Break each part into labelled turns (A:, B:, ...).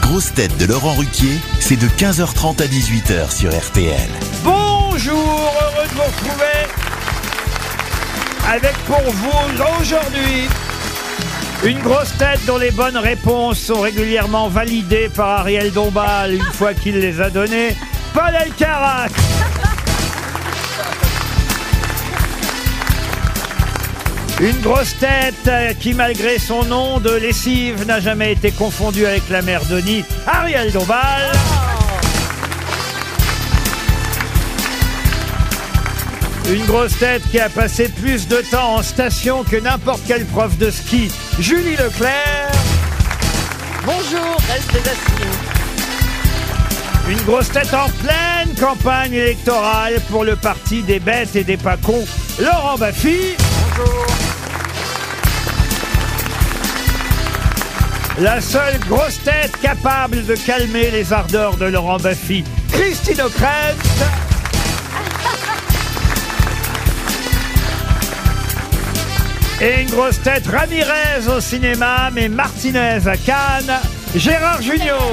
A: grosses têtes de Laurent Ruquier, c'est de 15h30 à 18h sur RTL.
B: Bonjour, heureux de vous retrouver avec pour vous aujourd'hui une grosse tête dont les bonnes réponses sont régulièrement validées par Ariel Dombal une fois qu'il les a données, Paul Elkarat. Une grosse tête euh, qui, malgré son nom de lessive, n'a jamais été confondue avec la mère Denis, Ariel Dombal. Une grosse tête qui a passé plus de temps en station que n'importe quel prof de ski, Julie Leclerc.
C: Bonjour, reste des Asselineaux.
B: Une grosse tête en pleine campagne électorale pour le parti des bêtes et des pas cons, Laurent Baffy. La seule grosse tête capable de calmer les ardeurs de Laurent Baffy, Christine O'Krent. Et une grosse tête Ramirez au cinéma, mais Martinez à Cannes, Gérard Junior.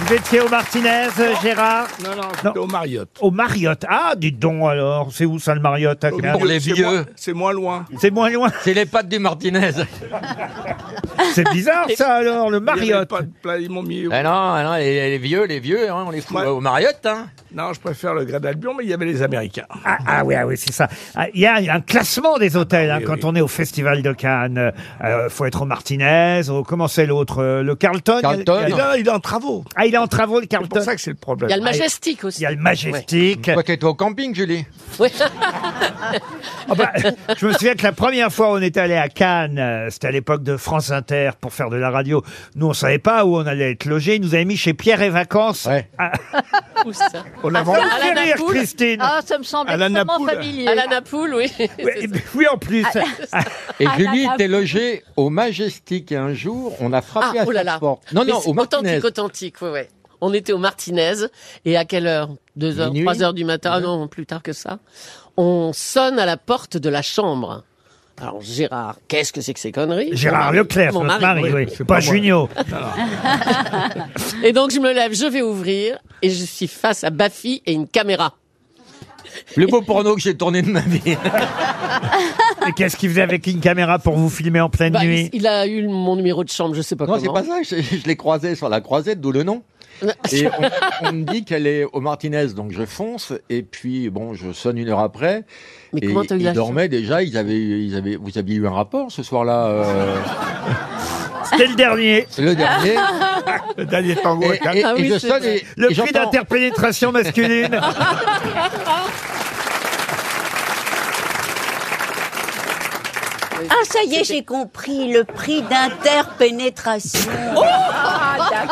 B: Vous étiez au Martinez, euh, Gérard
D: Non, non,
B: Non.
D: j'étais au Marriott.
B: Au Marriott. Ah, dites donc alors, c'est où ça le Marriott à Cannes
D: Au milieu,
E: les
D: c'est
E: vieux.
D: moins- C'est moins loin.
B: C'est moins loin.
E: C'est les pattes du Martinez.
B: C'est bizarre ça alors, le
D: Il y avait
B: Marriott.
D: pas de plat, ils m'ont mis. au-
E: Ah non, ah non, les, les vieux, les vieux, hein, on les fout
D: Ouais.
E: au Marriott. Hein.
D: Non, je préfère le Grand Albion, mais il y avait les Américains.
B: Ah, ah oui, ah oui, c'est ça. Ah, Il y a un classement des hôtels
D: Ah
B: hein,
D: bah oui,
B: quand
D: oui.
B: on est au Festival de Cannes. Euh, faut être au Martinez, au, comment c'est l'autre euh, Le Carlton.
E: Carlton.
B: Il y a-
D: Il,
B: il y
D: est
B: a-
D: en- il est en travaux.
B: ah, il est en travaux, le
D: C'est pour
B: Carlton. Ah,
D: ça que c'est le problème.
C: Il y a le Majestic
B: Il
C: aussi.
B: y a le Majestic.
E: Toi qui étais au camping, Julie.
C: Ouais.
B: Ah bah, je me souviens que la première fois où on est allé à Cannes, euh, c'était à l'époque de France Inter pour faire de la radio. Nous, on savait pas où on allait être logé. Ils nous avaient mis chez Pierre et Vacances.
E: Ouais.
B: Ah,
C: Où ça Ah,
D: On a vendu.
B: ça me fait
F: la
B: rire,
F: Napoule.
B: Christine.
F: Ah, ça me semble
D: À la
F: extrêmement
D: Napoule.
F: familier.
C: À la Napoule, oui.
B: oui, oui, en plus.
E: Et
F: Ah,
E: Julie
F: là, là,
E: était
F: vous-
E: logée au Majestic. Et un jour, on a
C: Ah,
E: frappé à
C: oh là
E: sa
C: là.
E: porte. Non,
C: Mais
E: non,
C: c'est
E: au Martinez.
C: Authentique, authentique, ouais, ouais. On était au Martinez, et à quelle heure 2 heures,
E: Minuit.
C: 3 heures du matin, ah non, plus tard que ça. On sonne à la porte de la chambre. Alors Gérard, qu'est-ce que c'est que ces conneries
B: Gérard
C: Mon mari-
B: Leclerc,
C: mon
B: notre
C: mari,
B: mari,
C: oui.
B: oui. Pas Junio.
C: Et donc je me lève, je vais ouvrir, et je suis face à Baffy et une caméra.
E: Le beau porno que j'ai tourné de ma vie.
B: Et qu'est-ce qu'il faisait avec une caméra pour vous filmer en pleine
C: Bah, il,
B: nuit
C: il a eu mon numéro de chambre, je sais pas
E: non, c'est
C: comment.
E: pas ça. Je, je l'ai croisée sur la croisette, d'où le nom. Et on, on me dit qu'elle est au Martinez, donc je fonce. Et puis, bon, je sonne une heure après.
C: Mais
E: et
C: comment t'as eu
E: ils
C: la
E: dormaient déjà. Ils avaient, ils avaient, vous aviez eu un rapport ce soir-là, euh,
B: C'était le dernier.
E: le dernier.
D: Le dernier tango
E: Et,
D: à Cannes.
E: et-
C: Ah
E: et
C: oui,
E: je
C: c'est
E: sonne
C: vrai.
E: et, et
B: Le prix
E: j'entends-
B: d'interpénétration masculine.
F: Ah, ça y est, j'ai compris le prix d'interpénétration.
G: Oh là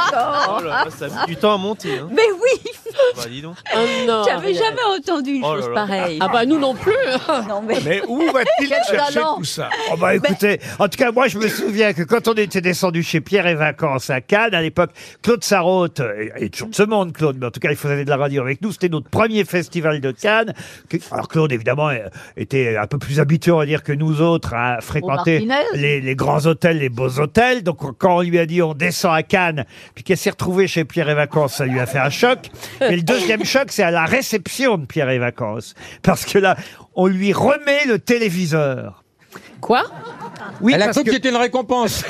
G: là, ça a mis du temps à monter. Hein.
F: ah, Mais oui, Ah,
G: Bah, dis donc.
C: Oh non.
F: j'avais jamais entendu une
G: Oh là
F: chose
G: là.
F: pareille. Ah,
C: Ah bah nous non plus.
F: Non, mais
D: Mais où va-t-il
F: Quel
D: chercher
F: talent.
D: tout ça
B: Oh bah écoutez, en tout cas moi je me souviens que quand on était descendu chez Pierre et Vacances à Cannes à l'époque, Claude Sarraute euh, est toujours de ce monde Claude, mais en tout cas il faisait de la radio avec nous, c'était notre premier festival de Cannes. Que- Alors Claude évidemment euh, était un peu plus habitué on va dire que nous autres à fréquenter
F: Martinez.
B: les, les grands hôtels, les beaux hôtels. Donc quand on lui a dit on descend à Cannes, puis qu'elle s'est retrouvée chez Pierre et Vacances, ça lui a fait un choc. Et le deuxième choc c'est à la réception de Pierre et Vacances, parce que là on lui remet le téléviseur.
C: Quoi
B: Oui,
E: Elle a
B: parce
E: cru que
B: que-
E: c'était une récompense.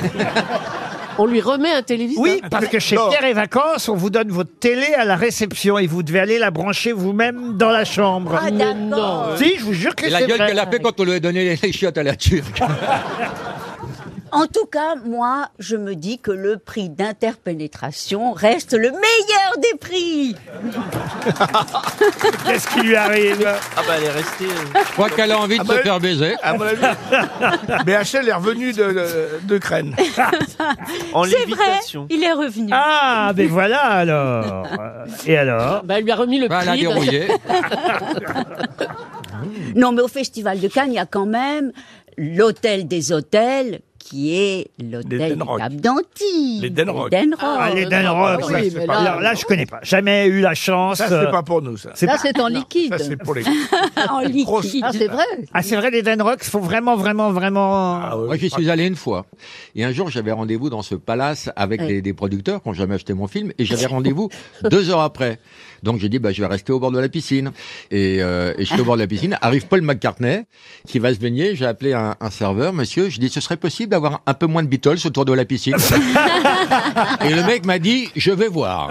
C: On lui remet un téléviseur
B: Oui, parce que chez
D: Non.
B: Pierre et Vacances, on vous donne votre télé à la réception et vous devez aller la brancher vous-même dans la chambre.
F: Ah, d'accord.
B: si, je vous jure que
E: Et la
B: c'est
E: gueule
B: vrai.
E: qu'elle a fait quand on lui a donné les- les chiottes à la turque.
F: En tout cas, moi, je me dis que le prix d'interpénétration reste le meilleur des prix.
B: Qu'est-ce qui lui arrive
G: Ah bah elle est restée.
E: Je crois qu'elle a envie de
D: Ah bah,
E: se faire baiser.
D: À mon avis, BHL est revenu de, de Crène.
G: En
F: C'est vrai,
G: lévitation.
F: il est revenu.
B: Ah, mais voilà alors. Euh, Et alors
C: Bah, elle lui a remis le
E: Bah, elle a
C: prix.
E: dérouillé.
F: Non, mais au Festival de Cannes, il y a quand même l'hôtel des hôtels qui est l'hôtel
B: L'Eden
F: des
B: Rock.
F: Caps d'Antibes.
B: L'Eden Rock.
F: L'Eden Rock.
B: Ah, les Dan Rock, ça, c'est pas- Alors là, je connais pas. Jamais eu la chance.
D: Ça, c'est
B: euh,
D: pas pour nous, ça.
B: c'est
H: Là,
B: pas-
H: c'est en liquide.
D: Ça, c'est pour les.
F: en liquide.
H: Ah, c'est vrai.
B: Ah, c'est vrai, les Dan Rock font vraiment, vraiment, vraiment.
E: Moi, j'y suis allé une fois. Et un jour, j'avais rendez-vous dans ce palace avec
F: Oui.
E: des, des producteurs qui n'ont jamais acheté mon film. Et j'avais rendez-vous deux heures après. Donc, j'ai dit, bah, je vais rester au bord de la piscine. Et, euh, et je suis au bord de la piscine. Arrive Paul McCartney, qui va se baigner. J'ai appelé un, un serveur. Monsieur, je dis, ce serait possible d'avoir un peu moins de Beatles autour de la piscine. et le mec m'a dit, je vais voir.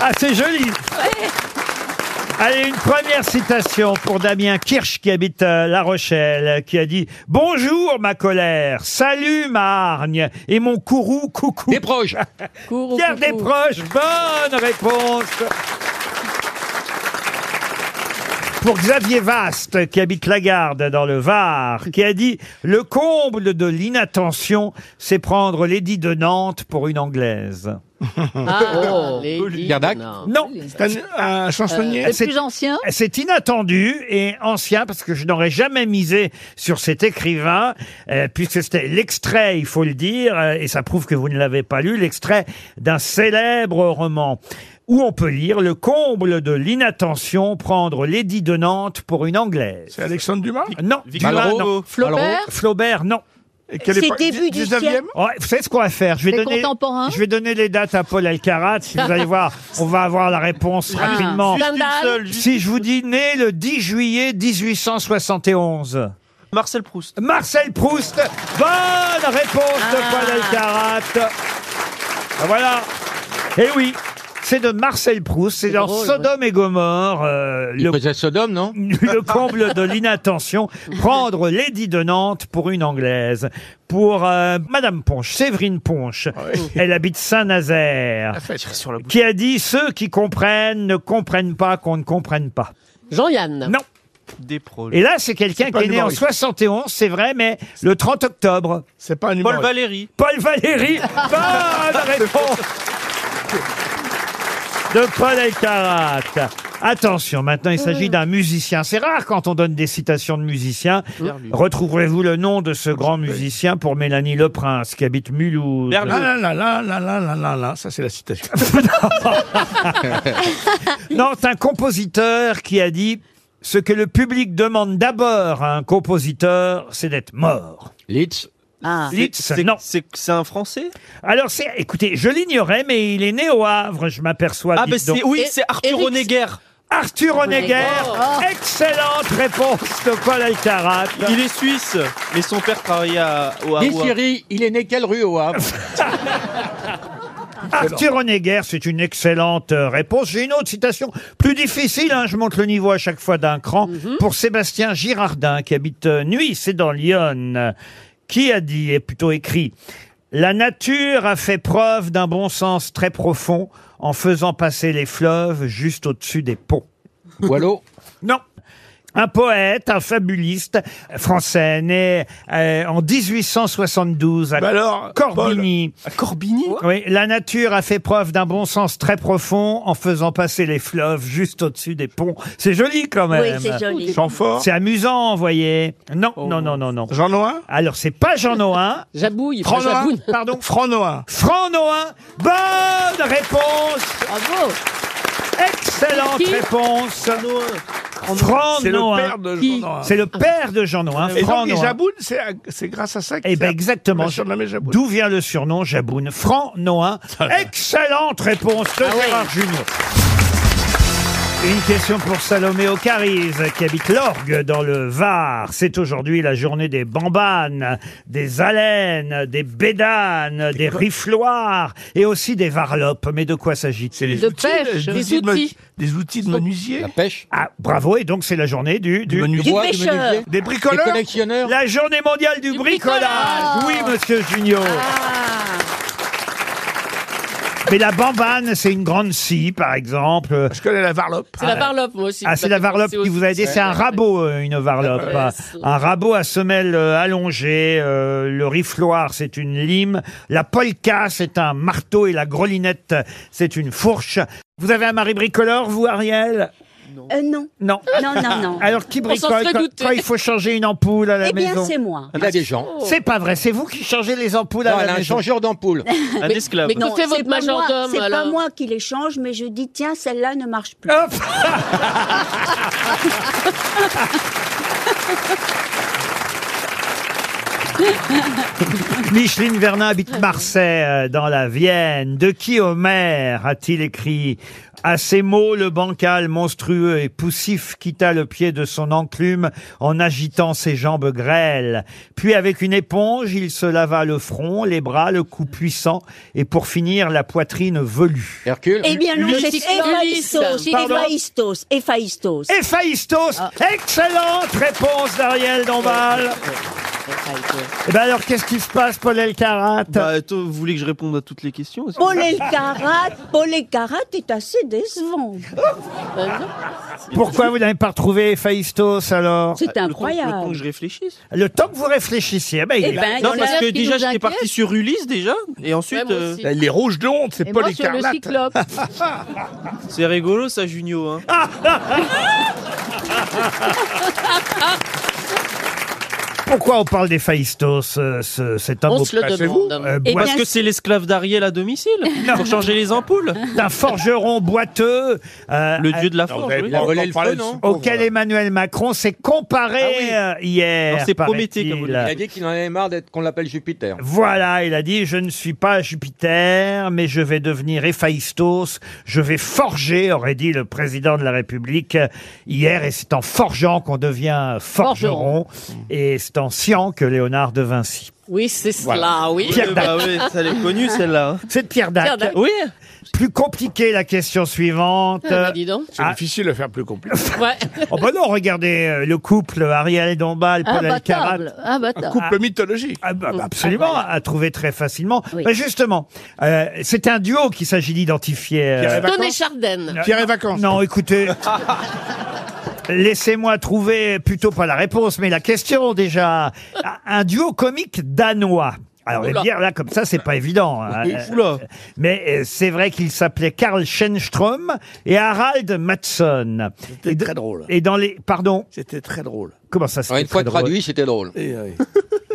B: Ah, c'est joli. Allez, une première citation pour Damien Kirsch qui habite euh, La Rochelle, qui a dit « Bonjour ma colère, salut ma hargne et mon courroux coucou
E: Des proches.
H: Cours ». au
B: Pierre
H: coucou.
B: Desproges, bonne réponse pour Xavier Vaste, qui habite la garde dans le Var, qui a dit « Le comble de l'inattention, c'est prendre Lady de Nantes pour une Anglaise
G: Oh.
C: Ah, les
E: Gardac.
C: Non. ». Euh,
B: Non,
D: C'est un, un
F: Euh,
D: chansonnier
H: Les plus anciens
B: C'est inattendu et ancien parce que je n'aurais jamais misé sur cet écrivain euh, puisque c'était l'extrait, il faut le dire, euh, et ça prouve que vous ne l'avez pas lu, l'extrait d'un célèbre roman où on peut lire le comble de l'inattention, prendre Lady de Nantes pour une anglaise.
D: C'est Alexandre Dumas
B: Non, Dumas, non.
E: Malraux.
H: Flaubert
B: Flaubert, non.
D: Et quelle
F: C'est
D: époque
F: début du
D: 19e?
F: siècle.
B: Oh, vous savez ce qu'on va faire Je vais
H: Les
B: donner,
H: contemporains
B: je vais donner les dates à Paul Alcarat. Si vous allez voir, on va avoir la réponse rapidement.
G: Ah, Juste une
C: Stendhal.
G: seule, juste-
B: Si je vous dis né le 10 juillet 1871.
G: Marcel Proust.
B: Marcel Proust. Bonne réponse de
G: Ah.
B: Paul Alcarat. Ah, Voilà. Et oui. C'est de Marcel Proust, c'est dans
C: drôle,
B: Sodome et Gomorre, euh,
E: Il
B: le,
E: faisait Sodome, non
B: le comble de l'inattention, prendre Lady de Nantes pour une Anglaise. Pour euh, Madame Ponche, Séverine Ponche, elle habite Saint-Nazaire,
G: Sur la bouche.
B: qui a dit « Ceux qui comprennent ne comprennent pas qu'on ne comprenne pas
C: Jean-Yann. ».
B: Non.
G: Des proches.
B: Et là, c'est quelqu'un
D: pas
B: qui est né en
D: humoriste.
B: 71, c'est vrai, mais le 30 octobre.
D: C'est pas un
G: Paul
D: humoriste.
G: Valéry.
B: Paul Valéry, bonne réponse de Paul Elkarat. Attention, maintenant, il s'agit d'un musicien. C'est rare quand on donne des citations de musiciens. Retrouverez-vous le nom de ce grand musicien pour Mélanie Leprince, qui habite Mulhouse.
G: Berlioz.
D: Là, là, là, là, là, là, là, là, là, ça c'est la citation.
B: Non, c'est un compositeur qui a dit « Ce que le public demande d'abord à un compositeur, c'est d'être mort.
E: Litz.
F: Ah.
B: Litz,
G: C'est-
B: non.
G: C'est c'est un Français
B: Alors, c'est, écoutez, je l'ignorais, mais il est né au Havre, je m'aperçois.
G: Ah,
B: dites
G: ben c'est
B: donc.
G: oui,
C: Et-
G: c'est Arthur
C: Eric-
G: Honegger.
B: Arthur Honegger, excellente réponse de Paul Alcarat.
G: Il est suisse, mais son père travaillait à, au
E: Dis
G: Hawa.
E: Thierry, il est né quelle rue au Havre
B: Ah, Arthur Honegger, c'est une excellente euh, réponse. J'ai une autre citation plus difficile, hein, je monte le niveau à chaque fois d'un cran, pour Sébastien Girardin, qui habite euh, Nuit, c'est dans Lyon, euh, qui a dit, et plutôt écrit, La nature a fait preuve d'un bon sens très profond en faisant passer les fleuves juste au-dessus des ponts.
E: Boileau.
B: Non. Un poète, un fabuliste français, né euh, en 1872 à
D: Bah alors,
B: Corbigny.
G: À Corbigny
B: Oui, la nature a fait preuve d'un bon sens très profond en faisant passer les fleuves juste au-dessus des ponts. C'est joli quand
F: Oui,
B: même.
F: c'est joli.
D: Chamfort,
B: C'est amusant, vous voyez. Non,
D: Oh.
B: non, non, non, non.
D: Jean Noin,
B: Alors, c'est pas Jean Noin.
C: Jabouille.
D: Franc
C: Enfin,
D: Noin,
C: Jaboune.
D: pardon, Franc Noin.
B: Franc Noin. Bonne réponse.
H: Bravo
B: Excellente
C: Qui
B: réponse. Franc
D: C'est le père
B: Noin.
D: de
C: Qui
D: Jean Noin.
B: C'est le père de Jean Noin.
D: Et
B: Franc
D: donc, les
B: Noin.
D: Jabounes, c'est à- c'est grâce à ça
B: Eh
D: qu'ils
B: ben exactement.
D: surnommé Jaboune.
B: D'où vient le surnom Jaboun Franc Noin. Excellente réponse de
D: Ah
B: Gérard Junior. Une question pour Salomé Ocariz, qui habite l'Orgue dans le Var. C'est aujourd'hui la journée des bambanes, des haleines, des bédanes, des rifloirs et aussi des varlopes. Mais de quoi s'agit-il
D: les
H: De pêche.
D: des,
H: Des
D: outils. de me-
H: outils.
D: des outils de menuisier,
E: La pêche.
B: Ah, bravo, et donc c'est la journée du... du-
D: menu-
E: Du bois, du
F: pêcheur.
E: menuisier.
D: des
E: Des
D: bricoleurs.
E: collectionneurs.
B: La journée mondiale du,
H: Du
B: bricolage.
H: bricolage.
B: Oui, monsieur Junior
F: Ah.
B: Mais la bambane, c'est une grande scie, par exemple.
D: Je connais la varlope.
C: C'est la varlope, moi aussi.
B: Ah, c'est la varlope qui vous a aidé. C'est un rabot, euh, une varlope.
C: Ouais.
B: Un- Un rabot à semelle euh, allongée. euh, le rifloir, c'est une lime. La polka, c'est un marteau. Et la grelinette, c'est une fourche. Vous avez un mari bricoleur, vous, Ariel
F: Non. Euh, non.
B: Non.
F: Non, non, non.
B: Alors qui
F: On
B: bricole
F: s'en serait
B: quand,
F: douté.
B: quand il faut changer une ampoule à la
F: Eh bien,
B: maison
F: c'est moi.
E: Il y a des gens.
B: C'est pas vrai, c'est vous qui changez les ampoules
E: Non,
B: à
E: elle
B: la
E: a un
B: maison.
E: changeur d'ampoule.
G: Un esclave.
C: mais- Que fait
F: c'est
C: votre
F: pas moi-
C: majordome,
F: C'est pas
C: alors
F: moi qui les change, mais je dis tiens, celle-là ne marche plus.
B: Hop Micheline Vernin
G: Ah
B: habite Marseille, euh, dans la Vienne. De qui Homer a-t-il écrit À ces mots, le bancal monstrueux et poussif quitta le pied de son enclume en agitant ses jambes grêles. Puis, avec une éponge, il se lava le front, les bras, le cou puissant et pour finir, la poitrine velue.
E: Hercule.
F: Eh bien non,
C: Le
F: c'est
C: cycliste.
F: Héphaïstos.
B: Pardon
F: Héphaïstos. Héphaïstos.
B: Héphaïstos
F: Ah.
B: Excellente réponse d'Ariel Dombal
H: Ah,
B: Eh ben alors, qu'est-ce qui se passe, Paul Elkarat
G: Bah, toi, vous voulez que je réponde à toutes les questions aussi
F: Paul Elkarat, Paul Elkarat est assez décevant.
B: Pourquoi vous n'avez pas retrouvé Héphaïstos, alors
F: C'est
G: Ah, Le temps- Le temps que
F: incroyable.
G: je réfléchisse.
B: Le temps que vous réfléchissiez, Ah. eh ben, il
F: Eh
B: est là.
F: ben,
G: Non,
F: il
G: parce
F: a-
G: que
H: qui nous
G: déjà, j'étais
H: inquiète.
G: parti sur Ulysse, déjà. Et
C: Ouais,
G: ensuite,
C: moi
G: euh,
C: aussi.
D: Elle Bah, est rouge de honte, c'est
H: Et
D: pas
H: moi sur le
D: l'écarlate.
H: cyclope.
G: c'est rigolo, ça, Junio. Hein.
E: Ah,
B: Pourquoi on parle d'Héphaïstos, euh, ce- cet homme
C: On
B: au-
C: se le
D: Bah, c'est
C: demande.
B: euh,
F: Eh
B: boiteux,
G: Parce que c'est l'esclave d'Ariel à domicile. Pour changer les ampoules.
B: d'un forgeron boiteux euh,
G: Le dieu de la
D: Non, vous
G: forge.
D: avez
G: oui.
E: Il a
D: pas
E: volé
D: encore
E: le
D: parlé
E: feu,
D: de
E: non
D: ce pauvre,
B: auquel
D: là.
B: Emmanuel Macron s'est comparé
G: Ah oui.
B: euh, hier.
G: Non, c'est
B: paraît-il.
G: Prométhée, comme vous dites.
E: Il a dit qu'il en avait marre d'être qu'on l'appelle Jupiter.
B: Voilà, il a dit, je ne suis pas Jupiter, mais je vais devenir Héphaïstos, je vais forger, aurait dit le président de la République euh, hier, et c'est en forgeant qu'on devient forgeron, et c'est en sciant que Léonard de Vinci.
C: Oui, c'est cela, Ah oui.
G: Euh, bah ouais, ça elle est connue, celle-là.
B: C'est de Pierre Dac.
C: Pierre Dac.
G: Oui.
B: Plus compliquée la question suivante.
C: Ah, bah, dis donc.
D: C'est
B: Ah.
D: difficile de faire plus compliqué.
C: Ouais.
B: Oh bah non, regardez euh, le couple Ariel Dombal, Paul Alcarat.
H: Imbattable. Imbattable. Mmh.
D: Couple mythologique.
B: Ah bah, bah, absolument, à trouver très facilement.
H: Oui.
B: Bah, justement, euh, c'est un duo qu'il s'agit d'identifier. euh,
D: Pierre et
C: Tony
D: vacances.
C: Chardin.
D: Pierre et vacances.
B: Non, écoutez. Laissez-moi trouver plutôt pas la réponse, mais la question déjà. Un duo comique danois. Alors,
C: Oula.
B: dire là comme ça, c'est pas évident. hein.
G: Oula.
B: Mais euh, c'est vrai qu'il s'appelait Karl Schenström et Harald Mattsson.
D: C'était très drôle.
B: Et dans les, pardon,
D: C'était très drôle.
B: comment ça se
E: Ouais, une fois traduit, c'était drôle. Eh
D: Et, oui.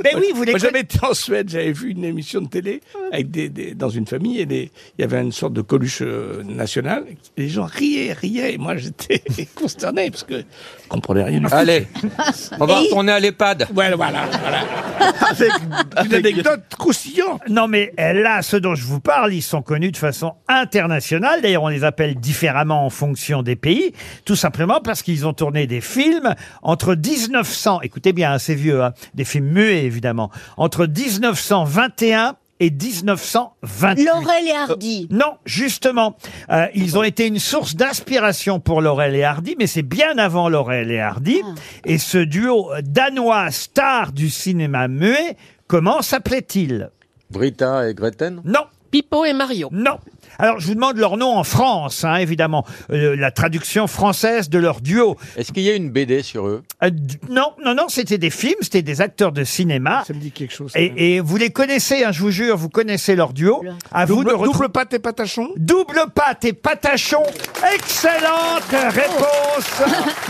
B: Mais Ben oui, vous les
D: Moi,
B: connaissez.
D: j'avais été en Suède, j'avais vu une émission de télé avec des, des- dans une famille et des, il y avait une sorte de coluche euh, nationale. Et les gens riaient, riaient. Et moi, j'étais consterné parce que je comprenais rien. du tout.
E: Allez, on va retourner à l'EHPAD.
D: Ouais, voilà, voilà. Avec une anecdote croustillante.
B: Non, mais euh, là, ceux dont je vous parle, ils sont connus de façon internationale. D'ailleurs, on les appelle différemment en fonction des pays, tout simplement parce qu'ils ont tourné des films entre 1900, écoutez bien, hein, c'est vieux, hein, des films muets évidemment, entre 1921 et 1928.
F: Laurel et Hardy.
B: Euh, Non, justement, euh, ils ont été une source d'inspiration pour Laurel et Hardy, mais c'est bien avant Laurel et Hardy.
F: Ah.
B: Et ce duo danois star du cinéma muet, comment s'appelait-il
E: Brita et Greten.
B: Non.
C: Pipo et Mario.
B: Non. Alors, je vous demande leur nom en France, hein, évidemment. Euh, la traduction française de leur duo.
E: Est-ce qu'il y a une BD sur eux
B: Euh, du- non, non, non, c'était des films, c'était des acteurs de cinéma.
D: Ça me dit quelque chose.
B: Et, et vous les connaissez, hein, je vous jure, vous connaissez leur duo. À vous de
D: double,
B: retrouver.
D: double pâte et patachon
B: Double pâte et patachon.
D: Oh.
B: Excellente réponse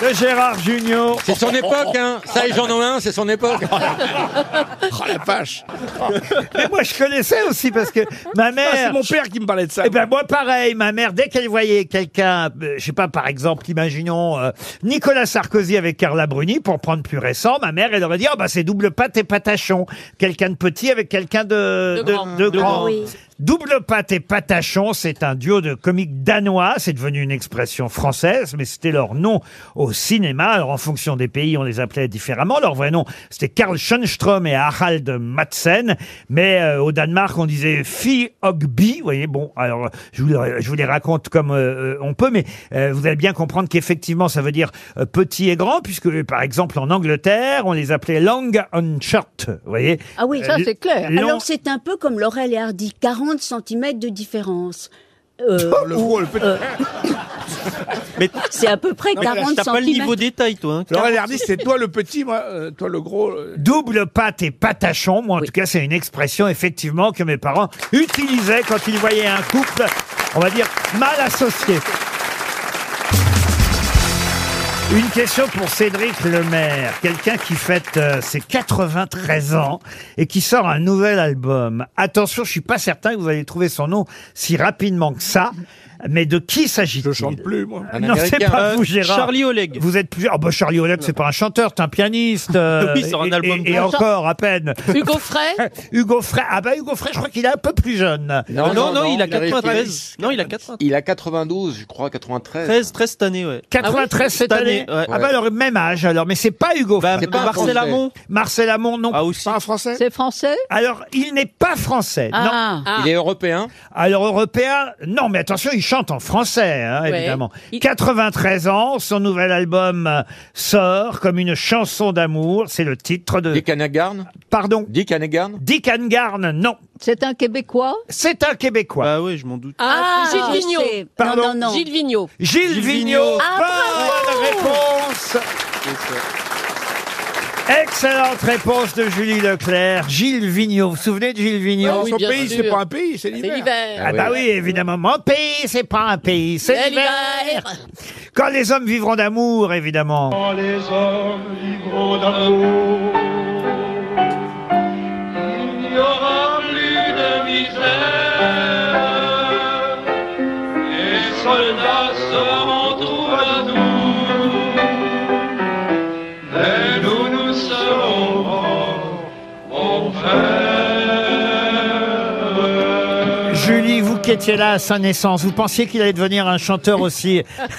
B: de Gérard Junior.
E: C'est son époque, hein Ça et j'en ai un, c'est son époque.
D: Oh la vache
B: Mais moi, je connaissais aussi parce que ma
D: Ah,
B: mère.
D: C'est mon père qui me parlait de ça.
B: Eh ben moi pareil, ma mère dès qu'elle voyait quelqu'un, euh, je sais pas par exemple, imaginons euh, Nicolas Sarkozy avec Carla Bruni pour prendre plus récent, ma mère elle aurait dit ah bah c'est double pâte et patachon, quelqu'un de petit avec quelqu'un de
C: De grand.
F: Ah oui.
B: Double pâte et patachon, c'est un duo de comiques danois. C'est devenu une expression française, mais c'était leur nom au cinéma. Alors, en fonction des pays, on les appelait différemment. Leur vrai nom, c'était Karl Schönström et Harald Madsen. Mais euh, au Danemark, on disait Fi Ogby. Vous voyez, bon, alors, je vous, le- je vous les raconte comme euh, euh, on peut, mais euh, vous allez bien comprendre qu'effectivement, ça veut dire euh, petit et grand, puisque, euh, par exemple, en Angleterre, on les appelait Long and Short. Vous voyez Euh,
F: Ah oui.
D: Euh,
H: Ça, c'est clair.
B: Long-
F: Alors c'est un peu comme Laurel et Hardy, 40 cm de différence. Euh,
D: Le gros, le petit.
G: Mais
F: c'est à peu près
G: mais
F: 40
G: t'as pas le niveau
F: cm.
G: détail, toi. hein.
D: Alors, elle a dit, c'est toi le petit, moi, euh, toi le gros. euh.
B: Double pâte et patachon. Moi, en
F: Oui.
B: tout cas, c'est une expression, effectivement, que mes parents utilisaient quand ils voyaient un couple on va dire, mal associés. Une question pour Cédric Lemaire, quelqu'un qui fête euh, ses 93 ans et qui sort un nouvel album. Attention, je suis pas certain que vous allez trouver son nom si rapidement que ça, mais de qui s'agit-il
D: Je chante plus, moi.
E: Un
B: Non, c'est
E: Américain.
B: pas
G: Euh,
B: vous, Gérard.
G: Charlie Oleg.
B: Vous êtes plus... Ah bah Charlie Oleg, c'est pas un chanteur, c'est un pianiste. euh,
G: Oui, il sort un
B: et-
G: album.
B: Et, et encore, à peine.
C: Hugo Frey
B: Hugo Frey, ah bah Hugo Frey, je crois qu'il est un peu plus jeune.
G: Non, non, il a
E: arrive-
G: 93. Non, il a 93
E: Il a 92, je crois, Ah 93.
G: 13, 13 cette année, ouais.
B: 93 cette
G: Cette
B: année.
G: année, ouais.
B: Ah bah alors même âge alors, mais c'est pas Hugo
G: Bah,
B: Frey.
E: pas un
G: Marcel
E: Français.
G: Amont.
B: Marcel Amont non.
G: Ah, aussi.
D: Pas un français
H: C'est français
B: Alors il n'est pas français. Non.
H: Ah,
C: Ah.
E: Il est européen.
B: Alors européen, non. Mais attention, il chante en français hein,
C: Ouais.
B: évidemment.
C: Il-
B: 93 ans, son nouvel album euh, sort comme une chanson d'amour. C'est le titre de.
E: Dick Hanegarn.
B: Pardon.
E: Dick Hanegarn.
B: Dick Angarn, non.
H: c'est un Québécois
B: C'est un Québécois.
G: Bah oui, je m'en doute.
C: Ah, Gilles
F: je
C: Vigneault.
F: sais.
B: Pardon.
F: Non, non, non.
C: Gilles Vigneault.
B: Gilles,
G: Gilles
B: Vigneault.
G: Vigneault.
F: Ah,
B: Bonne réponse. Excellente réponse de Julie Leclerc. Gilles Vigneault. Vous vous souvenez de Gilles Vigneault
C: Ah oui,
D: Son
C: bien
D: pays,
C: sûr.
D: c'est pas un pays, c'est
C: C'est
D: l'hiver.
C: l'hiver.
B: Ah bah oui, évidemment. Mon pays, c'est pas un pays, c'est
C: C'est
B: l'hiver.
C: l'hiver.
B: Quand les hommes vivront d'amour, évidemment.
I: Quand les hommes vivront d'amour, il n'y aura plus de misère. Les soldats seront troubadours, mais nous, nous serons morts, mon frère.
B: Julie, vous qui étiez là à sa naissance, vous pensiez qu'il allait devenir un chanteur aussi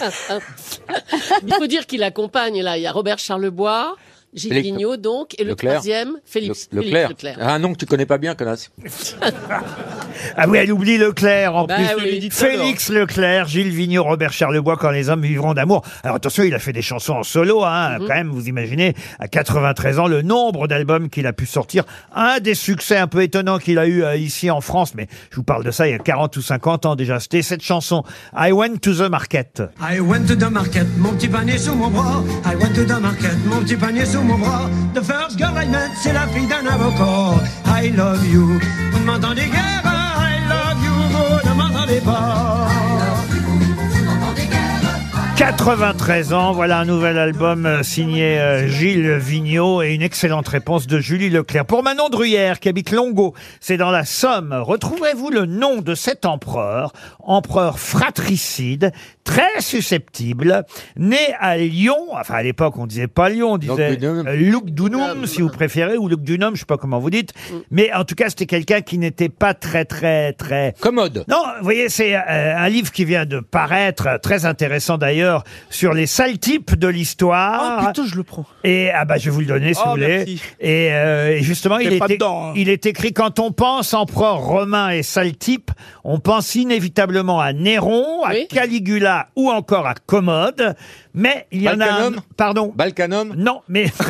C: Il faut dire qu'il accompagne, là. Il y a Robert Charlebois, Gilles
E: Leclerc.
C: Vigneault, donc, et le
E: Leclerc.
C: troisième, Félix,
E: Le-
C: Félix
E: Leclerc. Ah non, que tu connais pas bien, connasse.
B: Ah oui, elle oublie Leclerc en
C: Bah
B: plus.
C: oui. Je l'ai dit
G: tout à
B: Félix Leclerc, Gilles Vigneault, Robert Charlebois, Quand les hommes vivront d'amour. Alors attention, il a fait des chansons en solo,
C: Mhm.
B: hein, quand même, vous imaginez, à 93 ans, le nombre d'albums qu'il a pu sortir. Un des succès un peu étonnants qu'il a eu euh, ici en France, mais je vous parle de ça il y a 40 ou 50 ans déjà, c'était cette chanson, I Went to the Market.
J: I went to the market, mon petit panier sous mon bras. I went to the market, mon petit panier sous mon bras. The first girl I met, c'est la fille d'un avocat. I love you. Vous ne m'entendez guère, I love you. Vous ne m'entendez pas.
B: 93 ans, voilà un nouvel album euh, signé euh, Gilles Vigneault et une excellente réponse de Julie Leclerc. Pour Manon Druyère, qui habite Longo, c'est dans la Somme. Retrouvez-vous le nom de cet empereur, empereur fratricide, très susceptible, né à Lyon, enfin à l'époque on disait pas Lyon, on disait
E: Lugdunum.
B: euh, Lugdunum si vous préférez, ou Lugdunum, je sais pas comment vous dites, mais en tout cas c'était quelqu'un qui n'était pas très très très
E: Commode.
B: non, vous voyez, c'est euh, un livre qui vient de paraître, euh, très intéressant d'ailleurs, sur les sales types de l'histoire.
G: Oh, putain, je le prends.
B: et ah bah je vais vous le donner si
G: Oh,
B: vous voulez.
G: merci.
B: Et, euh, et justement, il
D: T'es
B: est,
D: pas
B: é-
D: dedans, hein.
B: il est écrit quand on pense empereur romain et sale type, on pense inévitablement à Néron, à
C: Oui.
B: Caligula ou encore à Commode. Mais il y en a un,
E: Balkanum
B: pardon.
E: Balkanum.
B: non, mais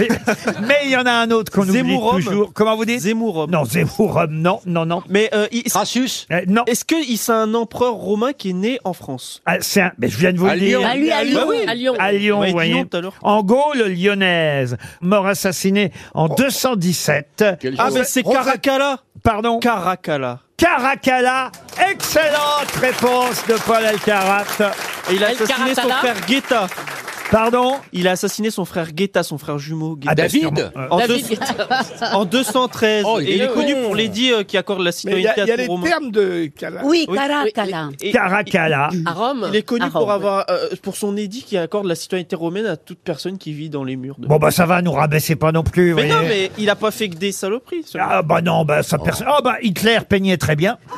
B: mais il y en a un autre qu'on oublie
G: Zémourum.
B: toujours. Comment vous dites
G: Zemmour.
B: Non, Zémourum, non, non, non,
G: Mais euh, il-
E: Crassus.
B: Euh, non.
G: est-ce que il- c'est un empereur romain qui est né en France
B: Ah, c'est un- Mais je viens de vous
E: À
B: le dire.
E: Lyon.
F: Ah, lui, à Lyon.
C: À Lyon.
B: à Bah Lyon,
G: Ouais,
B: vous
G: dis
B: voyez.
G: non tout à l'heure.
B: En Gaule lyonnaise, mort assassiné en 217.
E: Quel
G: Oh. Ah,
E: jour.
G: mais c'est Caracalla
B: Pardon,
G: Caracalla.
B: Caracalla. Excellente réponse Oh, de Paul Alcarat.
G: Et il a
C: El
G: assassiné son
C: Caracalla.
G: frère Guetta.
B: Pardon.
G: Il a assassiné son frère Guetta, son frère jumeau. Guetta.
B: Ah, bah,
E: David.
B: sûrement. Euh,
G: En,
C: David
G: deux-
C: Guetta.
G: en 213.
E: Oh, il
G: et
E: est
G: il est
E: con.
G: connu pour Lady euh, qui accorde la
D: Mais il y
G: citoyenneté
D: a, il y a
G: à
D: les
G: tout romain.
D: termes de Cala.
F: Oui,
G: Oui,
F: Caracalla.
G: Et-
B: Caracalla.
C: À Rome.
G: Il est connu
F: Ah,
G: pour
F: Rome.
G: avoir euh, pour son édit qui accorde la citoyenneté romaine à toute personne qui vit dans les murs de.
B: Bon, bah, ça va, nous rabaissez pas non plus. vous
G: mais non,
B: voyez.
G: mais il a pas fait que des saloperies. ce mec.
B: Ah, bah, non, bah, ça personne. Oh, bah, Hitler peignait très bien.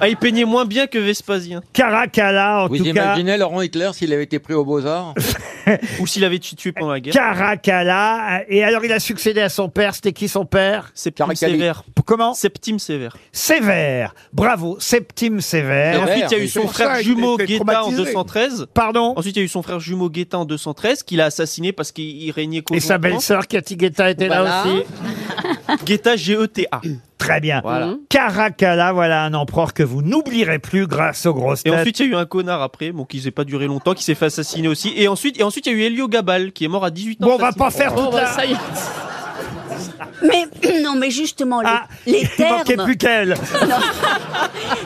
G: Ah, il peignait moins bien que Vespasien.
B: Caracalla, en
E: Vous
B: tout cas.
E: imaginez Laurent Hitler s'il avait été pris aux Beaux-Arts
G: Ou s'il avait été tué pendant la guerre.
B: Caracalla. Et alors, il a succédé à son père. C'était qui son père?
G: Septime
E: Caracali.
G: sévère.
B: Comment?
G: Septime sévère.
B: Sévère. Bravo. Septime Sévère.
E: Sévère.
G: Ensuite, il y a eu
E: mais
G: son
D: c'est pour
G: frère
D: ça, il
G: jumeau
D: était
G: Guetta en
D: traumatisé.
G: 213.
B: Pardon?
G: Ensuite, il y a eu son frère jumeau Guetta en 213 qu'il a assassiné parce qu'il il régnait
B: Et sa
G: conjointement.
B: belle-sœur Cathy Guetta était là
C: Voilà.
B: aussi.
G: Guetta G-E-T-A.
B: Très bien.
G: E Voilà.
B: Mmh. Caracalla, voilà un empereur que vous n'oublierez plus grâce aux grosses
G: Et
B: têtes.
G: ensuite, il y a eu un connard après, bon, qui s'est pas duré longtemps, qui s'est fait assassiner aussi. Et ensuite, et ensuite, il y a eu Elio Gabal, qui est mort à 18 ans.
F: Oh,
B: Bon, on va
F: bah,
G: assassiné.
B: pas faire
C: Bon,
B: toute
C: bah,
B: la...
C: ça y est.
F: Mais non, mais justement, les,
D: Ah,
F: les
B: Il
F: termes.
B: manquait plus qu'elle.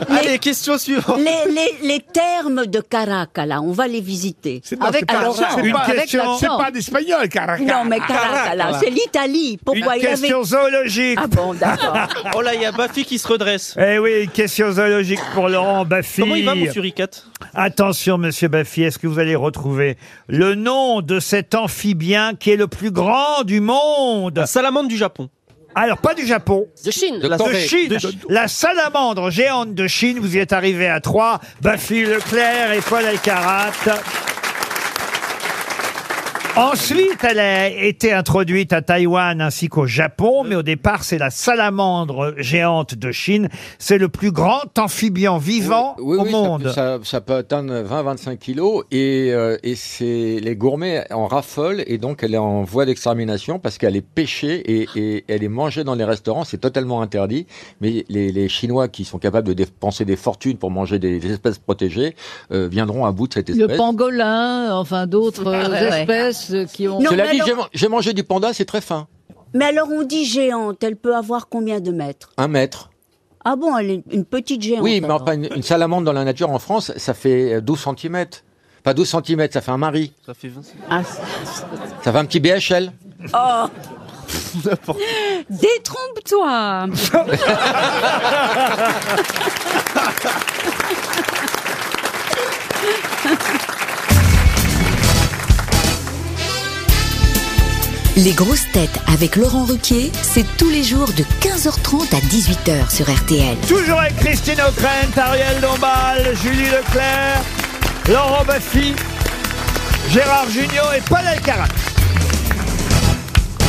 F: Allez,
B: question suivante.
F: Les, les- les termes de Caracas, là, on va les visiter.
D: C'est- non, c'est pas-
F: alors,
D: c'est
F: on-
D: pas-
F: avec
D: question-
F: l'accent.
D: c'est pas d'espagnol, Caracas.
F: Non, mais Caracas, là,
D: Caracas.
F: c'est l'Italie. Pourquoi
B: Une
F: il avait...
B: question zoologique.
F: Ah bon, d'accord.
G: Oh là, il y a Bafi qui se redresse.
B: Eh oui, une question zoologique pour Laurent Baffy.
G: Comment il va, mon suricat
B: Attention, monsieur Baffy, est-ce que vous allez retrouver le nom de cet amphibien qui est le plus grand du monde
G: Salamandre du Japon.
B: Alors, pas du Japon.
C: De Chine.
E: De
B: De
E: Corée.
B: Chine,
G: De-
B: la salamandre géante de Chine, vous y êtes arrivé à trois. Baffy Leclerc et Paul Alcarat. Ensuite, elle a été introduite à Taïwan ainsi qu'au Japon, mais au départ, c'est la salamandre géante de Chine. C'est le plus grand amphibien vivant
E: Oui,
B: au
E: oui, ça peut-
B: monde.
E: Ça, ça peut atteindre 20-25 kilos et, euh, et c'est les gourmets en raffolent et donc elle est en voie d'extermination parce qu'elle est pêchée et, et elle est mangée dans les restaurants. C'est totalement interdit. Mais les, les Chinois qui sont capables de dépenser des fortunes pour manger des, des espèces protégées euh, viendront à bout de cette
H: Le
E: espèce.
H: pangolin, enfin d'autres
F: Ah ouais, ouais.
H: espèces euh, qui ont.
F: Non,
E: Cela
F: mais
E: dit,
F: alors-
E: j'ai man- j'ai mangé du panda, c'est très fin.
F: Mais alors, on dit géante, elle peut avoir combien de mètres
E: Un mètre.
F: Ah bon, elle est une petite géante.
E: Oui, mais
F: alors.
E: enfin, une, une salamandre dans la nature en France, ça fait euh, 12 cm. Pas 12 cm, ça fait un mari.
G: Ça fait 25.
F: Ah,
E: Ça fait un petit BHL.
F: oh.
H: Détrompe-toi
K: Les grosses têtes avec Laurent Ruquier, c'est tous les jours de 15h30 à 18h sur RTL.
B: Toujours avec Christine O'Krent, Ariel Dombal, Julie Leclerc, Laurent Baffy, Gérard Junior et Paul Alcarat.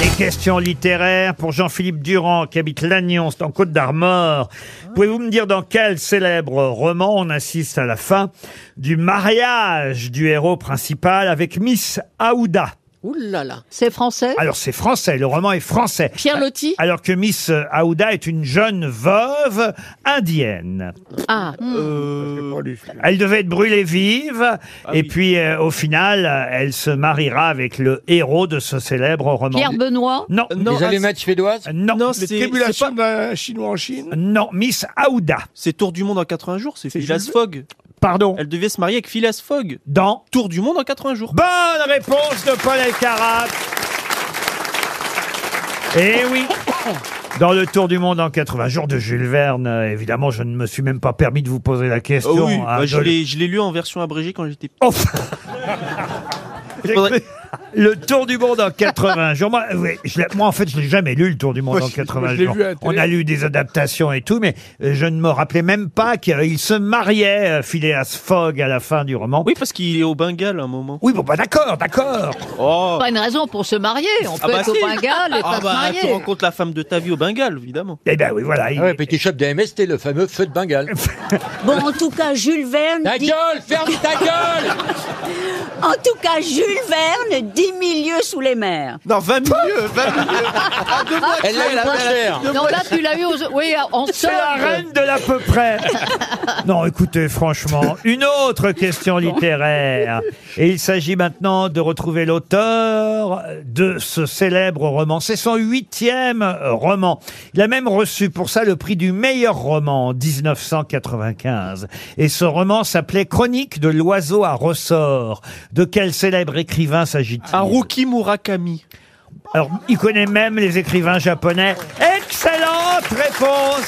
B: Les questions littéraires pour Jean-Philippe Durand qui habite Lannion, c'est en Côte d'Armor. Pouvez-vous me dire dans quel célèbre roman on assiste à la fin du mariage du héros principal avec Miss Aouda
C: Ouh là là.
H: C'est français
B: Alors c'est français, le roman est français. Euh,
C: Pierre Loti
B: Alors que Miss Aouda est une jeune veuve indienne.
C: Ah,
G: Euh,
B: Elle devait être brûlée vive,
G: Ah
B: et puis euh, au final, euh, elle se mariera avec le héros de ce célèbre roman.
H: Pierre Benoît
B: Non,
D: Euh,
G: Non,
E: les
G: ah,
E: allumettes suédoises
B: non,
G: Non,
D: Les
G: c'est c'est
D: tribulations
G: pas-
D: d'un Chinois en Chine
B: non, Miss Aouda,
G: c'est Tour du Monde en 80 jours, c'est
D: C'est
G: Phileas
D: Jules-
G: Fogg.
B: pardon,
G: Elle devait se marier avec Phileas Fogg.
B: dans.
G: Tour du Monde en 80 jours. Ah
B: Bonne réponse de Paul Elkarat. Eh oui dans le Tour du Monde en 80 jours de Jules Verne, euh, évidemment, je ne me suis même pas permis de vous poser la question.
G: Oh oui,
B: hein,
G: bah, je
B: de-
G: l'ai je l'ai lu en version abrégée quand j'étais petit.
B: Oh. J'ai cru- Le Tour du Monde en 80 jours. Moi, oui, je l'ai- moi, en fait, je l'ai jamais lu, le Tour du Monde
D: Moi,
B: en
D: je- moi,
B: 80
D: je l'ai
B: jours.
D: vu à la télé.
B: On a lu des adaptations et tout, mais euh, je ne me rappelais même pas qu'il se mariait, euh, Phileas Fogg, à la fin du roman.
G: Oui, parce qu'il est au Bengale à un moment.
B: Oui, bon, bah d'accord, d'accord.
G: Oh
H: Pas une raison pour se marier. On peut être au Bengale et
G: Ah
H: pas
G: bah,
H: se
G: tu
H: marier.
G: rencontres la femme de ta vie au Bengale, évidemment.
B: Eh ben oui, voilà. il-
E: Ah ouais, petit shop de MST, le fameux feu de Bengale.
F: Bon, en tout cas, Jules Verne
E: Ta
F: dit...
E: gueule, ferme ta gueule
F: En tout cas, Jules Verne, 10 000 lieues sous les mers.
G: Non, 20 milieux, 20 milieux. À deux mois,
E: Elle l'a eu moins cher.
H: Non, là, tu l'as eu aux... oui, en
B: C'est la
H: solde.
B: reine de l'à peu près. non, écoutez, franchement, une autre question littéraire. Et il s'agit maintenant de retrouver l'auteur de ce célèbre roman. C'est son huitième roman. Il a même reçu pour ça le prix du meilleur roman en 1995. Et ce roman s'appelait Chronique de l'oiseau à ressort. De quel célèbre écrivain s'agit-il
G: Haruki Murakami.
B: alors, il connaît même les écrivains japonais. Excellente réponse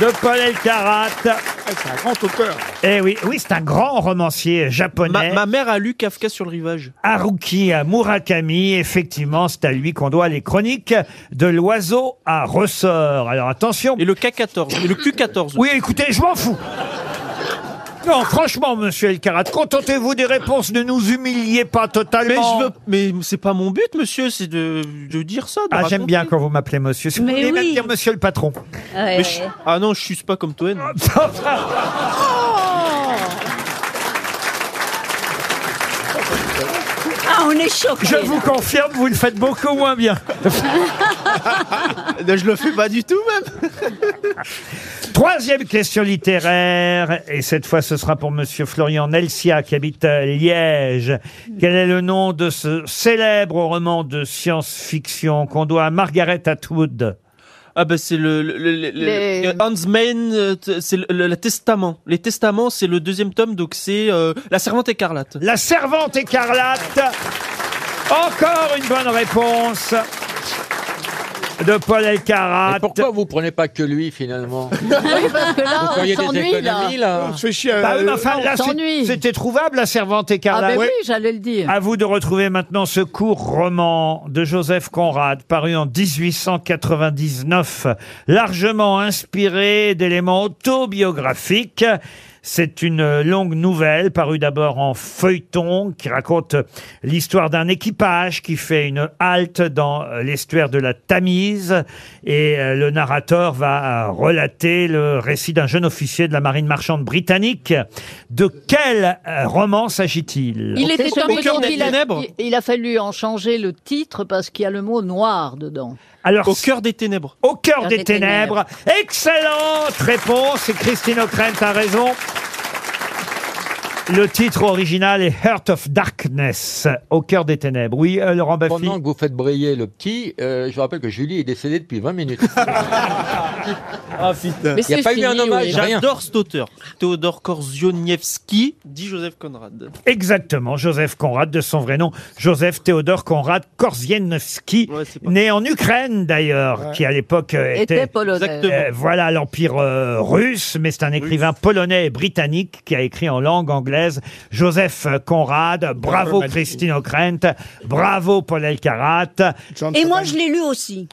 B: de Paul Elkarat.
D: Ah, C'est un grand auteur.
B: Eh oui, oui, c'est un grand romancier
G: Ma,
B: japonais.
G: ma mère a lu Kafka sur le rivage.
B: Haruki Murakami, effectivement, c'est à lui qu'on doit les chroniques de l'oiseau à ressort. Alors attention.
G: Et le K14. Et le Q14.
B: Oui, écoutez, je m'en fous. Non, franchement, monsieur Elkarat, contentez-vous des réponses, ne nous humiliez pas
G: Mais
B: totalement.
G: je veux, mais c'est pas mon but, monsieur, c'est de, de dire ça. de
B: Ah, j'aime
G: raconter.
B: bien quand vous m'appelez monsieur. Si vous
F: Mais
B: voulez même
F: oui.
B: dire monsieur le patron.
F: Ouais.
G: Mais je- ah non, je suis pas comme Toen.
B: Oh.
F: Ah, on est choqués.
B: Je vous confirme, vous le faites beaucoup moins bien.
G: je le fais pas du tout même.
B: Troisième question littéraire, et cette fois ce sera pour Monsieur Florian Nelsia qui habite à Liège. Quel est le nom de ce célèbre roman de science-fiction qu'on doit à Margaret Atwood
G: Ah ben c'est le, le, le- le-
B: Les-
G: le- Hans Mein, euh, t- c'est le, le- le testament. Les testaments, c'est le deuxième tome, donc c'est euh, la servante écarlate.
B: La servante écarlate. Encore une bonne réponse de Paul Elkarat.
E: pourquoi vous prenez pas que lui finalement
H: parce que là,
E: Vous feriez
H: Ah, on
E: des
H: s'ennuie, là.
E: économies, là. On se fait chier,
B: Bah oui, mais enfin,
H: on
B: là, c'est-
H: s'ennuie.
B: c'était trouvable, la servante
H: Ah
B: écarlate.
H: ben oui, j'allais le dire.
B: À vous de retrouver maintenant ce court roman de Joseph Conrad, paru en 1899, largement inspiré d'éléments autobiographiques. C'est une longue nouvelle parue d'abord en feuilleton qui raconte l'histoire d'un équipage qui fait une halte dans l'estuaire de la Tamise et euh, le narrateur va euh, relater le récit d'un jeune officier de la marine marchande britannique. De quel euh, roman s'agit-il
H: Il était un peu
G: Au cœur des
H: gentil, il a-
G: ténèbres.
H: il- Il a fallu en changer le titre parce qu'il y a le mot noir dedans.
B: Alors,
G: Au cœur des ténèbres.
B: Au cœur des ténèbres. Excellente réponse. Et Christine O'Krent a raison. Le titre original est Heart of Darkness, au cœur des ténèbres. Oui, euh, Laurent Baffy.
E: Pendant que vous faites briller le petit, euh, je vous rappelle que Julie est décédée depuis 20 minutes.
G: Ah putain.
E: Mais Il y a c'est pas eu fini, un hommage, oui. rien.
G: J'adore cet auteur. Théodore Korzioniewski, dit Joseph Conrad.
B: Exactement, Joseph Conrad, de son vrai nom, Joseph Théodore Conrad Korzienski, né en Ukraine d'ailleurs,
H: Ouais.
B: qui à l'époque euh,
H: Était
B: était,
H: polonais. Exactement.
B: Euh, voilà l'empire euh, russe, mais c'est un écrivain polonais et britannique qui a écrit en langue anglaise. Joseph Conrad, bravo
F: Madeleine.
B: Christine O'Krent, bravo Paul Elkarat.
F: Et moi, je l'ai lu aussi.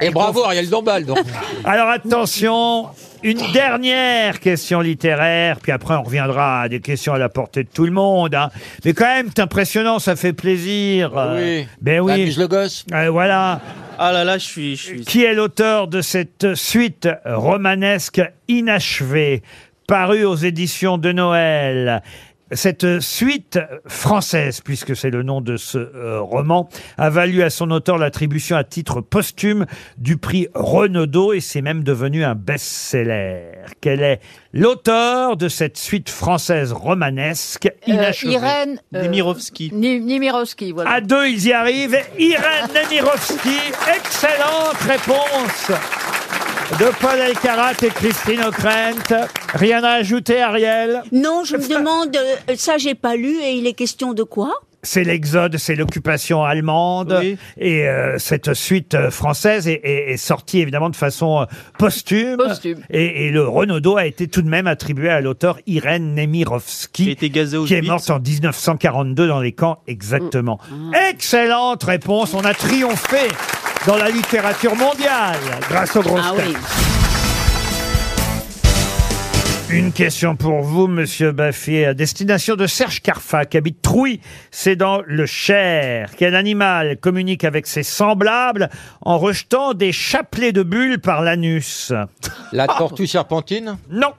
E: Et bravo Ariel Dombal. Donc.
B: Alors attention, une dernière question littéraire, puis après on reviendra à des questions à la portée de tout le monde. hein. Mais quand même, c'est impressionnant, ça fait plaisir. Euh,
G: oui.
B: Ben oui. Euh,
G: Ça amuse
E: le gosse.
B: voilà.
G: Ah là là, je suis. Je suis...
B: Qui est l'auteur de cette suite romanesque inachevée, parue aux éditions de Noël cette suite française, puisque c'est le nom de ce euh, roman, a valu à son auteur l'attribution à titre posthume du prix Renaudot et c'est même devenu un best-seller. Quel est l'auteur de cette suite française romanesque
H: Euh,
B: inachevée
H: Irène euh, Ni- Nimirovski, voilà.
B: à deux, ils y arrivent. Irène Nemirovski, excellente réponse de Paul Elkarat et Christine O'Krent. Rien à ajouter, Ariel
F: Non, je me demande, euh, ça, j'ai pas lu, et il est question de quoi
B: c'est l'exode, c'est l'occupation allemande. Et euh, cette suite euh, française est, est- est sortie évidemment de façon euh, posthume.
H: Posthume.
B: Et, et le Renaudot a été tout de même attribué à l'auteur Irène Nemirovski, qui, est morte en 1942 dans les camps exactement.
F: Mm.
B: Excellente réponse, on a triomphé dans la littérature mondiale grâce aux grosses
F: Ah
B: têtes.
F: oui.
B: Une question pour vous, Monsieur Baffier, à destination de Serge Carfa, qui habite Trouy, c'est dans le Cher. Quel animal communique avec ses semblables en rejetant des chapelets de bulles par l'anus
E: La tortue serpentine
B: Non.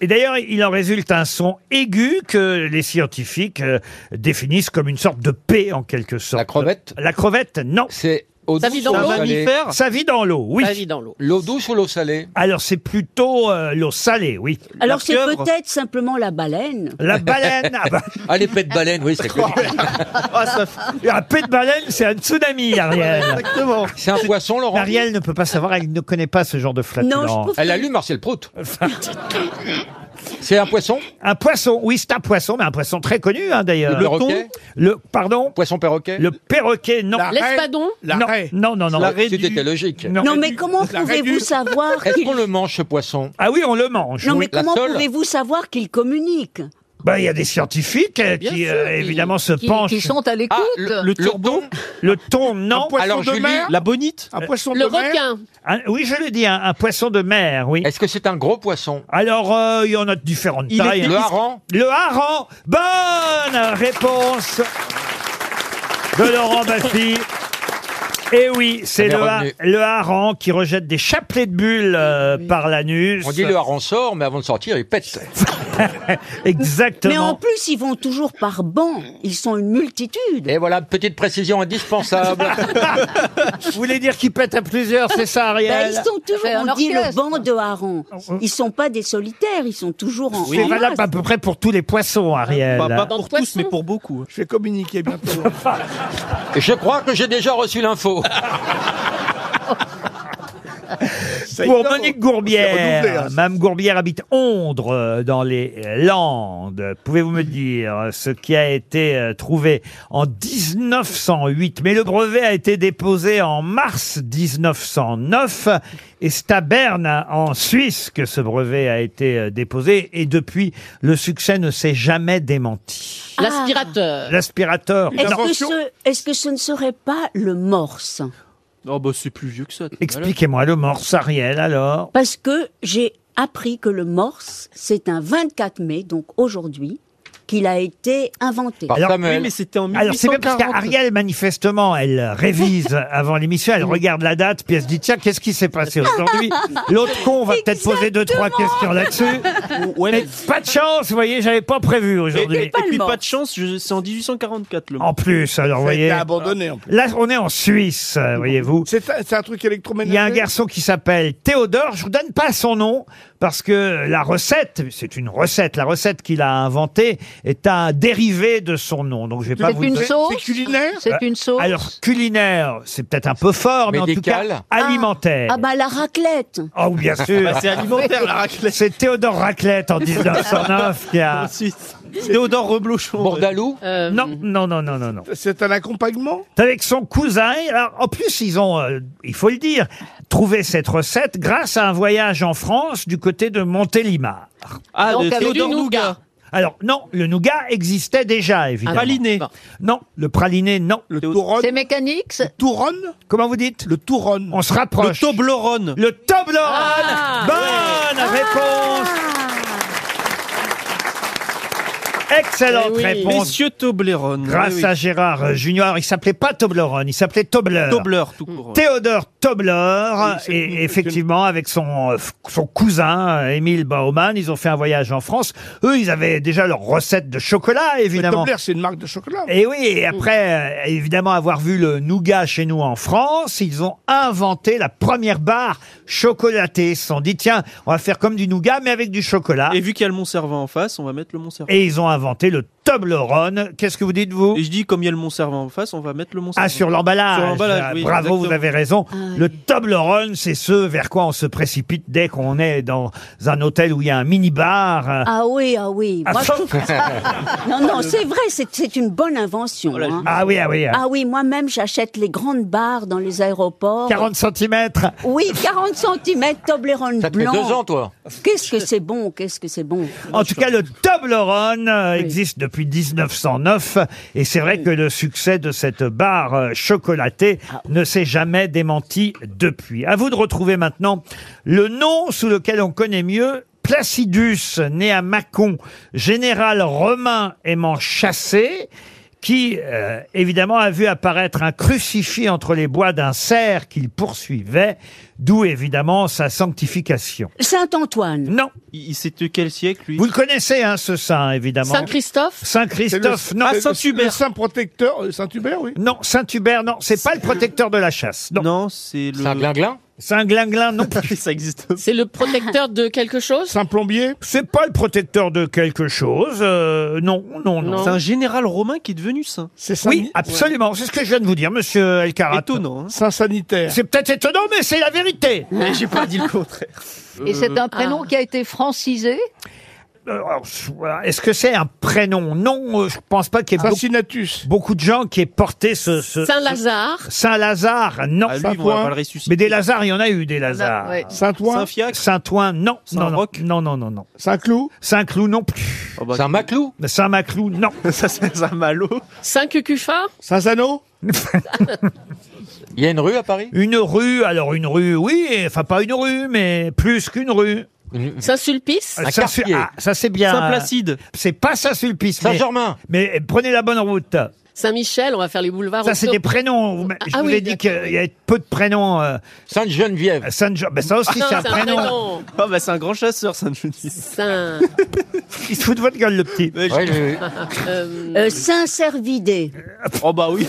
B: Et d'ailleurs, il en résulte un son aigu que les scientifiques euh, définissent comme une sorte de paix, en quelque sorte. La crevette La crevette, non.
E: C'est au
B: Ça
E: Ça
B: vit
E: vit
B: dans
E: ou
B: l'eau
E: l'eau salée
B: Ça vit dans l'eau, oui.
E: Ça
F: vit dans l'eau.
E: L'eau douce ou l'eau salée
B: Alors, c'est plutôt euh, l'eau salée, oui.
F: Alors, c'est peut-être simplement la baleine.
B: La baleine ah bah.
E: Ah, les pets de baleine, oui, c'est connu.
B: Un peu de baleine, c'est un tsunami, Ariel.
G: Exactement.
E: C'est un poisson, Laurent.
B: Ariel ne peut pas savoir, elle ne connaît pas ce genre de flatulence.
E: Elle a lu Marcel Prout. c'est un poisson
B: Un poisson, oui, c'est un poisson, mais un poisson très connu, hein, d'ailleurs.
E: Le perroquet
B: thon, Le, pardon
E: Poisson perroquet
B: Le perroquet, non.
F: L'espadon
B: non. non, non, non.
E: C'était logique.
B: Non.
F: Non, mais comment
E: La raie
F: pouvez-vous
E: du-
F: savoir
E: Est-ce
F: qu'il...
E: qu'on le mange, ce poisson
B: Ah oui, on le mange.
F: Non,
B: oui.
F: mais comment pouvez-vous savoir qu'il communique
B: Bah, il y a des scientifiques euh,
F: Bien
B: qui,
F: sûr,
B: euh,
F: qui-
B: évidemment, se
F: qui-
B: penchent.
F: qui sont
E: Ah,
H: à l'écoute.
B: le, turbo Le thon, non.
E: poisson Alors, de Julie, mer
G: La bonite
D: Un poisson
B: Le
D: de mer
B: requin. Euh, Un- oui, je le dis, un, un poisson de mer, oui.
E: Est-ce que c'est un gros poisson
B: Alors, euh, il y en a de différentes
E: Il
B: tailles. hein.
E: était- Le hareng
B: Le hareng Bonne réponse de Laurent Bassi. Et Eh oui, c'est
E: Elle est
B: le, ha-
E: revenue.
B: le hareng qui rejette des chapelets de bulles euh, par l'anus.
E: On dit le hareng sort, mais avant de sortir, il pète.
B: Exactement.
F: Mais en plus, ils vont toujours par banc. Ils sont une multitude.
E: Et voilà, petite précision indispensable.
B: Vous voulez dire qu'il pète à plusieurs, Ah, c'est ça,
F: Ben,
B: Ariel
F: ils sont
H: fait
F: toujours,
H: un
F: on dit le
H: orchestre.
F: banc de harengs. Ils sont pas des solitaires, ils sont toujours en,
B: C'est
F: en
B: valable à
F: masse.
B: peu près pour tous les poissons,
D: Bah,
B: Ariel.
G: Pas,
C: Dans
G: pas
C: le
G: pour tous,
C: poisson.
G: mais pour beaucoup.
D: Je vais communiquer bientôt.
E: Et je crois que j'ai déjà reçu l'info.
D: Ça y est,
B: Pour
D: non,
B: Monique
D: on s'est renouvelé,
B: Gourbière,
D: hein.
B: Mme Gourbière habite Ondre, euh, dans les euh, Landes. Pouvez-vous me dire euh, ce qui a été euh, trouvé en 1908 Mais le brevet a été déposé en mars 1909 et c'est à Berne, hein, en Suisse, que ce brevet a été euh, déposé et depuis, le succès ne s'est jamais démenti.
C: L'aspirateur.
B: L'aspirateur,
F: Ah. Est-ce
B: non.
F: que, ce, est-ce que ce ne serait pas le morse
G: Non, bah c'est plus vieux que ça. t'es malade.
B: Expliquez-moi le morse, Ariel, alors.
F: Parce que j'ai appris que le morse, c'est un 24 mai, donc aujourd'hui, qu'il a été inventé.
E: Par
B: Alors,
G: Oui,
E: Samuel.
G: mais c'était en 1840.
B: Alors c'est bien parce qu'Ariel, manifestement, elle révise avant l'émission, elle regarde la date, puis elle se dit, tiens, qu'est-ce qui s'est passé aujourd'hui L'autre con va peut-être poser deux, trois questions là-dessus.
G: Ouais,
B: Mais
G: mais-
B: pas de chance, vous voyez, j'avais pas prévu
G: Et, et-
B: aujourd'hui.
G: et puis
F: Palmore.
G: pas de chance, je- c'est en 1844 le
B: En plus, alors, vous
D: Ça a été
B: voyez,
D: abandonné en plus.
B: là, on est en Suisse, euh, voyez-vous.
D: C'est un, c'est un truc électroménager.
B: Il y a un garçon qui s'appelle Théodore. Je vous donne pas son nom parce que la recette, c'est une recette. La recette qu'il a inventée est un dérivé de son nom. Donc je vais pas
H: C'est
B: vous.
H: une
B: le-
H: sauce.
D: C'est culinaire
H: C'est une sauce.
B: Alors culinaire, c'est peut-être un peu fort, mais, en tout cas
E: Médical.
B: alimentaire.
F: Ah bah la raclette
B: Oh oui, bien sûr.
G: Bah, c'est alimentaire la raclette.
B: C'est Théodore Raclette en 1909 qui a.
G: Ensuite, Théodore Reblochon.
E: Bourdalou
C: Euh,
B: Non, non, non, non, non, non.
D: C'est un accompagnement
B: C'est Avec son cousin. Alors, en plus, ils ont, euh, il faut le dire, trouvé cette recette grâce à un voyage en France du côté de Montélimar.
G: Ah,
C: Donc,
G: de
C: avec
G: Théodore
C: du nougat.
G: Nougat.
B: Alors non, le nougat existait déjà évidemment.
G: Praliné.
B: Non, le praliné non.
D: Le touron
H: C'est mécanique. c'est-
D: Touronne
B: Comment vous dites
D: Le touron.
B: On se rapproche.
G: Le Toblerone.
B: Le Toblerone.
C: Ah,
B: Bonne réponse. Excellente
C: Eh oui.
B: réponse.
G: Messieurs Toblerone.
B: Grâce à Gérard euh, Junior, il s'appelait pas Toblerone, il s'appelait Tobler.
G: Tobler Euh, tout
E: Hmm.
G: court.
B: Théodore Tobler
D: Oui, c'est-
B: et effectivement avec son euh, f- son cousin euh, Émile Baumann, ils ont fait un voyage en France. Eux, ils avaient déjà leur recette de chocolat
D: Mais
B: évidemment.
D: Tobler, c'est une marque de chocolat.
B: Et oui, et
F: Mm.
B: après, euh, évidemment, avoir vu le nougat chez nous en France, ils ont inventé la première barre chocolatée. Ils se sont dit, tiens, on va faire comme du nougat, mais avec du chocolat.
G: Et
B: Et,
G: vu qu'il y a le Mont-Servant en face, on va mettre le Mont-Servant.
B: ils ont inventé le Toblerone. Qu'est-ce que vous dites, vous
G: Et je dis, comme il y a le Mont-Servant en face, on va mettre le Mont-Servant.
B: ah, sur l'emballage.
G: Sur l'emballage,
B: Ah,
G: oui,
B: Bravo,
G: exactement.
B: vous avez raison.
F: Ah,
B: Le Toblerone, c'est ce vers quoi on se précipite dès qu'on est dans un hôtel où il y a un minibar. Euh,
F: Ah oui, ah oui. Moi, je trouve- non, non, c'est vrai, c'est c'est une bonne invention.
G: Voilà, Oh je-
F: hein.
B: Ah oui, ah oui. hein.
F: Ah oui, moi-même, j'achète les grandes barres dans les aéroports.
B: 40 cm.
F: Oui, 40 cm Toblerone
E: Ça te fait
F: blanc.
E: deux ans, toi.
F: Qu'est-ce que c'est bon, qu'est-ce que c'est bon.
B: En tout cas, le Toblerone euh, existe depuis 1909 et c'est vrai que le succès de cette barre euh, chocolatée ne s'est jamais démenti depuis. À vous de retrouver maintenant le nom sous lequel on connaît mieux Placidus, né à Mâcon, général romain aimant chasser qui, euh, évidemment, a vu apparaître un crucifix entre les bois d'un cerf qu'il poursuivait, d'où, évidemment, sa sanctification.
F: Saint-Antoine.
B: Non,
G: Il, il- c'était quel siècle, lui
B: vous le connaissez, hein, ce saint, évidemment.
C: Saint-Christophe
B: Saint-Christophe,
D: C'est le-
B: non.
G: Ah,
D: c'est le-
G: Saint-Hubert.
D: le Saint-Protecteur, euh, Saint-Hubert, oui.
B: Non, Saint-Hubert, non. C'est pas le protecteur de la chasse. Non.
G: Non, c'est le.
E: C'est un glinglin
B: Saint-Glinglin, non. plus.
G: ça existe.
C: C'est le protecteur de quelque chose
D: Saint-Plombier
B: C'est pas le protecteur de quelque chose. euh, non, non, non.
C: Non.
G: C'est un général romain qui est devenu saint.
D: C'est Saint-
B: Oui, absolument. C'est ce que je viens de vous dire, monsieur Elkarat.
G: Étonnant. hein.
D: Saint-Sanitaire.
B: C'est peut-être étonnant, mais c'est la vérité.
G: J'ai pas dit le contraire.
H: Et c'est un
C: Ah.
H: prénom qui a été francisé.
B: Euh, alors, Est-ce que c'est un prénom Non, euh, je pense pas qu'il y ait beaucoup,
D: Saint-Sinatus.
B: beaucoup de gens qui aient porté ce. ce-
C: Saint-Lazare
B: Saint-Lazare, non.
G: Ah, lui, on va
D: Saint-Ouen.
G: pas le ressusciter.
B: mais des Lazars, il y en a eu des Lazars.
H: Ouais.
D: Saint-Ouen.
G: Saint-Fiac.
B: Saint-Ouen, non. non, non,
G: Saint-Roch.
B: non, non, non, non.
D: Saint-Cloud.
B: Saint-Cloud, non plus.
G: Oh, bah,
E: C'est un maclou
B: Saint-Maclou, non.
G: Ça, c'est un malo.
C: Saint-Cucufa
D: Saint-Zano.
E: Il y a une rue à Paris
B: Une rue, alors une rue, oui, enfin pas une rue, mais plus qu'une rue. Euh,
E: Une-
C: Saint-Sulpice
E: Un
B: Mhm. Ah, ça, c'est-
E: quartier.
B: ah, ça, c'est bien.
G: Saint-Placide.
B: C'est pas Saint-Sulpice. mais-
E: Saint-Germain Ah
B: Mais, prenez la bonne route.
C: Saint-Michel, on va faire les boulevards.
B: Ça, c'est
C: autour.
B: des prénoms. Vous m'a- Je
C: Ah
B: vous
C: oui,
B: ai dit
C: d'accord,
B: qu'il y a peu de prénoms. Sainte-Geneviève. Sainte-Geneviève. ça aussi,
C: Non,
B: c'est un
C: c'est un
B: prénom.
C: prénom.
B: bah, c'est un grand chasseur, Sainte-Geneviève.
C: Saint.
B: Il se fout de votre gueule, le petit.
C: Euh,
F: Euh, Saint-Servidé.
B: Oh, bah oui.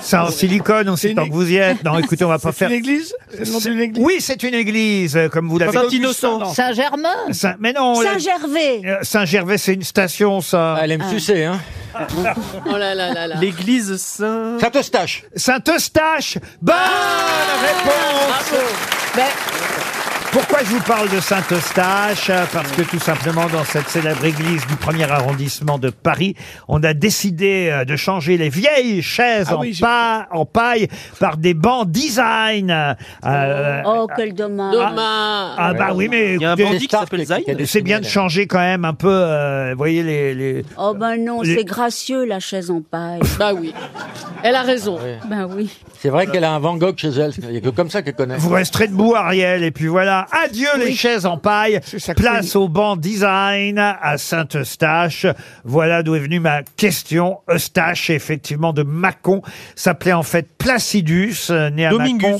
B: Ça, en silicone, on sait tant que vous y êtes. Non, écoutez, on va pas
D: C'est
B: faire.
D: une église C'est le nom d'une église
B: Oui, c'est une église, euh, comme vous l'avez
H: Saint-Germain.
B: Saint- Mais non. on l'a-
F: Saint-Gervais.
B: Euh, Saint-Gervais, c'est une station, ça. Elle aime
E: sucer, hein.
B: Ah.
C: Oh là là là là.
B: L'église Saint... Saint-Eustache. Saint-Eustache Bonne réponse Pourquoi je vous parle de Saint-Eustache Euh, Parce que tout simplement, dans cette célèbre église du premier arrondissement de Paris, on a décidé euh, de changer les vieilles chaises
F: Ah
B: en,
F: oui, j'ai-
B: pa- en paille par des bancs design. euh, euh,
F: Oh, quel dommage.
C: Dommage.
B: ah bah oui, mais
G: Il y a un
B: écoutez,
G: bandit qui s'appelle Zayn.
B: C'est bien de changer quand même un peu, euh, vous voyez, les... les-
F: Oh ben non,
B: Les-
F: c'est gracieux la chaise en paille.
C: Bah oui. Elle a raison.
F: Ben oui.
E: C'est vrai qu'elle a un Van Gogh chez elle. Il n'y a que comme ça qu'elle connaît.
B: Vous resterez debout, Ariel, et puis voilà. Adieu les chaises en paille. Place au banc design à Saint-Eustache. Voilà d'où est venue ma question. Eustache, effectivement, de Mâcon, s'appelait en fait Placidus, euh, né à
G: Domingus.
B: Mâcon.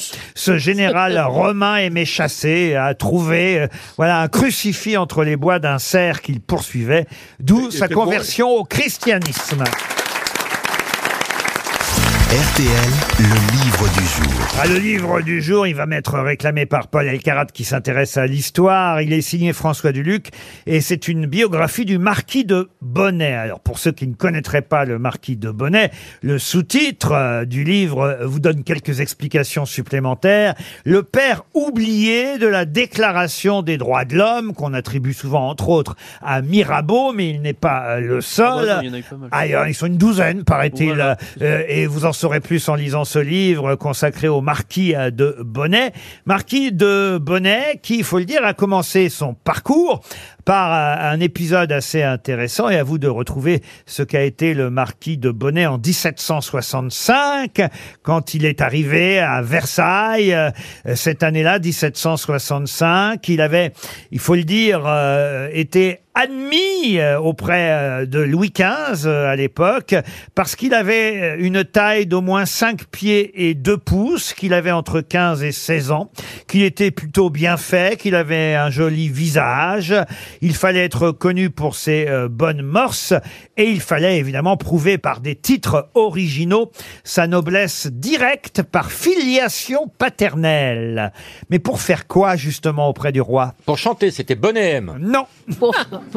B: Ce général romain aimait chasser, a trouvé, euh, voilà, un crucifix entre les bois d'un cerf qu'il poursuivait, d'où sa
A: était bon.
B: conversion au christianisme.
A: RTL, le livre du jour.
B: Ah, le livre du jour, il va m'être réclamé par Paul Elkarat qui s'intéresse à l'histoire. Il est signé François Duluc et c'est une biographie du marquis de Bonnet. Alors pour ceux qui ne connaîtraient pas le marquis de Bonnet, le sous-titre euh, du livre euh, vous donne quelques explications supplémentaires. Le père oublié de la déclaration des droits de l'homme qu'on attribue souvent entre autres à Mirabeau, mais il n'est pas euh, le
G: Ah
B: seul.
G: bah non, il y en a eu pas mal.
B: Ah, il y en a- ils sont une douzaine, paraît-il. Euh, et vous en saurez plus en lisant ce livre consacré au marquis euh, de Bonnet. Marquis de Bonnet, qui, il faut le dire, a commencé son parcours par euh, un épisode assez intéressant. Et à vous de retrouver ce qu'a été le marquis de Bonnet en 1765, quand il est arrivé à Versailles. euh, Cette année-là, 1765, il avait, il faut le dire, euh, été admis euh, auprès euh, de Louis XV euh, à l'époque parce qu'il avait euh, une taille d'au moins 5 pieds et 2 pouces, qu'il avait entre 15 et 16 ans, qu'il était plutôt bien fait, qu'il avait un joli visage, il fallait être connu pour ses euh, bonnes morses et il fallait évidemment prouver par des titres originaux sa noblesse directe par filiation paternelle. Mais pour faire quoi justement auprès du roi
E: Pour chanter, c'était Bonnet M.
B: Non,
H: Pour,
C: Ah.
H: pour-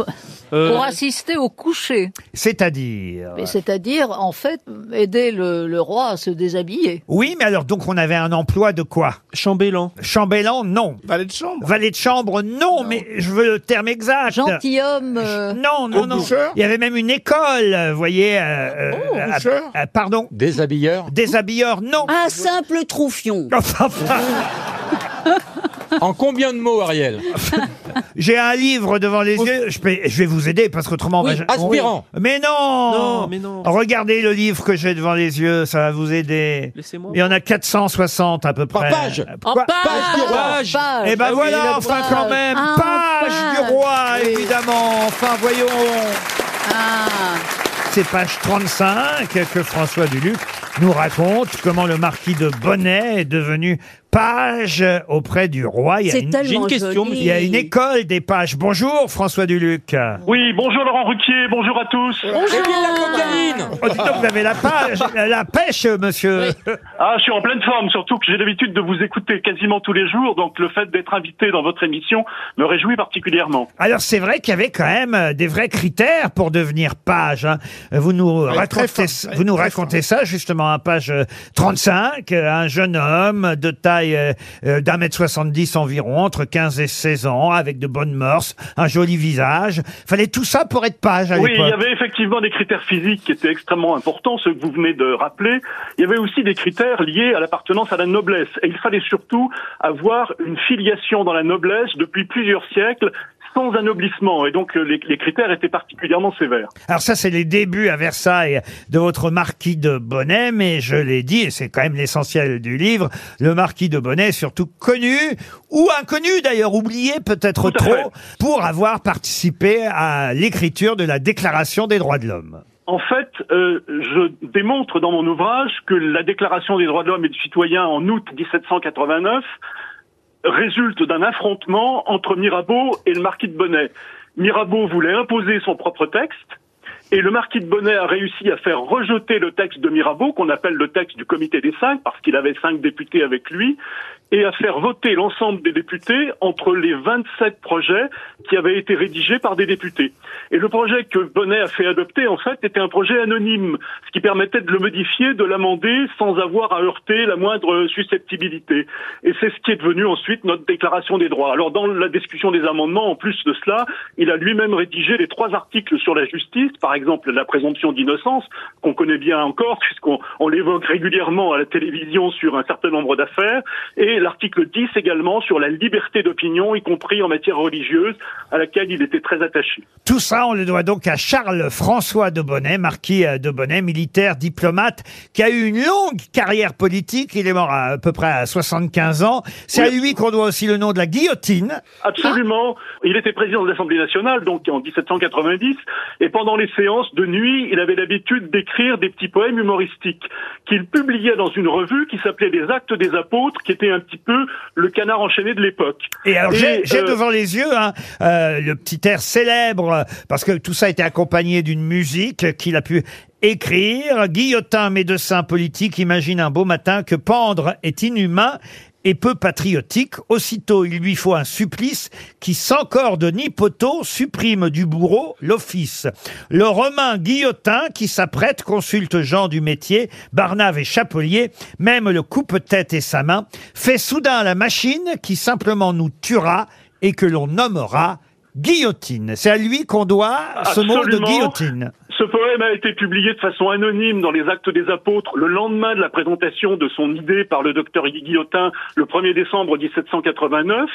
C: Euh,
H: pour assister au coucher.
B: c'est-à-dire...
H: Mais C'est-à-dire, en fait, aider le, le roi à se déshabiller.
B: Oui, mais alors donc on avait un emploi de quoi
G: Chambellan.
B: Chambellan, non.
D: Valet de chambre.
B: Valet de chambre, non, mais je veux le terme exact.
H: Gentilhomme. euh,
B: Non, non, non.
D: Emboucheur
B: Il y avait même une école, euh, vous voyez. euh,
D: Oh,
B: euh, à-
D: emboucheur
B: à- pardon.
E: Déshabilleur.
B: Déshabilleur, non.
F: Un simple troufion.
B: Enfin,
E: En combien de mots, Ariel
B: J'ai un livre devant les yeux. Je, peux- je vais vous aider parce qu'autrement, on va-
E: Oui, aspirant.
B: Mais non.
G: Non, mais non.
B: Regardez le livre que j'ai devant les yeux, ça va vous aider.
G: Laissez-moi.
B: Il y en a 460 à peu
E: Par
B: près.
E: page.
C: En
B: Quoi
C: page
E: du roi.
G: Page.
H: page.
B: Eh ben
H: Ah oui,
B: voilà,
H: la
B: enfin
H: page.
B: quand même,
F: Ah,
B: page,
F: page.
B: du roi, évidemment. Enfin, voyons.
F: Ah.
B: C'est page 35 que François Duluc nous raconte comment le marquis de Bonnet est devenu page auprès du roi. Il y a
F: C'est
B: une,
F: tellement
G: une question,
F: joli.
B: il y a une école des pages. Bonjour François Duluc.
I: Oui, bonjour Laurent Ruquier, bonjour à tous.
E: Et puis la cocaïne
B: Oh, dites donc, vous avez la page, la, la pêche, monsieur.
I: Ah, je suis en pleine forme, surtout que j'ai l'habitude de vous écouter quasiment tous les jours, donc le fait d'être invité dans votre émission me réjouit particulièrement.
B: Alors c'est vrai qu'il y avait quand même euh, des vrais critères pour devenir page. hein. Vous nous racontez,
D: très fin,
B: ça-
D: ouais,
B: vous nous
D: très
B: racontez ça justement à page euh, 35, euh, un jeune homme de taille euh, euh, d'un mètre soixante-dix environ, entre 15 et 16 ans, avec de bonnes mœurs, un joli visage. Fallait tout ça pour être page à
I: Oui, il y
B: l'époque.
I: avait effectivement des critères physiques qui étaient extrêmement importants, ceux que vous venez de rappeler. Il y avait aussi des critères liés à l'appartenance à la noblesse. Et il fallait surtout avoir une filiation dans la noblesse depuis plusieurs siècles sans anoblissement. Et donc euh, les, les critères étaient particulièrement sévères.
B: Alors ça, c'est les débuts à Versailles de votre marquis de Bonnet, mais je l'ai dit, et c'est quand même l'essentiel du livre, le marquis de Bonnet est surtout connu, ou inconnu d'ailleurs, oublié peut-être
I: Tout à
B: trop, pour avoir participé à l'écriture de la Déclaration des droits de l'homme.
I: En fait, euh, je démontre dans mon ouvrage que la Déclaration des droits de l'homme et du citoyen en août 1789 résulte d'un affrontement entre Mirabeau et le marquis de Bonnet. Mirabeau voulait imposer son propre texte. Et le marquis de Bonnet a réussi à faire rejeter le texte de Mirabeau, qu'on appelle le texte du comité des cinq, parce qu'il avait cinq députés avec lui, et à faire voter l'ensemble des députés entre les 27 projets qui avaient été rédigés par des députés. Et le projet que Bonnet a fait adopter, en fait, était un projet anonyme, ce qui permettait de le modifier, de l'amender, sans avoir à heurter la moindre susceptibilité. Et c'est ce qui est devenu ensuite notre déclaration des droits. Alors, dans la discussion des amendements, en plus de cela, il a lui-même rédigé les trois articles sur la justice, par exemple la présomption d'innocence, qu'on connaît bien encore, puisqu'on on l'évoque régulièrement à la télévision sur un certain nombre d'affaires, et l'article 10 également sur la liberté d'opinion, y compris en matière religieuse, à laquelle il était très attaché.
B: Tout ça, on le doit donc à Charles-François de Bonnet, marquis euh, de Bonnet, militaire, diplomate, qui a eu une longue carrière politique. Il est mort à, à peu près à 75 ans. C'est à lui qu'on doit aussi le nom de la guillotine.
I: Ah. Absolument. Il était président de l'Assemblée nationale, donc en 1790, et pendant les séances de nuit, il avait l'habitude d'écrire des petits poèmes humoristiques qu'il publiait dans une revue qui s'appelait Les Actes des Apôtres, qui était un petit peu le canard enchaîné de l'époque.
B: Et alors, j'ai j'ai
I: euh,
B: devant les yeux hein, euh, le petit air célèbre, euh, parce que tout ça était accompagné d'une musique euh, qu'il a pu écrire. Guillotin, médecin politique, imagine un beau matin que pendre est inhumain et peu patriotique. Aussitôt, il lui faut un supplice qui, sans corde ni poteau, supprime du bourreau l'office. Le Romain Guillotin, qui s'apprête, consulte Jean du métier, Barnave et Chapelier, même le coupe-tête et sa main, fait soudain la machine qui simplement nous tuera et que l'on nommera guillotine. C'est à lui qu'on doit ce mot de
I: Absolument.
B: guillotine.
I: Ce poème a été publié de façon anonyme dans les Actes des Apôtres le lendemain de la présentation de son idée par le docteur Guillotin le 1er décembre 1789,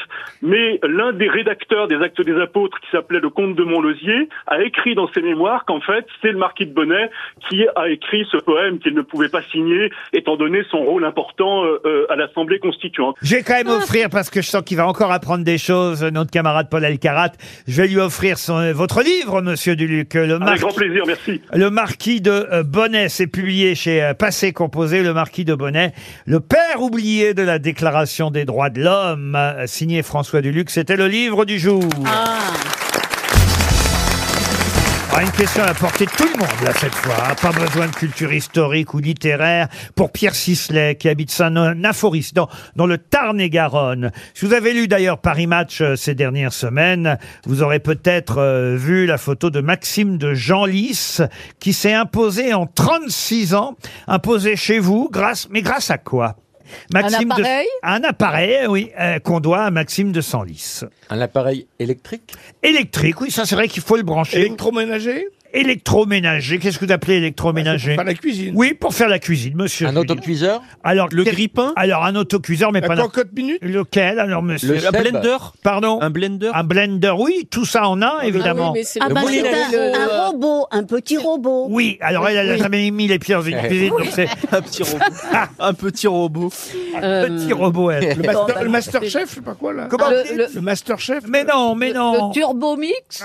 I: mais l'un des rédacteurs des Actes des Apôtres, qui s'appelait le comte de Montlosier, a écrit dans ses mémoires qu'en fait, c'est le marquis de Bonnet qui a écrit ce poème qu'il ne pouvait pas signer, étant donné son rôle important euh, euh, à l'Assemblée constituante.
B: Je vais quand
H: Ah.
I: Ah.
B: même offrir, parce que je sens qu'il va encore apprendre des choses, notre camarade Paul Alcarat. Je vais lui offrir son, euh, votre livre, monsieur Duluc. euh, Le,
I: Avec
B: marquis-
I: grand plaisir, merci.
B: le marquis de euh, Bonnet, c'est publié chez euh, Passé Composé, le marquis de Bonnet. Le père oublié de la Déclaration des droits de l'homme, euh, signé François Duluc. C'était le livre du jour. Ah, une question à la portée de tout le monde, là, cette fois. hein. Pas besoin de culture historique ou littéraire pour Pierre Sisley, qui habite saint aphoris dans, dans le Tarn-et-Garonne. Si vous avez lu d'ailleurs Paris Match euh, ces dernières semaines, vous aurez peut-être euh, vu la photo de Maxime de Genlis, qui s'est imposé en 36 ans, imposé chez vous, grâce, mais grâce à quoi de-
H: appareil
B: un appareil, oui, euh, qu'on doit à Maxime de Senlis. Un appareil électrique Électrique, oui, ça c'est vrai qu'il faut le brancher. Électroménager Électroménager, qu'est-ce que vous appelez électroménager Pour faire la cuisine. Oui, pour faire la cuisine, monsieur. Un autocuiseur Alors le grippin Alors un autocuiseur, mais pas la
D: pancotte minute
B: Lequel Alors monsieur
D: Le Un Seb. blender
B: Pardon Un blender Un blender, oui, tout ça en un, évidemment.
F: Ah bah, c'est un,
C: euh,
F: un robot, un petit robot.
B: Oui, alors elle, elle a jamais mis les pieds dans une cuisine, donc c'est un petit robot. un petit robot. Un petit robot, elle.
D: Le, master, le Masterchef, je sais pas quoi là.
B: Comment
D: le,
B: on dit
D: Masterchef
B: Mais non, mais non. Ah,
H: Turbomix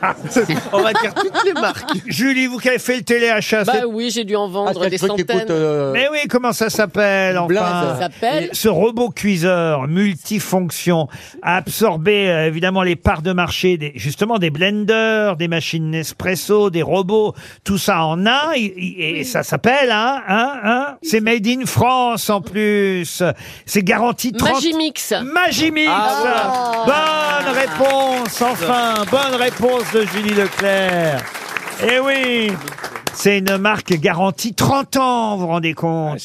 B: On va dire toutes les marques. Julie, vous qui avez fait le télé à chasse.
C: Bah oui, j'ai dû en
B: Ah,
C: vendre des centaines.
B: Mais oui, comment ça s'appelle enfin
C: Ça s'appelle
B: Ce robot cuiseur multifonction a absorbé euh, évidemment les parts de marché des justement des blenders, des machines Nespresso, des robots, tout ça en un et, et- et ça s'appelle hein, hein, hein C'est made in France en plus. C'est garanti 30
C: Magimix.
B: Magimix. Ah. Bonne réponse, enfin, bonne réponse de Julie Leclerc. Eh oui c'est une marque garantie 30 ans, vous vous rendez compte.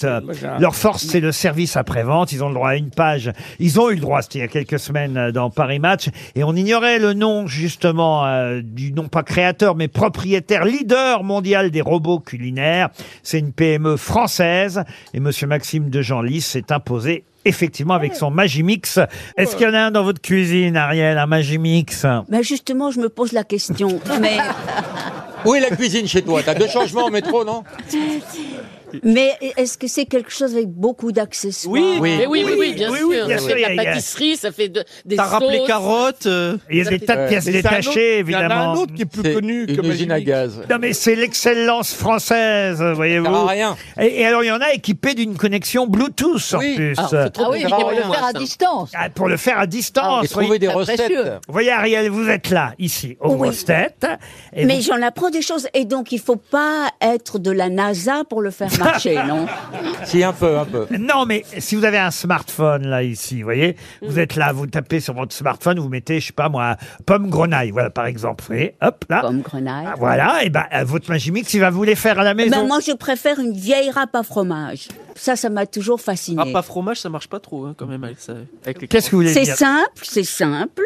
B: Leur force, c'est le service après-vente. Ils ont le droit à une page. Ils ont eu le droit, c'était il y a quelques semaines euh, dans Paris Match. Et on ignorait le nom, justement, euh, du non pas créateur, mais propriétaire, leader mondial des robots culinaires. C'est une PME française. Et monsieur Maxime de Genlis s'est imposé effectivement avec son Magimix. Est-ce qu'il y en a un dans votre cuisine, Ariel, un Magimix
F: Bah, justement, je me pose la question. Mais
E: Où est la cuisine chez toi T'as deux changements au métro, non
F: Mais est-ce que c'est quelque chose avec beaucoup d'accessoires
C: Oui, mais oui, oui, oui, bien sûr.
F: il y a-
C: La pâtisserie, ça fait de- des
G: T'as rappelé
C: sauces.
G: carottes.
B: Il y a des tas de pièces détachées, évidemment.
E: C'est Une usine à gaz.
B: Non, mais c'est l'excellence française, voyez-vous.
E: rien.
B: Et, et alors, il y en a équipés d'une connexion Bluetooth, en plus.
H: ah oui, mais pour le faire à distance.
B: Ah, pour le faire à distance.
H: Ah, et trouver
B: oui.
H: des Très recettes. précieux.
B: Vous voyez, Ariel, vous êtes là, ici, aux
F: Oui.
B: grosses têtes. Et
F: Mais
B: vous-
F: j'en apprends des choses. Et donc, il faut pas être de la NASA pour le faire marcher, non
E: Si, un peu, un peu.
B: Non, mais si vous avez un smartphone, là, ici, vous voyez,
H: Mm.
B: vous êtes là, vous tapez sur votre smartphone, vous mettez, je sais pas moi, pomme grenaille, voilà, par exemple. Vous voyez, hop, là. Pomme
F: grenaille.
B: voilà, et ben, euh, votre Magimix, il va vous les faire
H: Eh
B: à la maison.
F: Ben, moi, je préfère une vieille râpe à fromage. Ça, ça m'a toujours
G: Ah,
F: fasciné.
G: pas fromage, ça marche pas trop hein, quand même avec ça. avec les
B: Qu'est-ce que vous voulez
F: C'est
B: dire
F: simple, c'est simple.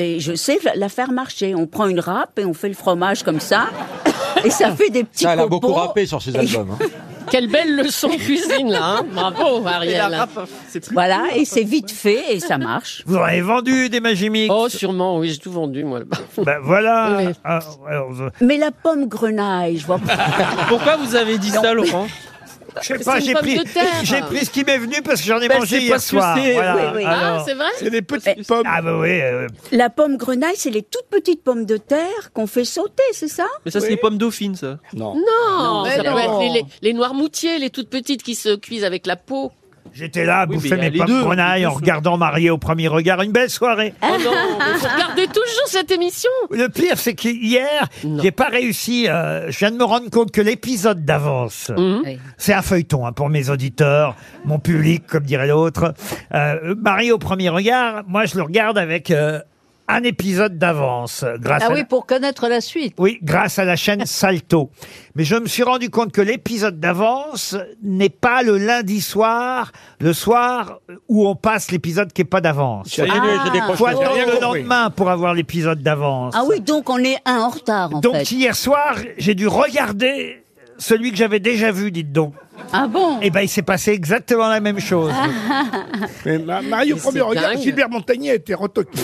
F: Et je sais la- la faire marcher. On prend une râpe et on fait le fromage comme ça. Et ça fait des petits
E: Ça, elle a
F: copeaux.
E: beaucoup rappé sur ses albums. hein.
C: Quelle belle leçon de cuisine, là. hein. Bravo, Ariel.
F: Voilà, et c'est vite fait et ça marche.
B: Vous en avez vendu des Magimix
C: Oh, sûrement, oui, j'ai tout vendu, moi, là-bas.
B: Ben voilà.
C: Oui.
B: Ah, alors, je-
F: Mais la pomme grenaille, je vois pas.
G: Pourquoi vous avez dit ça, Laurent
B: Je sais
F: C'est
B: pas,
F: une
B: j'ai
F: pomme
B: pris,
F: de terre.
B: j'ai pris ce qui m'est venu parce que j'en ai
G: Ben,
B: mangé
G: c'est
B: hier
G: parce que
B: soir.
G: c'est-
B: voilà.
G: oui, oui.
C: Ah,
B: Alors-
C: c'est vrai
D: C'est des petites pommes.
B: Ah bah oui. euh,
F: La pomme grenaille, c'est les toutes petites pommes de terre qu'on fait sauter, c'est ça
G: Mais ça, c'est les pommes dauphines, ça.
D: Non.
C: Non,
H: mais
C: ça peut
H: non.
C: être les, les, les noirmoutiers, les toutes petites qui se cuisent avec la peau.
B: J'étais là à
G: Oui,
B: bouffer
G: mais il y a
B: mes
G: les
B: pommes
G: deux,
B: grenailles
G: les
B: en
G: deux.
B: regardant Marié au premier regard. Une belle soirée.
F: Ah.
C: Oh non, mais vous regardez toujours cette émission
B: Le pire, c'est qu'hier, j'ai pas réussi. euh, je viens de me rendre compte que l'épisode d'avance,
H: Mmh.
B: euh, c'est un feuilleton hein, pour mes auditeurs, mon public, comme dirait l'autre. Euh, Marie au premier regard, moi je le regarde avec euh, un épisode d'avance euh, grâce
H: Ah
B: à
H: oui, pour connaître la suite.
B: Oui, grâce à la chaîne Salto. Mais je me suis rendu compte que l'épisode d'avance n'est pas le lundi soir, le soir où on passe l'épisode qui n'est pas d'avance.
E: Ça y est,
H: Ah.
E: j'ai
B: Il
E: décroché.
B: faut attendre
E: J'ai rien
B: le
E: compris.
B: lendemain pour avoir l'épisode d'avance.
F: Ah oui, donc on est un en retard, en
B: donc
F: fait.
B: hier soir, j'ai dû regarder celui que j'avais déjà vu, dites donc.
F: Ah bon
B: Eh ben, il s'est passé exactement la même chose.
D: Ah.
F: Ah.
D: Mais Ma- Mario,
C: Mais
D: premier
C: c'est
D: regard,
C: dingue.
D: Gilbert Montagnier a été retoqué.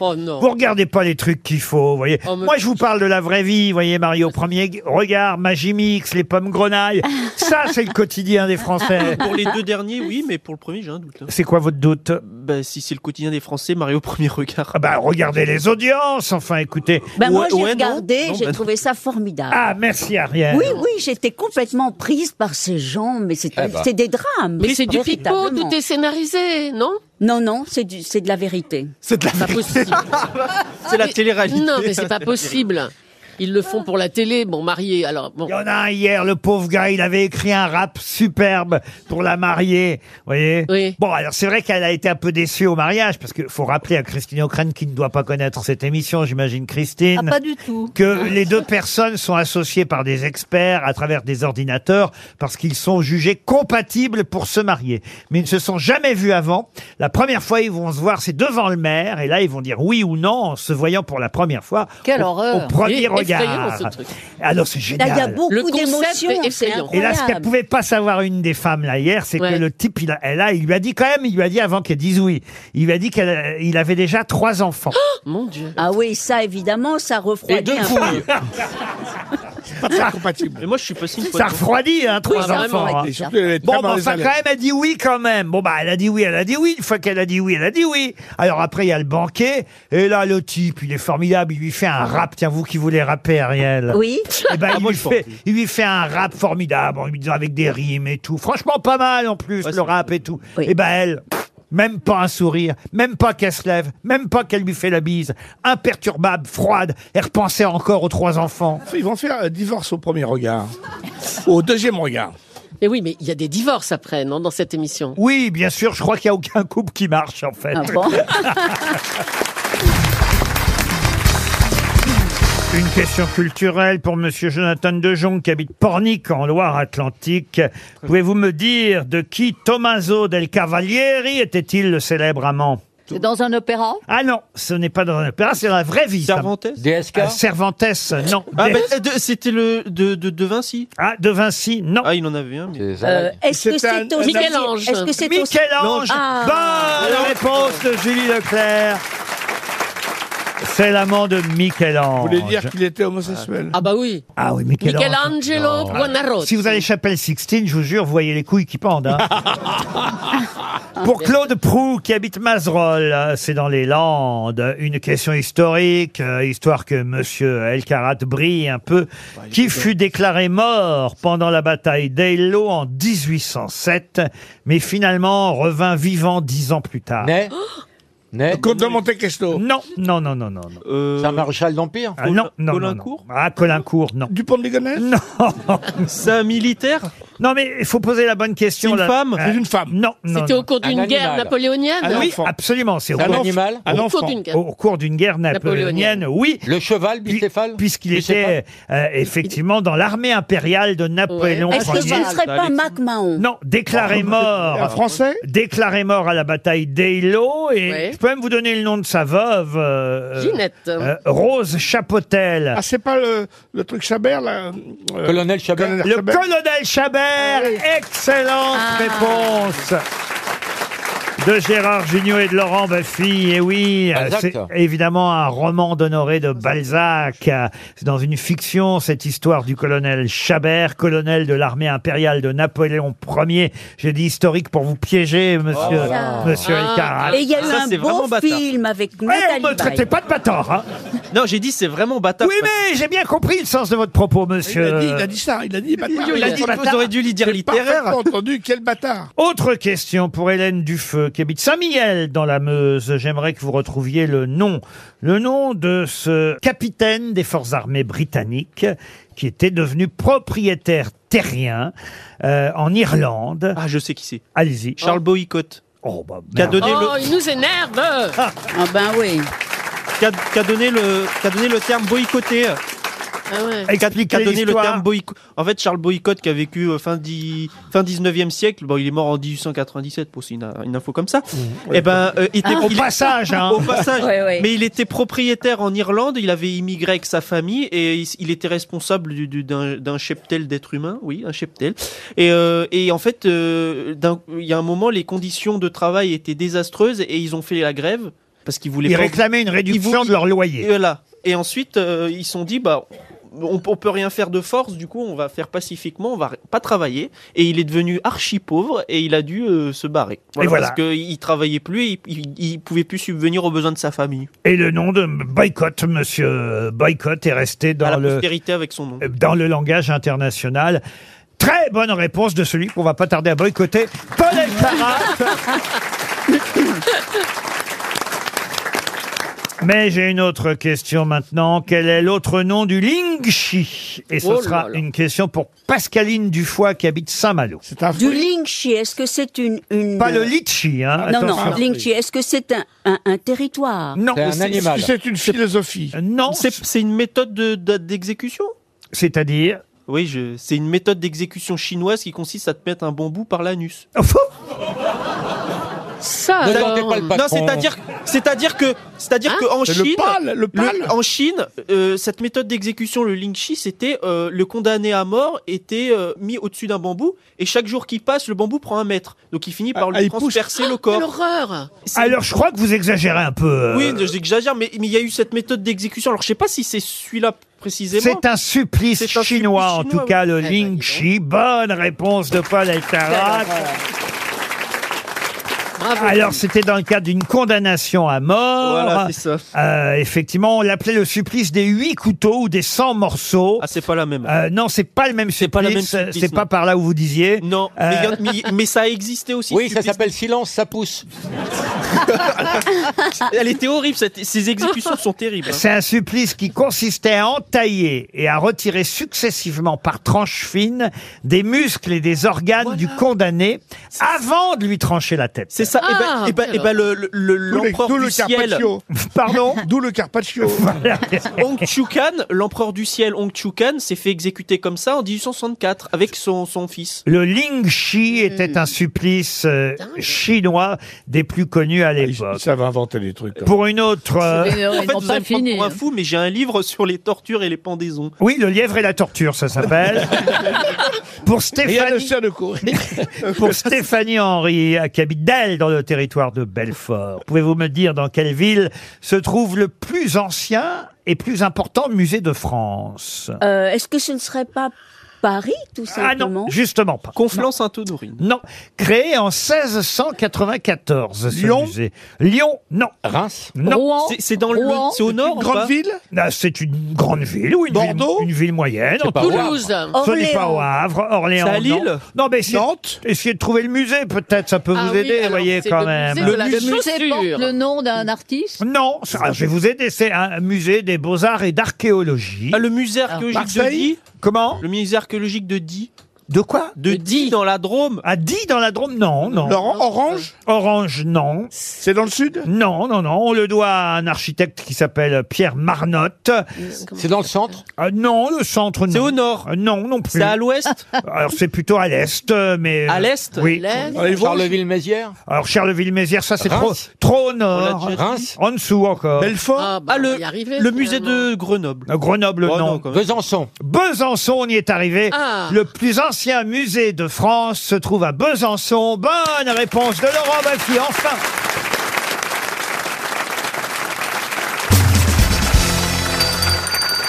C: Oh non.
B: Vous regardez pas les trucs qu'il faut, vous voyez.
C: Oh, mais-
B: Moi, je vous parle de la vraie vie, vous voyez, Mario. Premier gu- regard, Magimix, les pommes grenailles. Ça, c'est le quotidien des Français.
G: Pour les deux derniers, oui, mais pour le premier, j'ai un doute. là.
B: C'est quoi votre doute
G: Bah, si c'est le quotidien des Français, Mario au premier regard.
B: Ah bah, regardez les audiences, enfin, écoutez.
F: Ben moi,
G: Ouais,
F: j'ai
G: ouais, non.
F: regardé,
G: Non,
F: j'ai
G: ben non.
F: trouvé ça formidable.
B: Ah, merci Ariel.
F: Oui, oui, j'étais complètement prise par ces gens, mais c'est
E: Eh ben.
F: c'est des drames.
C: Mais c'est du pipeau,
F: véritablement.
C: tout est scénarisé, non
F: Non, non, c'est du- c'est de la vérité.
C: C'est pas possible.
G: C'est la télé-réalité.
C: Non, mais c'est pas possible. Ils le font pour la télé, bon, marié, alors bon.
B: Il y en a un hier, le pauvre gars, il avait écrit un rap superbe pour la mariée, vous voyez
C: Oui.
B: Bon, alors c'est vrai qu'elle a été un peu déçue au mariage, parce qu'il faut rappeler à Christine O'Crane, qui ne doit pas connaître cette émission, j'imagine Christine.
H: Ah, pas du tout.
B: que les deux personnes sont associées par des experts à travers des ordinateurs parce qu'ils sont jugés compatibles pour se marier. Mais ils ne se sont jamais vus avant. La première fois, ils vont se voir, c'est devant le maire, et là, ils vont dire oui ou non en se voyant pour la première fois.
H: Quelle
B: au-
H: horreur.
B: Au premier
C: Et-
B: regard.
C: effrayant, ce truc.
B: Alors, c'est
F: Là, il y a
B: génial.
C: Le
F: beaucoup
C: concept
F: d'émotions,
C: est
F: c'est
C: effrayant.
F: incroyable.
B: Et là, ce qu'elle pouvait pas savoir une des femmes là hier, c'est que
C: Ouais.
B: le type, il a, elle a, il lui a dit quand même, il lui a dit avant qu'elle dise oui, il lui a dit qu'il avait déjà trois enfants.
C: Mon Dieu.
F: Ah oui, ça, évidemment, ça
E: Et
F: refroidit
E: deux
F: un peu.
E: fouilles.
D: Pas compatible.
G: Mais moi, je suis passé une fois.
B: Ça refroidit, hein, trois
C: vraiment,
B: enfants. hein.
D: Et surtout, elle est
B: Bon,
D: très
B: bah,
D: mauvaise
B: enfin,
D: à
B: quand
D: l'aise.
B: même, elle dit oui quand même. Bon, bah, elle a dit oui, elle a dit oui. Une fois qu'elle a dit oui, elle a dit oui. Alors après, il y a le banquet. Et là, le type, il est formidable. Il lui fait un rap. Tiens, vous qui voulez rapper, Ariel.
F: Oui,
B: Eh ben, il,
G: Ah, moi,
B: lui
G: je
B: fait,
G: pense.
B: il lui fait un rap formidable en lui disant avec des rimes et tout. Franchement, pas mal en plus,
G: Ouais,
B: le
G: c'est-
B: rap et tout.
F: Oui.
B: Et ben, elle. pff, Même pas un sourire, même pas qu'elle se lève, même pas qu'elle lui fait la bise. Imperturbable, froide, elle repensait encore aux trois enfants.
D: Ils vont faire un divorce au premier regard. Au deuxième regard.
C: Mais oui, mais il y a des divorces après, non, dans cette émission.
B: Oui, bien sûr, je crois qu'il n'y a aucun couple qui marche en fait.
F: ah bon
B: Une question culturelle pour Monsieur Jonathan Dejon qui habite Pornic en Loire-Atlantique. Pouvez-vous me dire de qui Tommaso del Cavalieri était-il le célèbre amant
H: C'est dans un opéra
B: Ah non, ce n'est pas dans un opéra, c'est dans la vraie vie. ça.
G: Cervantes
E: DSK
B: Ah, Cervantes, non.
G: Ah,
B: Des-
G: bah, euh, de- c'était le de, de, de Vinci.
B: Ah, De Vinci, non.
G: Ah, il en avait un. Mais...
E: C'est
F: Euh,
E: Zalaï.
F: Est-ce que
D: C'est un-
F: c'est aussi...
C: Michel-Ange.
F: Est-ce que c'est aussi...
B: Michel-Ange.
F: Ah.
B: Bonne réponse de Julie Leclerc. C'est l'amant de Michel-Ange.
D: Vous voulez dire qu'il était homosexuel
C: Ah bah oui.
B: Ah oui, Michel-Ange.
C: Michelangelo Buonarroti.
B: Ah. Si vous allez Chapelle Sixtine, je vous jure, vous voyez les couilles qui pendent. hein. Pour Claude Prou, qui habite Mazerolles, euh, c'est dans les Landes, une question historique, euh, histoire que Monsieur Elkarat brille un peu, qui fut déclaré mort pendant la bataille d'Eylau en 1807, mais finalement revint vivant dix ans plus tard.
E: Le
D: comte de Monte Cristo
B: Non, non, non, non, non.
E: C'est un maréchal Euh, d'Empire
B: Ah, non, non,
E: Caulaincourt
B: non, non. Ah, Colincourt, non.
D: Dupont de Ligonnès
B: Non.
G: C'est un militaire
B: Non, mais il faut poser la bonne question.
G: C'est une
B: là.
G: femme
B: Euh,
D: C'est une femme.
B: Non, non.
C: C'était
B: non.
C: au cours d'une
E: Un
C: guerre
E: animal.
C: napoléonienne
D: Un
B: Oui,
D: enfant.
B: absolument, c'est au,
E: Un
B: cours-
E: animal
D: Un
C: Au
D: enfant.
C: cours d'une guerre.
B: au cours d'une guerre napoléonienne, oui.
E: Le cheval
B: Puis-
E: bicéphale
B: Puisqu'il était euh, effectivement dans l'armée impériale de Napoléon
F: Est-ce que ce
B: Ier.
F: ne serait pas Mac Mahon
B: Non, déclaré
D: Un
B: mort.
D: Français
B: Déclaré mort à la bataille d'Eylau. Et
C: Ouais.
B: je peux même vous donner le nom de sa veuve. euh,
C: Ginette.
B: euh, Rose Chapotel.
D: Ah, c'est pas le, le truc Chabert, là euh,
E: Colonel Chabert.
D: Colonel
B: Le
D: Chabert.
B: colonel Chabert, excellente réponse de Gérard Jugnot et de Laurent Baffy. Et oui, euh,
E: Balzac.
B: c'est évidemment un roman d'honoré de Balzac. Euh, C'est dans une fiction, cette histoire du colonel Chabert, colonel de l'armée impériale de Napoléon Ier. J'ai dit historique pour vous piéger, monsieur,
F: là.
B: monsieur
C: Ah.
B: Elkarat.
F: Oh. Et il y a eu
G: Ça,
F: un
G: c'est
F: beau
G: vraiment bâtard.
F: film avec
B: Ouais, on me
F: Nathalie
B: traitait
F: Baye.
B: pas de bâtard. hein.
G: Non, j'ai dit c'est vraiment bâtard.
B: Oui, mais j'ai bien compris le sens de votre propos,
D: Il
B: monsieur.
D: a, dit, il a dit ça, il a dit bâtard.
G: Il a dit vous auriez dû lui dire
D: J'ai
G: littéraire.
D: parfaitement entendu, quel bâtard
B: Autre question pour Hélène Dufeu, qui habite Saint-Mihiel dans la Meuse. J'aimerais que vous retrouviez le nom, le nom de ce capitaine des forces armées britanniques qui était devenu propriétaire terrien euh, en Irlande.
G: Ah, je sais qui c'est.
B: Allez-y.
G: Charles Boycott.
B: Oh, bah, merde.
G: Qui a donné
C: Oh,
G: le,
C: il nous énerve
F: Ah ben oui.
G: qui a, qui a donné le, qui a donné le terme boycotté.
C: Ah ouais.
G: Qui a
B: Expliquez
G: donné le terme
B: l'histoire.
G: boycott. En fait, Charles Boycott, qui a vécu euh, fin, dix- fin 19e siècle, bon, il est mort en 1897, pour c'est une, une info comme ça. Et ben, euh, il était,
B: Mmh, Au
G: il-
B: passage, hein.
G: au passage.
F: Ah. Ouais, ouais.
G: Mais il était propriétaire en Irlande, il avait immigré avec sa famille et il, il était responsable du- du- d'un d'un cheptel d'êtres humains, oui, un cheptel. Et, euh, et en fait, euh, d'un- il y a un moment, les conditions de travail étaient désastreuses et ils ont fait la grève parce qu'ils voulaient
B: Ils
G: pas-
B: réclamaient une réduction
G: Ils vous-
B: de leur
G: et
B: loyer.
G: voilà. Et ensuite, euh, ils se sont dit, bah, on, on peut rien faire de force, du coup, on va faire pacifiquement, on va pas travailler. Et il est devenu archi pauvre et il a dû euh, se barrer.
B: Et voilà.
G: Parce qu'il travaillait plus et il, il- il pouvait plus subvenir aux besoins de sa famille.
B: Et le nom de boycott, monsieur boycott, est resté
G: à la
B: dans le,
G: postérité avec son nom.
B: dans le langage international. Très bonne réponse de celui qu'on va pas tarder à boycotter, Paul Elkarat. Mais j'ai une autre question maintenant. Quel est l'autre nom du Lingxi Et ce
C: Oh là
B: sera
C: là.
B: une question pour Pascaline Dufoy qui habite Saint-Malo.
D: C'est un
F: Du
D: fruit.
F: Lingxi, est-ce que c'est une, une...
B: Pas le litchi, hein
F: Non,
B: attention.
F: non, Lingxi, est-ce que c'est un, un, un territoire
B: Non,
E: C'est un
B: c'est-
E: animal.
D: C'est une philosophie.
B: non,
G: Euh, C'est- C'est une méthode de- de- d'exécution
B: c'est-à-dire.
G: Oui, je- c'est une méthode d'exécution chinoise qui consiste à te mettre un bambou par l'anus.
C: Ça,
E: Ne
C: alors.
E: tentez pas le patron.
G: Non, c'est-à-dire, c'est-à-dire que, c'est-à-dire
C: Hein
G: que en
D: C'est le
G: Chine,
D: pal, le pal.
G: en Chine, euh, cette méthode d'exécution, le lingxi, c'était euh, le condamné à mort était euh, mis au-dessus d'un bambou et chaque jour qui passe, le bambou prend un mètre, donc il finit par
D: Ah,
G: lui
D: ah, il pousse.
G: transpercer le
C: Quelle
G: corps.
C: horreur
G: C'est-
B: Alors, je crois que vous exagérez un peu. euh,
G: oui, j'exagère, mais mais il y a eu cette méthode d'exécution. Alors je sais pas si c'est celui-là précisément.
B: C'est un supplice
G: C'est un supplice
B: chinois, en
G: chinois,
B: tout
G: oui. Eh
B: cas, le
C: ben,
B: Lingxi. Bonne réponse de Paul Alcarat.
C: Bravo.
B: Alors, c'était dans le cadre d'une condamnation à mort.
G: Voilà, c'est ça.
B: Euh, effectivement, on l'appelait le supplice des huit couteaux ou des 100 morceaux.
G: Ah, c'est pas la même.
B: Euh, non, c'est pas le même supplice.
G: pas la même supplice,
B: C'est pas
G: non.
B: par là où vous disiez.
G: Non, mais, il y en- mais- mais ça a existé aussi.
E: Oui,
G: ce
E: ça
G: supplice.
E: s'appelle silence, ça pousse.
G: Elle était horrible. cette- ces exécutions sont terribles. hein.
B: C'est un supplice qui consistait à entailler et à retirer successivement par tranches fines des muscles et des organes du condamné avant de lui trancher la tête.
G: C'est ça.
C: Ah,
G: et ben, et ben, et ben le- le- le-
D: D'où les-
G: l'empereur
D: d'où
G: du
D: le
G: ciel.
D: Carpaccio.
B: Pardon
D: D'où le Carpaccio.
G: Hong Chukan, l'empereur du ciel Hong Chukan, s'est fait exécuter comme ça en 1864 avec son, son fils.
B: Le Lingxi était un supplice euh,
C: Dingue.
B: chinois des plus connus à l'époque.
D: Ça va Ah, inventer des trucs. hein.
B: Pour une autre, euh,
G: En fait, vous allez me prendre
C: hein.
G: pour un
H: Ils
G: fou, mais j'ai un livre sur les tortures et les pendaisons.
B: oui, le lièvre et la torture, ça s'appelle. pour
D: Rien ne
B: Stéphanie,
D: sert de courir.
B: pour Stéphanie Henry, euh, qui habite Delle dans le territoire de Belfort. Pouvez-vous me dire dans quelle ville se trouve le plus ancien et plus important musée de France
F: Euh, Est-ce que ce ne serait pas Paris, tout simplement
B: Ah Justement pas.
G: Conflans Sainte-Honorine.
B: Non. Créé en 1694, ce
G: Lyon
B: musée. Lyon, non.
E: Reims
B: Non.
G: Rouen C'est- c'est dans le- Rouen c'est au nord ou pas
B: Ah, C'est une grande ville, ou une Bordeaux Une ville moyenne.
G: C'est
B: en
G: pas
B: tout
G: au
B: cas.
G: Havre. Toulouse.
B: Ce n'est pas au
G: Orléans.
B: Havre. Orléans.
G: C'est
B: non.
G: à Lille
B: Non, mais essayez- Essayez de trouver le musée, peut-être, ça peut
H: Ah
B: vous
H: oui,
B: aider,
H: alors,
B: voyez,
H: c'est
B: quand
H: le
B: même.
H: musée de la chaussure. porte le nom d'un artiste
B: Non, ça- ah, je vais vous aider. C'est un musée des beaux-arts et d'archéologie.
G: Ah,
B: Ah.
G: Le musée archéologique de
B: Marseille
G: Die
B: Comment
G: Le musée archéologique de Die
B: De quoi
G: De Die dans la Drôme.
B: À Die dans la Drôme Non, non.
G: Orange
B: Orange, non.
D: C'est dans le sud
B: Non, non, non. On le doit à un architecte qui s'appelle Pierre Marnotte.
G: Euh,
B: Ah,
E: C'est dans le centre
B: Non, le centre, non. C'est au
G: nord
B: Non, non plus.
G: C'est à l'ouest
B: Alors, c'est plutôt à l'est, euh, mais...
G: À l'est
B: Oui.
E: Charleville-Mézières
B: Alors, Charleville-Mézières, ça, c'est trop,
E: Reims
B: trop au
G: On
B: nord.
G: l'a déjà dit.
E: Reims
B: En dessous, encore.
G: Belfort
C: Ah, bah, on va
G: le,
C: y arriver,
G: le musée
C: finalement.
G: de Grenoble.
B: Euh, Grenoble,
G: Oh, non,
B: non.
G: quand même.
E: Besançon.
B: Besançon, on y est arrivé.
C: Ah.
B: Le plus ancien musée de France se trouve à Besançon. Bonne réponse de Laurent Baffy, enfin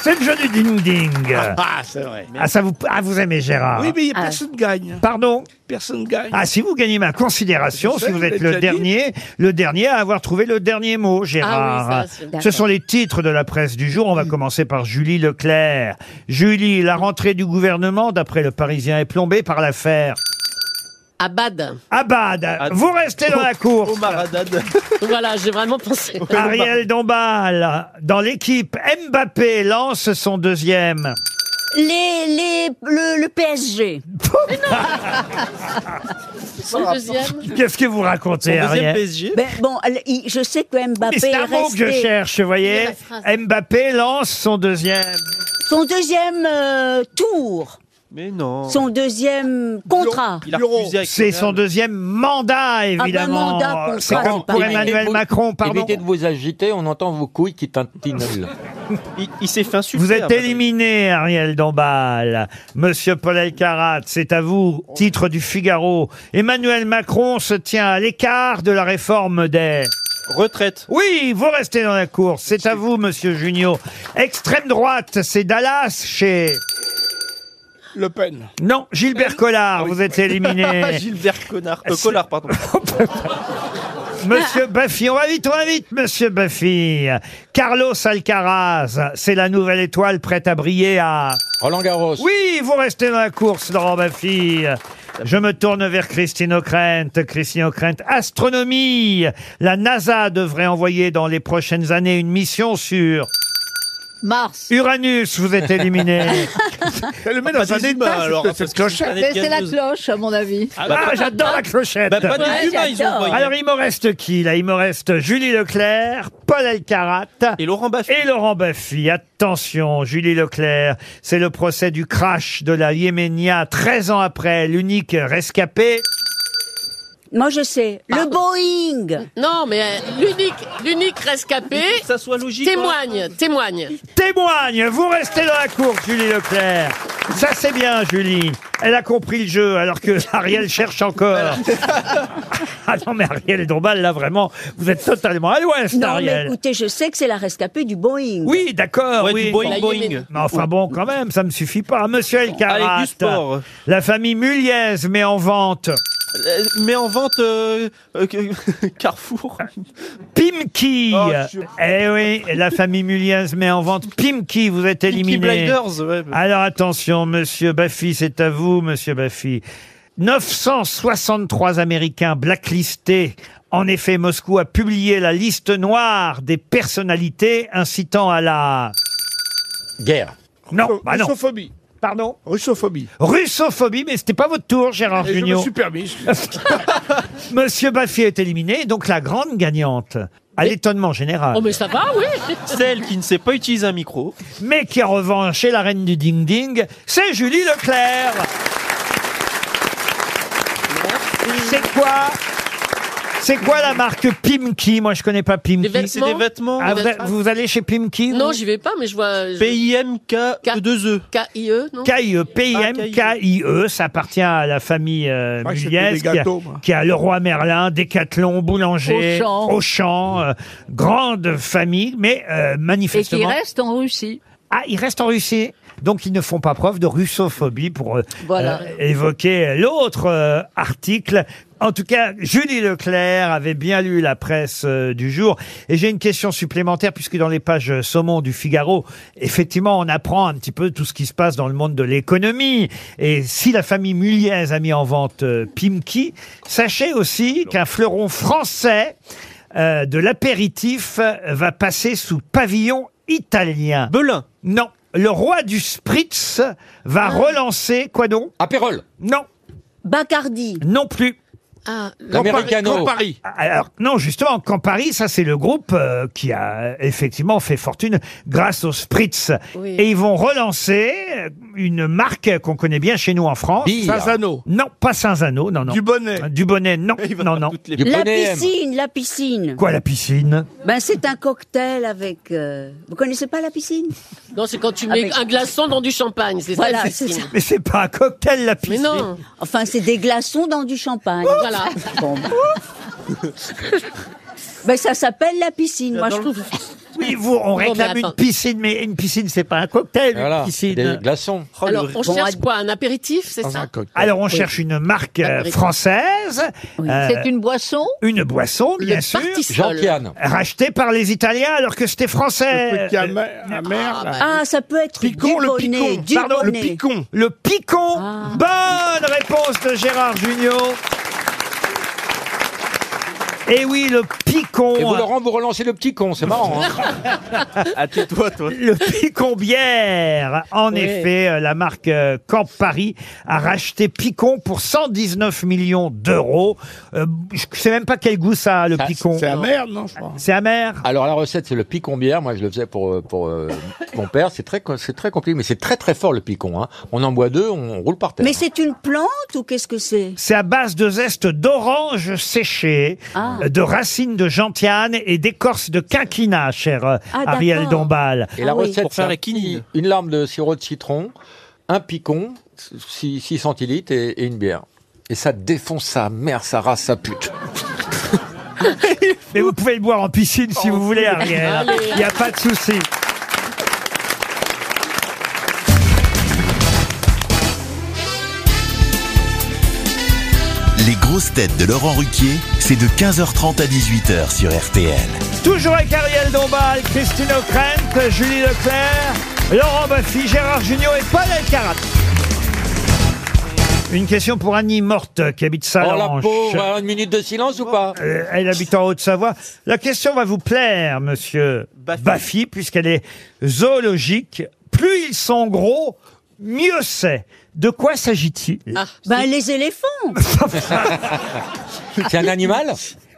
B: C'est le jeu du ding-ding.
D: Ah, ah, c'est vrai.
B: Ah, ça vous, ah, vous aimez Gérard
D: Oui, mais
G: Ah,
D: y a personne gagne.
B: Pardon
D: Personne gagne.
B: Ah, si vous gagnez ma considération,
D: Je
B: si
D: sais,
B: vous
D: je l'ai
B: êtes le
D: déjà dit.
B: dernier, le dernier à avoir trouvé le dernier mot, Gérard.
C: Ah oui, ça, c'est-
B: Ce sont les titres de la presse du jour. On va commencer par Julie Leclerc. Julie, la rentrée du gouvernement, d'après le Parisien, est plombée par l'affaire
C: Abad.
B: Abad.
C: Ah,
B: Vous restez dans la course.
G: Maradade.
C: Voilà, j'ai vraiment pensé.
B: Ariel Dombal, dans l'équipe, Mbappé lance son deuxième.
F: les, les, le, le PSG.
C: Son deuxième.
B: Qu'est-ce que vous racontez,
G: Son deuxième
B: Ariel
G: PSG.
F: Ben, bon, elle- il- je sais que Mbappé
B: Mais c'est
F: est
B: un mot que je
F: resté.
B: cherche, vous voyez. Euh, Mbappé lance son deuxième.
F: Son deuxième euh, tour,
G: Mais
B: Oh.
G: non.
F: son deuxième contrat.
G: Il a refusé avec
B: C'est son
G: Real.
B: deuxième mandat,
F: ben,
B: Ah, évidemment.
F: mandat, contrat,
B: C'est comme
F: c'est
B: pour
F: pareil.
B: Emmanuel
E: Évitez-
B: Macron, pardon.
E: Évitez de vous agiter, on entend vos couilles qui tintinent.
G: Il, il s'est fait insulter.
B: Vous êtes
G: Abad.
B: éliminé, Ariel Dombal. Monsieur Paul Elkarat, c'est à vous. Titre du Figaro. Emmanuel Macron se tient à l'écart de la réforme des...
G: Retraite.
B: Oui, vous restez dans la course. C'est à vous, monsieur Junio. Extrême droite, c'est Dallas chez...
D: Le Pen. Ah
B: Non, Gilbert Collard, vous êtes éliminé.
G: Gilbert Connard. euh,
B: C'est-
G: Collard, pardon.
B: Monsieur Buffy, on va vite, on va vite, monsieur Buffy. Carlos Alcaraz, c'est la nouvelle étoile prête à briller à...
E: Roland Garros.
B: Oui, vous restez dans la course, Laurent Baffy. Je me tourne vers Christine O'Krent. Christine O'Krent, astronomie. La NASA devrait envoyer dans les prochaines années une mission sur
H: Mars.
B: Uranus. Vous êtes éliminé.
D: Le met dans un débat, alors. Cette cloche.
H: Mais c'est la cloche, à mon avis.
B: Ah, j'adore la clochette.
G: Bah, pas
F: Ouais,
G: des humains, ils ont
F: j'adore.
G: envoyé.
B: Alors, il me reste qui, là? Il me reste Julie Leclerc, Paul Elkarat.
G: Et Laurent Baffy.
B: Et Laurent Baffy, attention, Julie Leclerc, c'est le procès du crash de la Yéménia 13 ans après, l'unique rescapé.
F: Moi, je sais. Le Boeing.
C: Non, mais euh, l'unique, l'unique rescapé
G: Que ça soit logique. hein.
C: témoigne, témoigne.
B: Témoigne, vous restez dans la course, Julie Leclerc. Ça c'est bien, Julie. Elle a compris le jeu, alors que Ariel cherche encore. ah non, mais Ariel Dombal, là vraiment, vous êtes totalement à l'ouest,
F: Non, mais
B: Ariel.
F: écoutez, je sais que c'est la rescapée du Boeing.
B: Oui, d'accord.
G: Ouais,
B: oui.
G: du Boeing,
C: La
G: Boeing.
C: Yémen.
B: Mais enfin bon, quand même, ça me suffit pas. Monsieur Elkarat,
G: Allez, du sport.
B: la famille Muliez met en vente
G: Euh, Mais en vente euh, euh, que- Carrefour.
B: Pimki.
G: Oh, je-
B: Eh oui, la famille Muliez met en vente Pimki. Vous êtes
G: Peaky
B: éliminé.
G: Blinders. Ouais.
B: Alors attention, monsieur Baffy, c'est à vous, monsieur Baffy. 963 Américains blacklistés. En effet, Moscou a publié la liste noire des personnalités incitant à la...
E: Guerre.
B: Non, bah non.
D: Russophobie.
B: Pardon
D: Russophobie.
B: Russophobie, mais c'était pas votre tour, Gérard
D: Et je me
B: Junior.
D: suis permis.
B: Monsieur Baffy est éliminé, donc la grande gagnante, à l'étonnement
G: euh,
B: général.
C: Oh, mais ça va, oui.
G: Celle qui ne sait pas utiliser un micro.
B: mais qui en revanche est la reine du ding-ding, c'est Julie Leclerc. C'est quoi C'est quoi la marque Pimki Moi, je connais pas Pimki.
G: vêtements C'est des vêtements.
B: Ah,
G: Des
B: vous, a-
G: vêtements.
B: vous allez chez Pimki
C: Non, j'y vais pas, mais je
H: Euh,
C: vois.
G: P-I-M-K-E-2-E.
C: K-I-E, non
B: KIE,
H: Ah,
B: P-I-M-K-I-E, ça appartient à la famille euh,
C: Moi, j'ai
B: Mulliez,
C: fait des
B: qui, a-
C: gâteaux, moi.
B: qui a Leroy Merlin, Décathlon, Boulanger,
H: Auchan.
B: Auchan, euh, grande famille, mais euh,
H: Et qui
B: manifestement.
H: reste en Russie.
B: Ah, ils restent en Russie Donc ils ne font pas preuve de russophobie pour euh,
H: Voilà.
B: euh, évoquer l'autre euh, article. En tout cas, Julie Leclerc avait bien lu la presse euh, du jour. Et j'ai une question supplémentaire, puisque dans les pages saumon du Figaro, effectivement, on apprend un petit peu tout ce qui se passe dans le monde de l'économie. Et si la famille Mulliez a mis en vente euh, Pimki, sachez aussi qu'un fleuron français euh, de l'apéritif va passer sous pavillon italien.
G: Belin.
B: Non. Le roi du spritz
F: Ah.
B: va relancer quoi donc
E: Apérol.
B: Non.
F: Bacardi.
B: Non plus.
C: Ah,
B: L'Americano. Alors non, justement, Campari, ça c'est le groupe euh, qui a euh, effectivement fait fortune grâce au spritz.
C: Oui.
B: Et ils vont relancer euh, une marque qu'on connaît bien chez nous en France.
D: Beer. Saint-Zano.
B: Non, pas Saint-Zano, non, non. Dubonnet. Dubonnet, non, non, non.
F: La piscine, la piscine.
B: Quoi, la piscine
F: Ben c'est un cocktail avec. euh, Vous connaissez pas la piscine
C: Non, c'est quand tu
H: Ah,
C: mets
F: Avec-
C: un glaçon dans du champagne, c'est
F: Voilà,
C: ça,
F: c'est
C: Christine.
F: ça.
B: Mais c'est pas un cocktail la
C: Mais
B: piscine.
C: non.
F: Enfin, c'est des glaçons dans du champagne.
C: Voilà.
F: Bon. ben ça s'appelle la piscine. Moi je
B: Dans le-
F: trouve.
B: Oui, vous, on
F: Non, mais
B: réclame une
F: attends.
B: piscine, mais une piscine, c'est pas un cocktail,
E: Voilà,
B: une piscine. Oh,
E: des glaçons.
C: Oh, Alors, on cherche quoi Un apéritif, c'est ça
B: Alors, on cherche une marque euh,
C: Apéritif.
B: française. euh,
H: C'est une boisson
B: une boisson, bien sûr.
H: partisol. Jean-Pierre.
B: Rachetée par les Italiens alors que c'était français.
D: Le truc qui est
B: Euh,
D: amer- amer,
B: ah,
D: là.
F: Ah, ça peut être
D: Picon, le
F: du bonnet,
D: picon.
F: du
D: Pardon, le
F: bonnet.
D: picon.
B: Le picon. Bonne réponse de Gérard Junior. Et oui, le picon. hein.
E: Et vous, Laurent, vous relancez le petit con, c'est marrant. hein.
G: À toi, toi.
B: Le Picon Bière. En
G: Ouais.
B: effet, euh, la marque euh, Campari a racheté Picon pour 119 millions d'euros. Euh, je ne sais même pas quel goût ça a, le Picon.
D: C'est amer, non, je crois.
B: C'est amer.
E: Alors la recette, c'est le picon bière. Moi, je le faisais pour euh, pour euh, mon père. C'est très co- c'est très compliqué, mais c'est très très fort le picon. Hein. On en boit deux, on roule par terre.
F: Mais c'est une plante ou qu'est-ce que c'est
B: C'est à base de zeste d'orange séché,
F: Ah.
B: euh, de racines de gentiane et d'écorce de quinquina, cher euh,
F: Ah, d'accord. Ah
B: Ariel Dombal.
E: Et la recette,
G: Ah Pour faire
E: c'est un
G: la quinine.
E: petit- une larme de sirop de citron, un picon, 6, centilitres et, et une bière. Et ça défonce sa mère, sa race, sa pute.
B: Mais vous pouvez le boire en piscine si vous voulez, Ariel.
J: Allez.
B: Il n'y a pas de souci.
A: Les grosses têtes de Laurent Ruquier, c'est de 15h30 à 18h sur RTL.
B: Toujours avec Ariel Dombal, Christine O'Krent, Julie Leclerc, Laurent Buffy, Gérard Junior et Paul Elkarat. Une question pour Annie Morte qui habite
E: oh la
B: Salanche.
E: pauvre, une minute de silence ou pas
B: Euh, elle habite en Haute-Savoie. La question va vous plaire, monsieur Baffy, puisqu'elle est zoologique. Plus ils sont gros, mieux c'est. De quoi s'agit-il
F: Ben les éléphants.
E: C'est un animal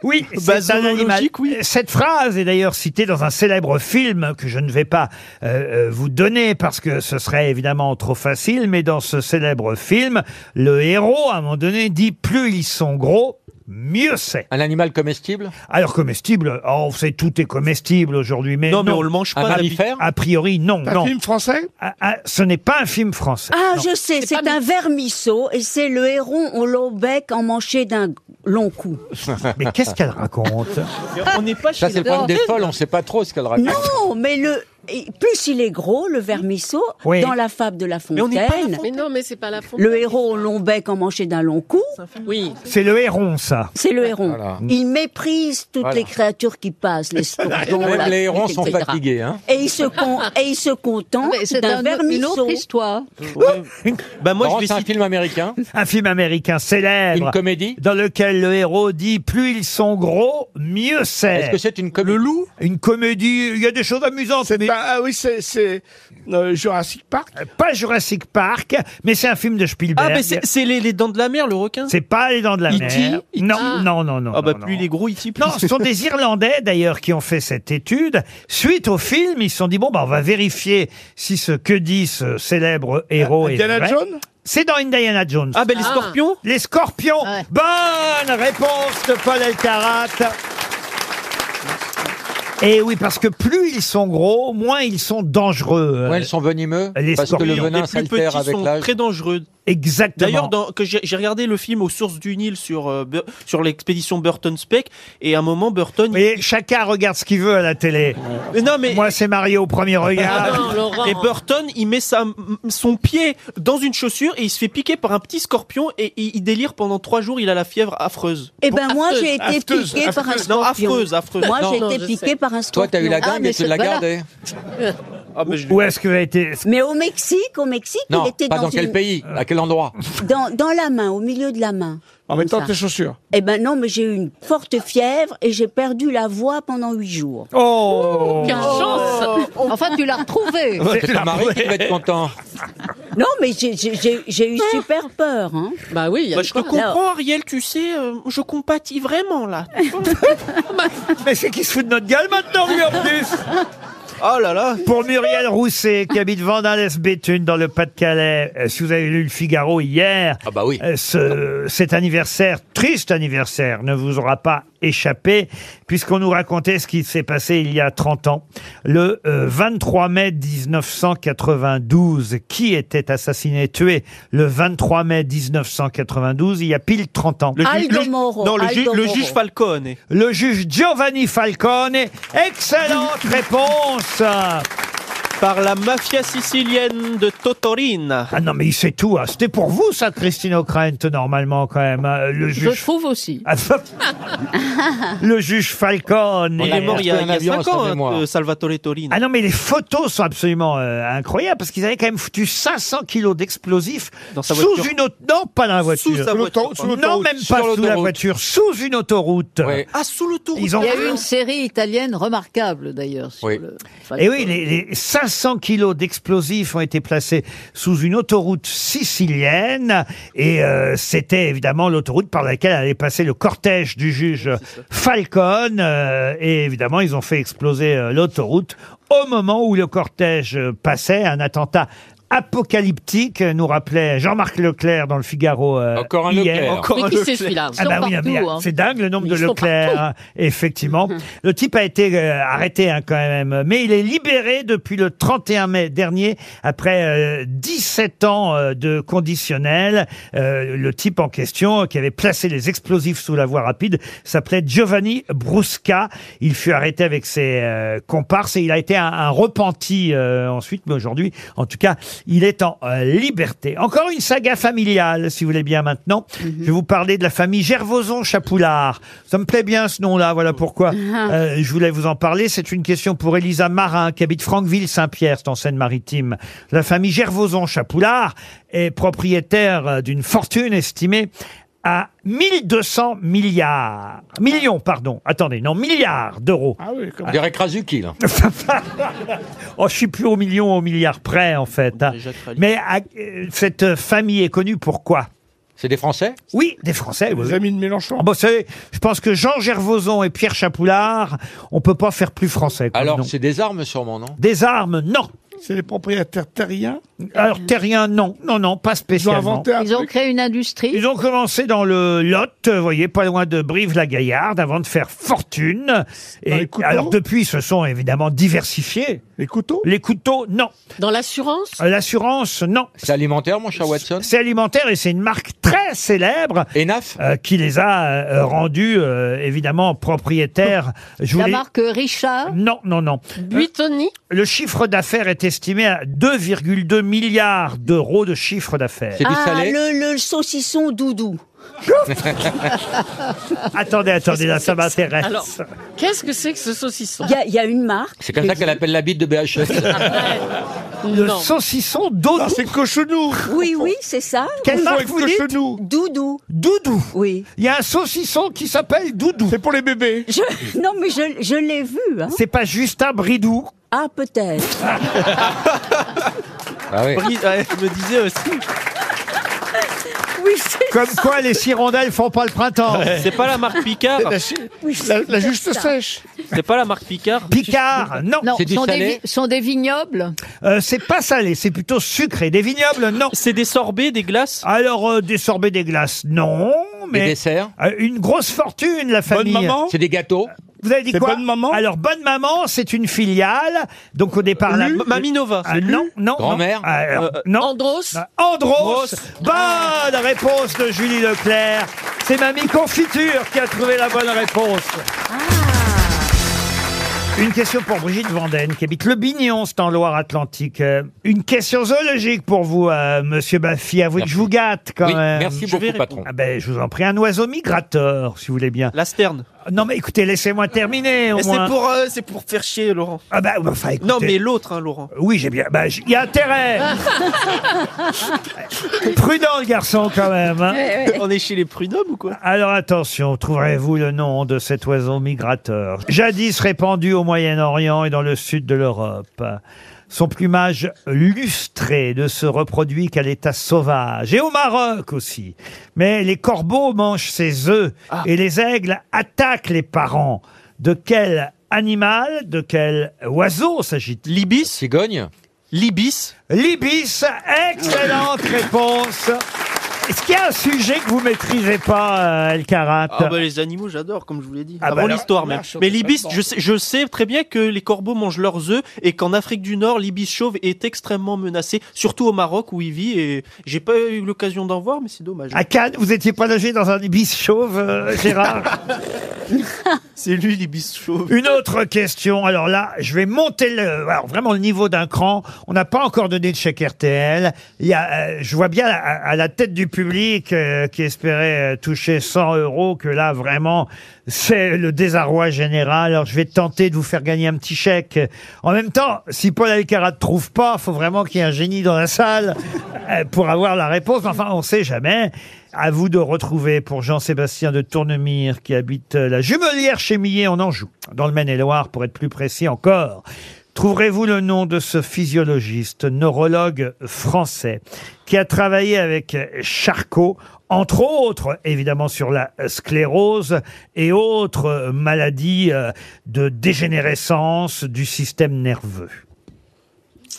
B: Oui,
G: Bah,
B: c'est un animal. Cette phrase est d'ailleurs citée dans un célèbre film que je ne vais pas euh, euh, vous donner parce que ce serait évidemment trop facile, mais dans ce célèbre film, le héros, à un moment donné, dit plus ils sont gros, mieux c'est.
E: Un animal comestible
B: Alors comestible, oh, on sait tout est comestible aujourd'hui, mais
G: Non, mais on le mange Un pas, d'habitude. mammifère
B: A priori, non,
D: Un
B: non.
D: film français
B: Ah, ah, ce n'est pas un film français.
F: Ah,
B: non.
F: je sais, c'est un vermisseau et c'est le héron au long bec emmanché d'un long cou.
B: Mais qu'est-ce qu'elle raconte
G: On n'est pas
E: Ça,
G: chez
E: c'est le problème des folles, on sait pas trop ce qu'elle raconte.
F: Non, mais le et plus il est gros, le vermisseau,
E: Oui.
F: dans la fable de La
E: on n'est pas à La
F: Fontaine,
C: Mais non, mais c'est pas la fonte.
F: le héros au long bec emmanché d'un long cou,
C: Oui.
B: C'est le héron, ça.
F: c'est le héron.
E: Voilà.
F: Il méprise toutes
E: Voilà.
F: les créatures qui passent, les scourdons,
E: Même
F: la
E: les hérons
F: truite,
E: sont
F: etc.
E: fatigués. Hein.
F: Et il se, con- et il se contente
H: Mais C'est
F: d'un
H: un- une
F: vermisseau.
H: autre histoire.
G: Bah moi,
E: Laurent,
G: je vais
E: c'est un
G: citer-
E: film américain,
B: Un film américain célèbre.
E: une comédie.
B: dans lequel le héros dit plus ils sont gros, mieux c'est.
E: Est-ce que c'est une comédie Le loup
B: Une comédie, il y a des choses amusantes. mais
D: ça. Ah oui, c'est- c'est euh, Jurassic Park.
B: Pas Jurassic Park, mais c'est un film de Spielberg.
G: Ah, mais c'est c'est les, E les dents de la mer, le requin
B: C'est pas les dents de la
E: E
B: mer. Non, non, non, non.
G: Ah, bah
B: non,
G: plus
B: non.
G: les gros, ici, plus.
B: Non, ce sont des Irlandais d'ailleurs qui ont fait cette étude. Suite au film, ils se sont dit bon, bah, on va vérifier si ce que dit ce célèbre héros
D: Indiana
B: est vrai.
D: Jones
B: C'est dans Indiana Jones.
G: Euh, Ah, ben, les Ah. scorpions
B: Les scorpions Bonne réponse de Paul Elkarat et oui, parce que plus ils sont gros, moins ils sont dangereux. euh,
E: Ouais, ils sont venimeux.
B: Les
E: parce que
B: scorpions.
E: le venin
G: les plus
E: s'altère
G: petits
E: avec
G: sont
E: l'âge.
G: très dangereux.
B: Exactement.
G: D'ailleurs, dans- que j'ai j'ai regardé le film aux sources du Nil sur euh, Bur- sur l'expédition Burton Speck, et à un moment Burton.
B: Mais chacun regarde ce qu'il veut à la télé.
G: non, mais
B: moi c'est Mario au premier regard.
G: Ah, et Burton, il met sa, son pied dans une chaussure et il se fait piquer par un petit scorpion et il, il délire pendant trois jours. Il a la fièvre affreuse.
F: Eh ben, moi, j'ai été
G: Affreuse,
F: piquée par un
G: affreuse.
F: scorpion.
G: Non, affreuse, affreuse.
F: Moi,
G: Non,
F: j'ai
G: non,
F: été
G: je
F: piquée
G: sais.
F: par un
E: Toi,
F: scorpion.
E: t'as eu la
F: Ah,
E: gangue
F: mais
E: et tu l'as
F: voilà.
E: gardée.
G: Ah, bah,
B: Où est-ce que vous avez été
F: Mais au Mexique, au Mexique,
E: Non,
F: il était
E: pas dans
F: une-
E: quel pays À quel endroit
F: dans, dans la main, au milieu de la main.
E: En mettant
F: ça.
E: tes chaussures.
F: Eh ben non, mais j'ai eu une forte fièvre et j'ai perdu la voix pendant huit jours.
B: Oh
F: Quelle chance
H: Enfin, tu l'as retrouvé.
E: C'est ton mari qui va être content.
F: Non, mais j'ai- j'ai j'ai- j'ai eu super peur. Hein. Bah oui,
G: Bah, je te comprends, Ariel, tu sais, euh, je compatis vraiment là.
B: Mais c'est qui se fout de notre gueule maintenant, lui, en plus
G: Oh là là
B: Pour Muriel Rousset, qui habite Vandalès-Béthune, dans le Pas-de-Calais, euh, si vous avez lu le Figaro hier,
G: Ah bah
B: euh, ce- cet anniversaire, triste anniversaire, ne vous aura pas échappé, puisqu'on nous racontait ce qui s'est passé il y a 30 ans. Le euh, 23 mai 1992, qui était assassiné, tué le 23 mai 1992, il y a pile 30 ans
G: Le juge- le- non, le, ju- le juge Falcone.
B: le juge Giovanni Falcone. Excellente réponse
G: euh, Par la mafia sicilienne de Totorine.
B: Ah non, mais il sait tout. hein. C'était pour vous, ça, Christine O'Krent, normalement, quand même. hein, Le
G: Je
B: juge...
G: trouve aussi.
B: Ah, le juge Falcone.
G: Il est mort il y a, il y a cinq ans, hein, euh,
B: hein,
G: Salvatore Torino.
B: Ah non, mais les photos sont absolument euh, incroyables parce qu'ils avaient quand même foutu 500 kilos d'explosifs
G: sa
B: sous
G: voiture.
B: une autre. Non, pas dans la voiture.
G: sa Sous voiture, l'autoroute, pardon. sous
B: non,
G: l'autoroute.
B: même
G: Sur
B: pas sous la
G: l'autoroute.
B: voiture, sous une autoroute.
G: Ah, sous l'autoroute.
B: Ils ont-
H: Il y a eu une série italienne remarquable d'ailleurs. sur le-
B: Et oui, les, les 500 kilos d'explosifs ont été placés sous une autoroute sicilienne. Et euh, c'était évidemment l'autoroute par laquelle allait passer le cortège du juge Falcone. Euh, et évidemment, ils ont fait exploser euh, l'autoroute au moment où le cortège euh, passait. Un attentat apocalyptique, euh, nous rappelait Jean-Marc Leclerc dans le Figaro euh,
E: Encore un
B: hier.
E: Leclerc. Encore Mais un qui c'est Leclerc. celui-là Ils
B: Ah bah
E: sont
B: oui, non, mais,
E: partout, hein.
B: C'est dingue le nombre
E: Ils
B: de
E: sont
B: Leclerc,
E: partout.
B: hein, effectivement. Le type a été euh, arrêté hein, quand même, mais il est libéré depuis le 31 mai dernier, après euh, 17 ans euh, de conditionnel. Euh, le type en question, euh, qui avait placé les explosifs sous la voie rapide, s'appelait Giovanni Brusca. Il fut arrêté avec ses euh, comparses et il a été un, un repenti euh, ensuite, mais aujourd'hui, en tout cas, il est en euh, liberté. Encore une saga familiale, si vous voulez bien maintenant. Je vais vous parler de la famille Gervoson-Chapoulard. Ça me plaît bien ce nom-là, voilà pourquoi euh, je voulais vous en parler. C'est une question pour Elisa Marin, qui habite Franqueville-Saint-Pierre, c'est en Seine-Maritime. La famille Gervoson-Chapoulard est propriétaire euh, d'une fortune estimée à 1200 milliards, millions, pardon, attendez, non, milliards d'euros.
D: Ah oui,
E: On dirait Krasuki, là.
B: Oh, je suis plus au million, au milliard près, en fait. hein. Mais à- euh, cette famille est connue pourquoi
E: C'est des Français
B: Oui, des Français.
D: Des amis de Mélenchon.
B: bon, vous savez, je pense que Jean Gervoson et Pierre Chapoulard, on peut pas faire plus français. comme nom.
E: Alors, c'est des armes sûrement, non
B: Des armes, non.
D: C'est les propriétaires terriens
B: Alors, terriens, non. Non, non, pas spécialement.
H: Ils ont créé une industrie.
B: Ils ont commencé dans le Lot, vous voyez, pas loin de Brive-la-Gaillarde, avant de faire
D: Bah,
B: fortune. Et alors depuis, ils se sont évidemment diversifiés.
D: Les couteaux
B: Les couteaux, non.
C: Dans l'assurance
B: L'assurance, non.
E: C'est alimentaire, mon cher Watson
B: C'est alimentaire et c'est une marque très célèbre euh, qui les a euh, rendus euh, évidemment propriétaires. Je
H: La
B: voulais-
H: marque Richard.
B: Non, non, non. Euh,
C: Buitoni
B: Le chiffre d'affaires est estimé à 2,2 milliards d'euros de chiffre d'affaires.
F: ah, le, le saucisson doudou.
B: attendez, attendez, là, ça m'intéresse.
C: Alors, qu'est-ce que c'est que ce saucisson
F: Il y, a- il y a une marque.
E: E C'est comme ça qu'elle appelle la bite de BHS.
B: le saucisson doudou.
D: Ah, C'est cochonou.
F: Oui, oui, c'est ça.
B: Quelle
F: Oui.
B: marque vous dites
F: Doudou.
B: Doudou
F: Oui.
B: Il y a un saucisson qui s'appelle Doudou.
D: C'est pour les bébés.
F: Je- Non, mais je, je l'ai vu. hein.
B: C'est pas Justin Bridou
F: Ah, peut-être.
E: Ah oui.
G: Bri- ouais, je me disais aussi.
F: Oui, c'est
B: Comme
F: ça.
B: quoi les hirondelles font pas le printemps.
G: C'est pas la marque Picard.
D: La,
F: Oui,
D: la-
F: c'est
D: la juste
F: ça.
D: sèche.
G: C'est pas la marque Picard.
B: Picard, non.
H: Non,
E: C'est du
H: sont des,
E: salé
H: vi- sont des vignobles.
B: Euh, c'est pas salé, c'est plutôt sucré. Des vignobles, non.
G: C'est des sorbets, des glaces.
B: Alors, euh, des sorbets, des glaces, non.
E: Des
B: Mais
E: desserts
B: Euh, une grosse fortune, la
D: Bonne
B: famille.
D: maman.
E: C'est des gâteaux
B: Vous avez dit
D: C'est
B: quoi
D: Bonne Maman
B: Alors, Bonne Maman, c'est une filiale. Donc, au départ, la...
G: Lu- Mamie Nova.
B: Ah, non, non.
E: Grand-mère
B: Non. Ah, alors,
G: Euh,
B: non.
C: Andros
B: Ah, Andros. Bonne réponse de Julie Leclerc. C'est Mamie Confiture qui a trouvé la bonne réponse. Une question pour Brigitte Vanden, qui habite Le Bignon, c'est en Loire-Atlantique. Euh, Une question zoologique pour vous, euh, Monsieur Baffy. Avouez que je vous gâte quand
E: Oui,
B: même.
E: merci
G: je vais
E: beaucoup,
G: répondre.
E: patron.
B: Ah ben, je vous en prie, un oiseau migrateur, si vous voulez bien.
G: La Sterne.
B: Non, mais écoutez, laissez-moi terminer au
G: Et C'est
B: moins.
G: pour, euh, c'est pour faire chier, Laurent.
B: Ah bah, enfin, écoutez.
G: Non, mais l'autre, hein, Laurent.
B: Oui, j'ai bien. Bah, j- il y a intérêt. Prudent le garçon quand même. hein.
G: On est chez les prud'hommes ou quoi
B: Alors attention, trouverez-vous le nom de cet oiseau migrateur Jadis répandu au Moyen-Orient et dans le sud de l'Europe. Son plumage lustré ne se reproduit qu'à l'état sauvage, et au Maroc aussi. Mais les corbeaux mangent ses œufs
G: Ah.
B: et les aigles attaquent les parents. De quel animal, de quel oiseau s'agit-il
G: L'ibis
E: Cigogne
G: L'ibis
B: L'ibis, excellente réponse. Est-ce qu'il y a un sujet que vous maîtrisez pas, euh, El Karat
G: Ah bah les animaux j'adore comme je vous l'ai dit
B: Ah bah
G: avant
B: alors,
G: l'histoire même.
D: marche,
G: Mais
D: on peut
G: l'ibis
D: pas
G: je sais, je sais très bien que les corbeaux mangent leurs œufs et qu'en Afrique du Nord l'ibis chauve est extrêmement menacé surtout au Maroc où il vit et j'ai pas eu l'occasion d'en voir mais c'est dommage.
B: À Cannes, vous étiez pas logé dans un ibis chauve, euh, Gérard
G: C'est lui l'ibis chauve.
B: Une autre question. Alors là, je vais monter le, alors vraiment le niveau d'un cran. On n'a pas encore donné de chèque RTL. Il y a, euh, je vois bien à, à la tête du public euh, qui espérait euh, toucher 100 euros que là, vraiment, c'est le désarroi général. Alors je vais tenter de vous faire gagner un petit chèque. En même temps, si Paul Alcarat ne trouve pas, faut vraiment qu'il y ait un génie dans la salle euh, pour avoir la réponse. Mais Enfin, on sait jamais. Hein, À vous de retrouver pour Jean-Sébastien de Tournemire qui habite euh, la Jumelière chez Millet en Anjou, dans le Maine-et-Loire pour être plus précis encore. Trouverez-vous le nom de ce physiologiste, neurologue français, qui a travaillé avec euh, Charcot, entre autres, évidemment, sur la euh, sclérose et autres euh, maladies euh, de dégénérescence du système nerveux.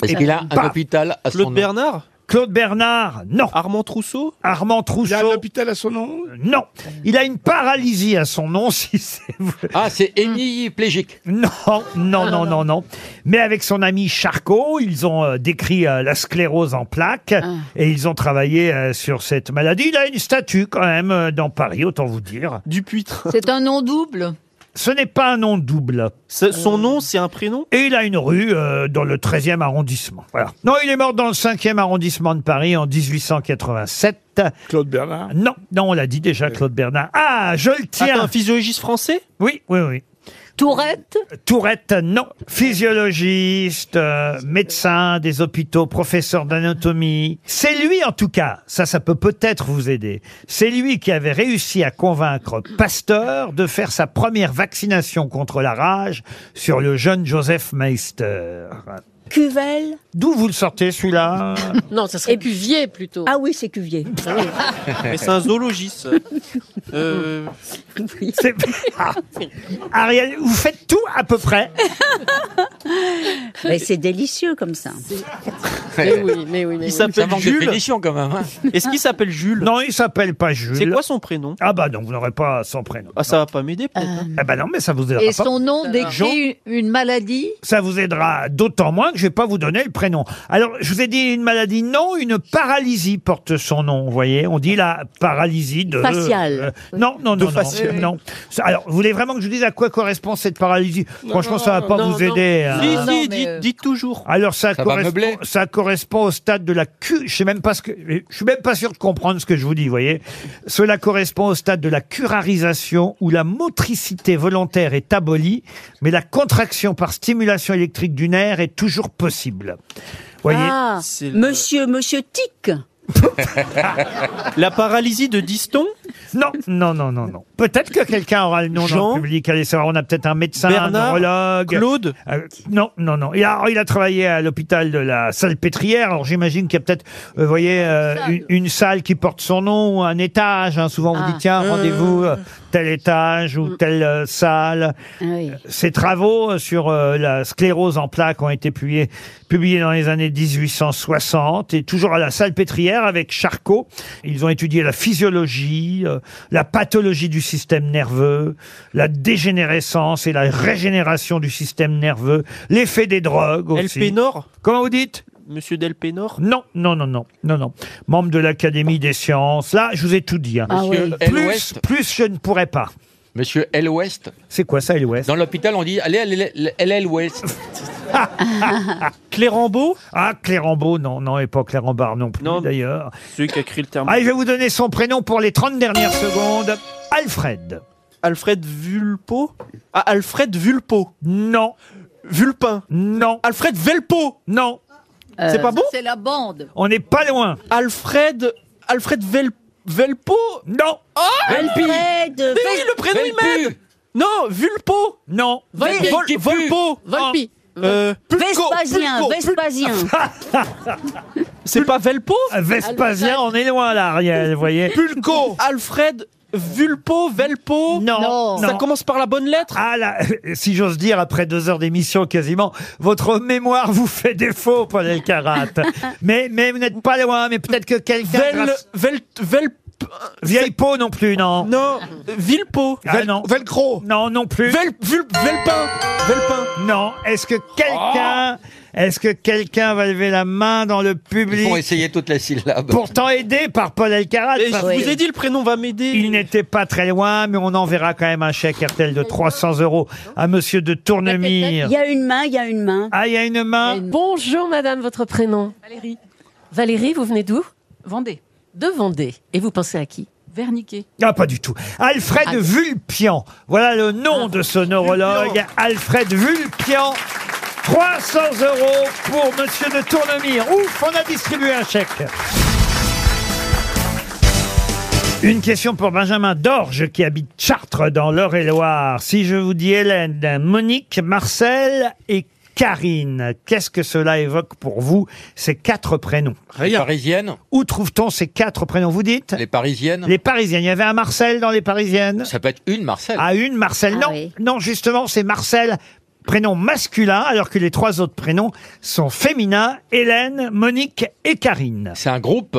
E: Est-ce qu'il a
B: Bah.
E: un hôpital à son
G: Claude
E: nom
G: Bernard
B: Claude Bernard, non.
G: Armand Trousseau
D: Il y a un
B: Armand Trousseau, Euh,
D: hôpital à son nom.
B: non. Il a une paralysie à son nom, si c'est vrai.
E: Ah, c'est hémiplégique.
B: Non, non, non, non, non. Mais avec son ami Charcot, ils ont euh, décrit euh, la sclérose en plaques et ils ont travaillé euh, sur cette maladie. Il a une statue quand même euh, dans Paris, autant vous dire.
G: Dupuitre.
H: C'est un nom double.
B: Ce n'est pas un nom double.
G: Ce- Son nom c'est un prénom
B: Et il a une rue euh, dans le 13e arrondissement. Voilà. Non, il est mort dans le 5e arrondissement de Paris en 1887.
D: Claude Bernard.
B: Non, non, on l'a dit déjà, Claude Bernard. Ah, je le
G: Attends,
B: tiens.
G: un physiologiste français
B: Oui, oui, oui. Euh,
H: Tourette
B: Tourette, non. Physiologiste, euh, médecin des hôpitaux, professeur d'anatomie. C'est lui, en tout cas, ça, ça peut peut-être vous aider. C'est lui qui avait réussi à convaincre Pasteur de faire sa première vaccination contre la rage sur le jeune Joseph Meister.
F: Cuvel.
B: D'où vous le sortez, celui-là
C: Non, ça serait Cuvier plutôt.
F: Ah oui, c'est Cuvier.
G: Mais c'est un zoologiste. Euh,
F: Oui.
B: C'est- Ah. Ariel, vous faites tout à peu près.
F: Mais c'est délicieux comme ça.
C: Mais oui, mais oui, mais
G: il
C: oui.
E: Ça
G: s'appelle
E: manque de
G: Jules.
E: finition quand même. hein.
G: Est-ce qu'il s'appelle Jules
B: Non, il s'appelle pas Jules.
G: C'est quoi son prénom
B: Ah bah non, vous n'aurez pas son prénom.
G: Ah ça va pas m'aider peut-être. hein.
B: Ah bah non, mais ça vous aidera
H: et
B: pas.
H: son nom décrit une, une maladie.
B: Ça vous aidera d'autant moins que je vais pas vous donner le prénom. Alors, je vous ai dit une maladie, non, une paralysie porte son nom, vous voyez. On dit la paralysie de...
F: Faciale.
B: Euh, non, non, non, non.
G: faciale.
B: non. Ça- Alors, vous voulez vraiment que je vous dise à quoi correspond cette paralysie Franchement, ça va pas
G: non,
B: vous
G: non.
B: aider. hein.
G: Si,
H: Ah,
G: si,
H: non, mais,
G: dites,
H: euh,
G: dites toujours.
B: Alors ça,
E: Ça va
B: correspond,
E: meubler.
B: ça correspond au stade de la cu... Je sais même pas ce que, je suis même pas sûr de comprendre ce que je vous dis, vous voyez. Cela correspond au stade de la curarisation où la motricité volontaire est abolie, mais la contraction par stimulation électrique du nerf est toujours toujours possible. Voyez.
F: Ah, monsieur, monsieur Tic.
B: La paralysie de Diston Non, non, non, non, non. Peut-être que quelqu'un aura le nom dans le public. Allez savoir, on a peut-être un médecin,
G: Bernard
B: un neurologue. Claude Ah, Non, non, non. Il a, il a travaillé à l'hôpital de la Salpêtrière. Alors j'imagine qu'il y a peut-être, euh, vous voyez, euh, une, une salle qui porte son nom, ou un étage. hein. Souvent, on vous dit, tiens, rendez-vous euh, tel étage ou telle euh, salle. Ses travaux euh, sur euh, la sclérose en plaques ont été publiés, publiés dans les années 1860 et toujours à la Salpêtrière avec Charcot. Ils ont étudié la physiologie, euh, la pathologie du système nerveux, la dégénérescence et la régénération du système nerveux, l'effet des drogues aussi.
G: Elpénor
B: Comment vous dites
G: Monsieur Delpénor
B: Non, non, non, non, non, non. Membre de l'Académie des sciences. Là, je vous ai tout dit. hein.
E: Ah Monsieur oui. L.
B: plus,
E: Ouest.
B: plus je ne pourrais pas.
E: Monsieur L. West.
B: C'est quoi ça, L. West
E: Dans l'hôpital, on dit allez, allez, allez, LL West.
B: Ah, Clérambeau Ah, Clérambeau, non, non, et pas Clérambard non plus, d'ailleurs. Ah,
G: Celui qui a écrit le terme.
B: Allez, je vais vous donner son prénom pour les 30 dernières secondes. Alfred.
G: Alfred Vulpo Ah, Alfred Vulpo.
B: Non.
G: Vulpin.
B: Non.
G: Alfred Velpo.
B: Non.
G: C'est pas
H: ça,
G: bon
H: euh, C'est la bande.
B: On n'est pas loin.
G: Alfred. Alfred Vel- Velpo
B: Non.
G: Oh
F: Velpi. Alfred
G: Mais oui,
F: Vel-
G: le prénom il
F: Velpu.
G: m'aide Non, Vulpo
B: Non.
F: Velpi
G: Vol-
F: qui pue.
G: Volpo
F: Volpi.
G: Ah. Euh, Pulco,
F: Vespasien,
G: Pulco, Pul-
F: Vespasien.
G: C'est pas Velpo
B: Euh, Vespasien, on est loin là, Ariel, vous voyez.
G: Pulco Alfred Vulpo Velpo
B: Non, Non.
G: Ça
B: non.
G: commence par la bonne lettre
B: Ah là, si j'ose dire, après deux heures d'émission quasiment, votre mémoire vous fait défaut, Paul Elkarat. mais, mais vous n'êtes pas loin, mais peut-être que quelqu'un...
G: Vel...
B: grâce-
G: Vel... Vel...
B: Vieille peau non plus, non.
G: Non, Vilpo
B: Ah, non.
G: Velcro
B: Non, non plus.
G: Vel... Vul- Velpin Velpin Oh.
B: Non. Est-ce que quelqu'un, est-ce que quelqu'un va lever la main dans le public
E: Pour essayer toutes les syllabes.
B: Pourtant aidé par Paul Elkarat.
G: Et je
B: parce
G: vous
B: que
G: ai dit, le prénom va m'aider.
B: Il n'était pas très loin, mais on enverra quand même un chèque RTL de 300 euros à Monsieur de Tournemire.
F: Il y a une main, il y a une main.
B: Ah, il y a une main.
C: Bonjour madame, votre prénom
L: Valérie,
C: Valérie, vous venez d'où
L: Vendée,
C: De Vendée. Et vous pensez à qui
L: Verniquet.
B: Ah, pas du tout. Alfred
C: Ah.
B: Vulpian. Voilà le nom de ce neurologue.
G: Vulpian.
B: Alfred Vulpian. 300 euros pour Monsieur de Tournemire. Ouf, on a distribué un chèque. Une question pour Benjamin Dorge qui habite Chartres dans l'Eure-et-Loire. Si je vous dis Hélène, Monique, Marcel et Karine, qu'est-ce que cela évoque pour vous ces quatre prénoms
E: Les Parisiennes.
B: Où trouve-t-on ces quatre prénoms Vous dites
E: Les Parisiennes.
B: les Parisiennes. Il y avait un Marcel dans les Parisiennes
E: Ça peut être une Marcel.
B: À une Marcel.
F: Ah
B: Non,
F: oui.
B: non, justement, c'est Marcel, prénom masculin, alors que les trois autres prénoms sont féminins Hélène, Monique et Karine.
E: C'est un groupe.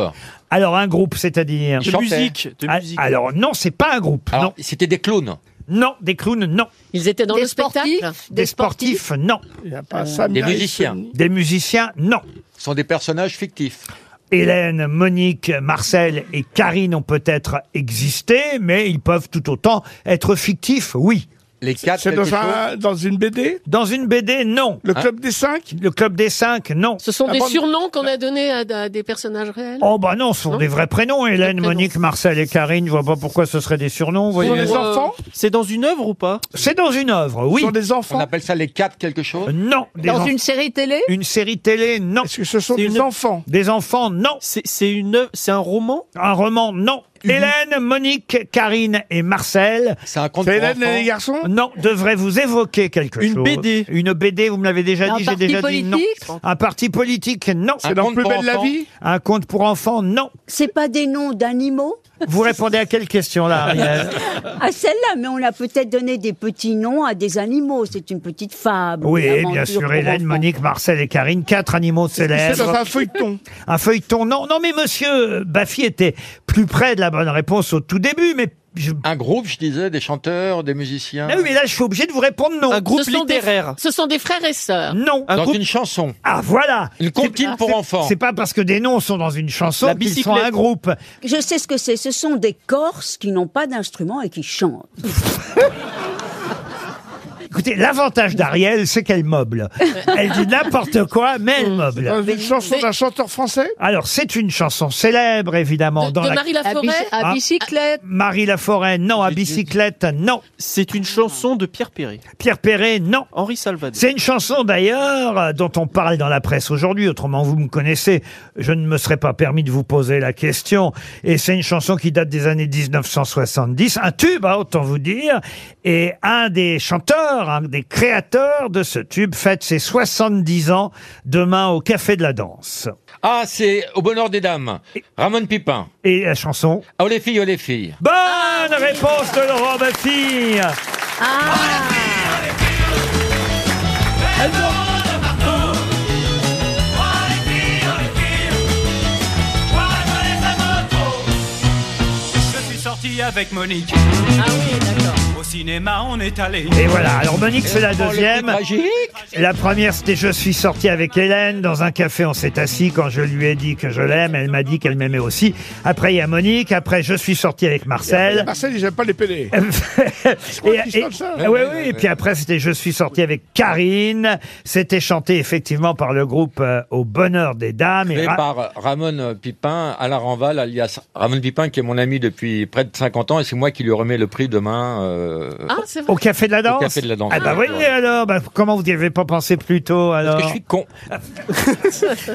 B: Alors, un groupe, c'est-à-dire.
E: Ils chantaient.
G: musique, de
B: Ah,
G: musique.
B: Alors, non, c'est pas un groupe.
E: Alors, c'était des clowns.
B: Non, non, des clowns, non.
C: Ils étaient dans
H: Des
C: le
H: sportifs
C: spectacle
B: Des, sportifs, non.
D: Il n'y a
B: Euh, Ah,
D: pas Sam
E: des
D: Nice,
E: musiciens.
D: Sony.
B: Des musiciens, non.
E: Ce sont des personnages fictifs.
B: Hélène, Monique, Marcel et Karine ont peut-être existé, mais ils peuvent tout autant être fictifs, oui.
E: Les quatre.
D: C'est
E: quelque
D: dans,
E: chose. Hein
D: un- dans une BD
B: Dans une BD, non.
D: Le Club des Cinq
B: Le club des cinq, non.
C: Ce sont
D: La
H: Ah,
C: des
D: bande-
C: surnoms qu'on a donnés à, à des personnages réels
B: Oh bah non, ce sont
C: Non.
B: des vrais prénoms. Hélène,
C: prénoms.
B: Monique, Marcel et Karine, je vois pas pourquoi ce serait des surnoms. vous
D: Ce sont
B: voyez.
D: des
G: Euh,
D: enfants
G: C'est dans une œuvre ou pas
B: C'est dans une œuvre,
D: Ce
B: oui. Euh,
D: sont des
E: On
D: enfants
E: appelle ça les quatre quelque chose.
B: Non. Des
H: Dans
B: enf-
H: une série télé
B: une série télé, non.
D: Est-ce que ce sont
G: C'est
D: des
G: une-
D: enfants
B: Des enfants, non.
G: C'est c'est une œuvre, c'est un roman
B: Un roman, non. Hélène, Monique, Karine et Marcel,
E: C'est un conte
D: C'est
E: pour
D: Hélène et les
E: enfants.
D: garçons
B: non, devraient vous évoquer quelque
G: Une
B: chose.
G: BD.
B: Une BD, vous me l'avez déjà
H: Un
B: dit, j'ai
H: parti
B: déjà dit non.
H: politique
B: Un parti politique, non.
E: Un
D: C'est dans
E: conte
D: Plus
E: pour
D: belle la
E: enfants.
D: vie
B: Un conte pour enfants, non.
F: C'est pas des noms d'animaux
B: Vous répondez à quelle question là, Ariel
F: à Ah, celle-là, mais on a peut-être donné des petits noms à des animaux. C'est une petite fable. une
B: Oui, bien
F: aventure
B: sûr,
F: pour
B: Hélène,
F: enfants.
B: Monique, Marcel et Karine, quatre animaux
D: C'est dans
B: célèbres.
D: un feuilleton.
B: Un feuilleton, non. Non, mais monsieur Baffy était plus près de la bonne réponse au tout début, mais je...
E: Un groupe, je disais, des chanteurs, des musiciens.
B: Ah oui, mais là, je suis obligé de vous répondre non.
G: Un groupe
C: Ce sont des-
G: littéraire
C: Ce sont des frères et sœurs.
B: Non.
G: un
E: dans
G: groupe-
E: une chanson.
B: Ah, voilà
E: Une comptine pour enfants.
B: C'est pas parce que des noms sont dans une chanson
G: La
B: qu'ils sont
G: bicyclette.
B: un groupe.
F: Je sais ce que c'est. Ce sont des Corses qui n'ont pas d'instrument et qui chantent.
B: Écoutez, l'avantage d'Ariel, c'est qu'elle meuble. Elle dit n'importe quoi, mais elle meuble.
D: dans une chanson d'un chanteur français
B: Alors, c'est une chanson célèbre, évidemment. dans Ah,
H: de Marie Laforêt À bici- à bicyclette.
B: Marie Laforêt, non. À bicyclette, non.
G: C'est une chanson de Pierre Perret.
B: Pierre Perret, non.
G: Henri Salvador.
B: C'est une chanson, d'ailleurs, euh, dont on parle dans la presse aujourd'hui. Autrement, vous me connaissez. Je ne me serais pas permis de vous poser la question. Et c'est une chanson qui date des années 1970. Un tube, hein, autant vous dire. Et un des chanteurs, un des créateurs de ce tube fête ses 70 ans demain au Café de la Danse.
E: Ah, c'est Au bonheur des dames. Ramon Pipin.
B: Et la chanson
E: Oh les filles, oh les filles.
B: Bonne réponse de Laurent Baffy
J: Je suis sorti Avec Monique. Ah oui, d'accord. Au cinéma, on est allé.
B: Et voilà, alors Monique
D: Oh,
B: c'est la deuxième. La première c'était je suis sorti avec Hélène dans un café, on s'est assis quand je lui ai dit que je l'aime, elle m'a dit qu'elle m'aimait aussi. Après il y a Monique, après je suis sorti avec Marcel.
D: Marcel, il n'aime pas les pédés.
B: Et,
D: crois qu'ils
B: et-
D: chantent ça.
B: ouais, ouais, et puis après c'était je suis sorti avec Karine, c'était chanté effectivement par le groupe euh, Au bonheur des dames
E: Et
B: Ra-
E: par Ramon Pipin, Alain Ranval, alias Ramon Pipin, qui est mon ami depuis près de 50 ans, et c'est moi qui lui remets le prix demain. euh,
B: au café de la danse.
E: Au Café de la Danse.
B: Ah bah oui alors, bah, comment vous n'y avez pas pensé plus tôt alors
E: Parce que je suis con.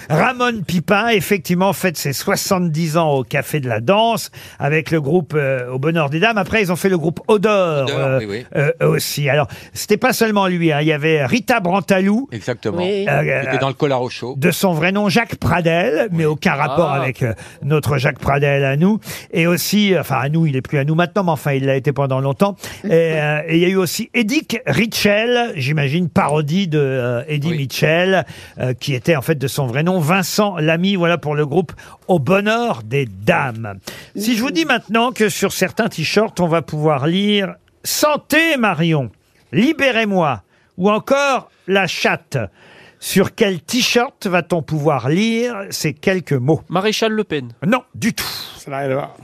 B: Ramon Pipin, effectivement, fête ses 70 ans au Café de la Danse avec le groupe euh, Au Bonheur des Dames. Après, ils ont fait le groupe Odor,
E: Odor,
B: euh,
E: oui, oui.
B: euh, aussi. Alors, c'était pas seulement lui. hein. Il y avait Rita Brantalou.
E: Exactement.
B: Oui. Euh,
E: J'étais dans le collar au chaud.
B: De son vrai nom, Jacques Pradel, mais aucun rapport
E: Ah.
B: avec euh, notre Jacques Pradel à nous. Et aussi, enfin à nous, il est plus à nous maintenant, mais enfin il l'a été pendant longtemps. Et euh, et il y a eu aussi Edith Richel, j'imagine parodie de euh, Eddie Mitchell, euh, qui était en fait de son vrai nom Vincent Lamy. Voilà pour le groupe Au Bonheur des Dames. Si je vous dis maintenant que sur certains t-shirts, on va pouvoir lire Santé Marion, libérez-moi, ou encore La chatte. Sur quel t-shirt va-t-on pouvoir lire ces quelques mots
G: Maréchal Le Pen.
B: Non, du tout.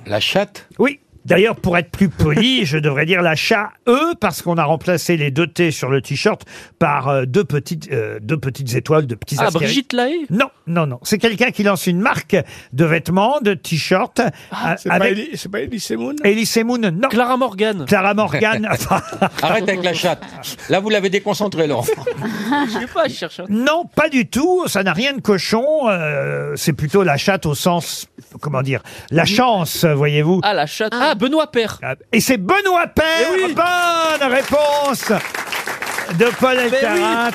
E: La chatte
B: Oui. D'ailleurs, pour être plus poli, je devrais dire la chat E parce qu'on a remplacé les deux T sur le t-shirt par euh, deux petites, euh, deux petites étoiles, de petits
G: Ah,
B: astérisques.
G: Brigitte Lahaye
B: Non, non, non. C'est quelqu'un qui lance une marque de vêtements, de t-shirts.
G: Ah,
B: euh,
D: C'est pas
B: avec
D: Eli- c'est pas Elise Moon
B: Elise Moon, non.
G: Clara Morgan.
B: Clara Morgan.
E: Arrête avec la chatte. Là, vous l'avez déconcentré, Laurent.
G: Je sais pas, je cherche un.
B: Non, pas du tout. Ça n'a rien de cochon. euh, c'est plutôt la chatte au sens, comment dire, la chance, voyez-vous.
G: Ah, la chatte. Ah, Benoît Père.
B: Ah, Et c'est Benoît Père. Bonne réponse de Paul Elkarat.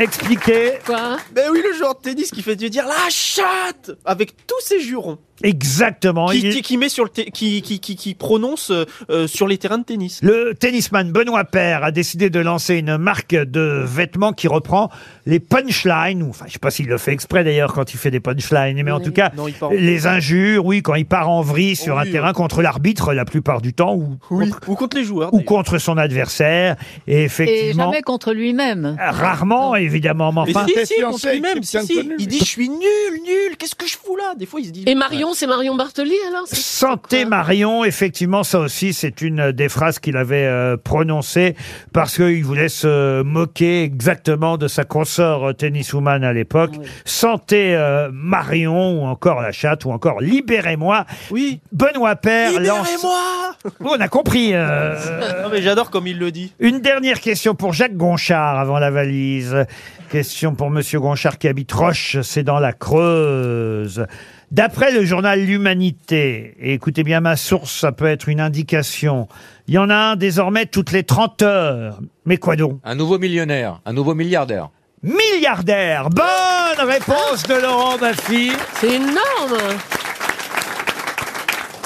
B: Expliquez
C: Quoi
G: Ben oui, le joueur de tennis qui fait dire la chatte avec tous ses jurons.
B: exactement.
G: Qui,
B: Il-
G: qui- qui met sur le te- qui, qui, qui, qui prononce euh, euh, sur les terrains de tennis.
B: Le tennisman Benoît Paire a décidé de lancer une marque de vêtements qui reprend les punchlines, ou enfin, je sais pas s'il le fait exprès d'ailleurs quand il fait des punchlines, mais en tout cas,
G: Non, il part en- Oh
B: les injures, oui, quand il part en vrille sur un
G: oui,
B: terrain contre l'arbitre la plupart du temps, ou, contre,
G: Ou contre les joueurs.
B: ou contre son adversaire, et
H: Et
B: effectivement,
H: jamais contre lui-même.
B: rarement, évidemment, mais
G: Mais
B: enfin,
G: si,
D: t'es
G: si,
D: fiancé
G: contre
D: avec
G: lui-même,
D: quelqu'un
G: si,
D: de
G: si.
D: connu.
G: Il dit je suis nul, nul, qu'est-ce que je fous là Des fois il se dit.
C: Et Marion, c'est Marion Bartoli alors c'est-
B: Santé Marion, effectivement, ça aussi, c'est une des phrases qu'il avait euh, prononcées parce qu'il voulait se moquer exactement de sa consort euh, tenniswoman à l'époque. Santé euh, Marion, ou encore la chatte, ou encore Libérez-moi.
G: Oui.
B: Benoît Père lance.
G: Libérez-moi
B: Oui, on a compris. euh,
G: Non mais j'adore comme il le dit.
B: Une dernière question pour Jacques Gonchard avant la valise. Question pour Monsieur Gonchard qui habite Roche, c'est dans la Creuse. D'après le journal L'Humanité, et écoutez bien ma source, ça peut être une indication, il y en a un désormais toutes les 30 heures. Mais quoi donc
E: Un nouveau millionnaire, un nouveau milliardaire.
B: Milliardaire Bonne réponse de Laurent Baffy
C: C'est énorme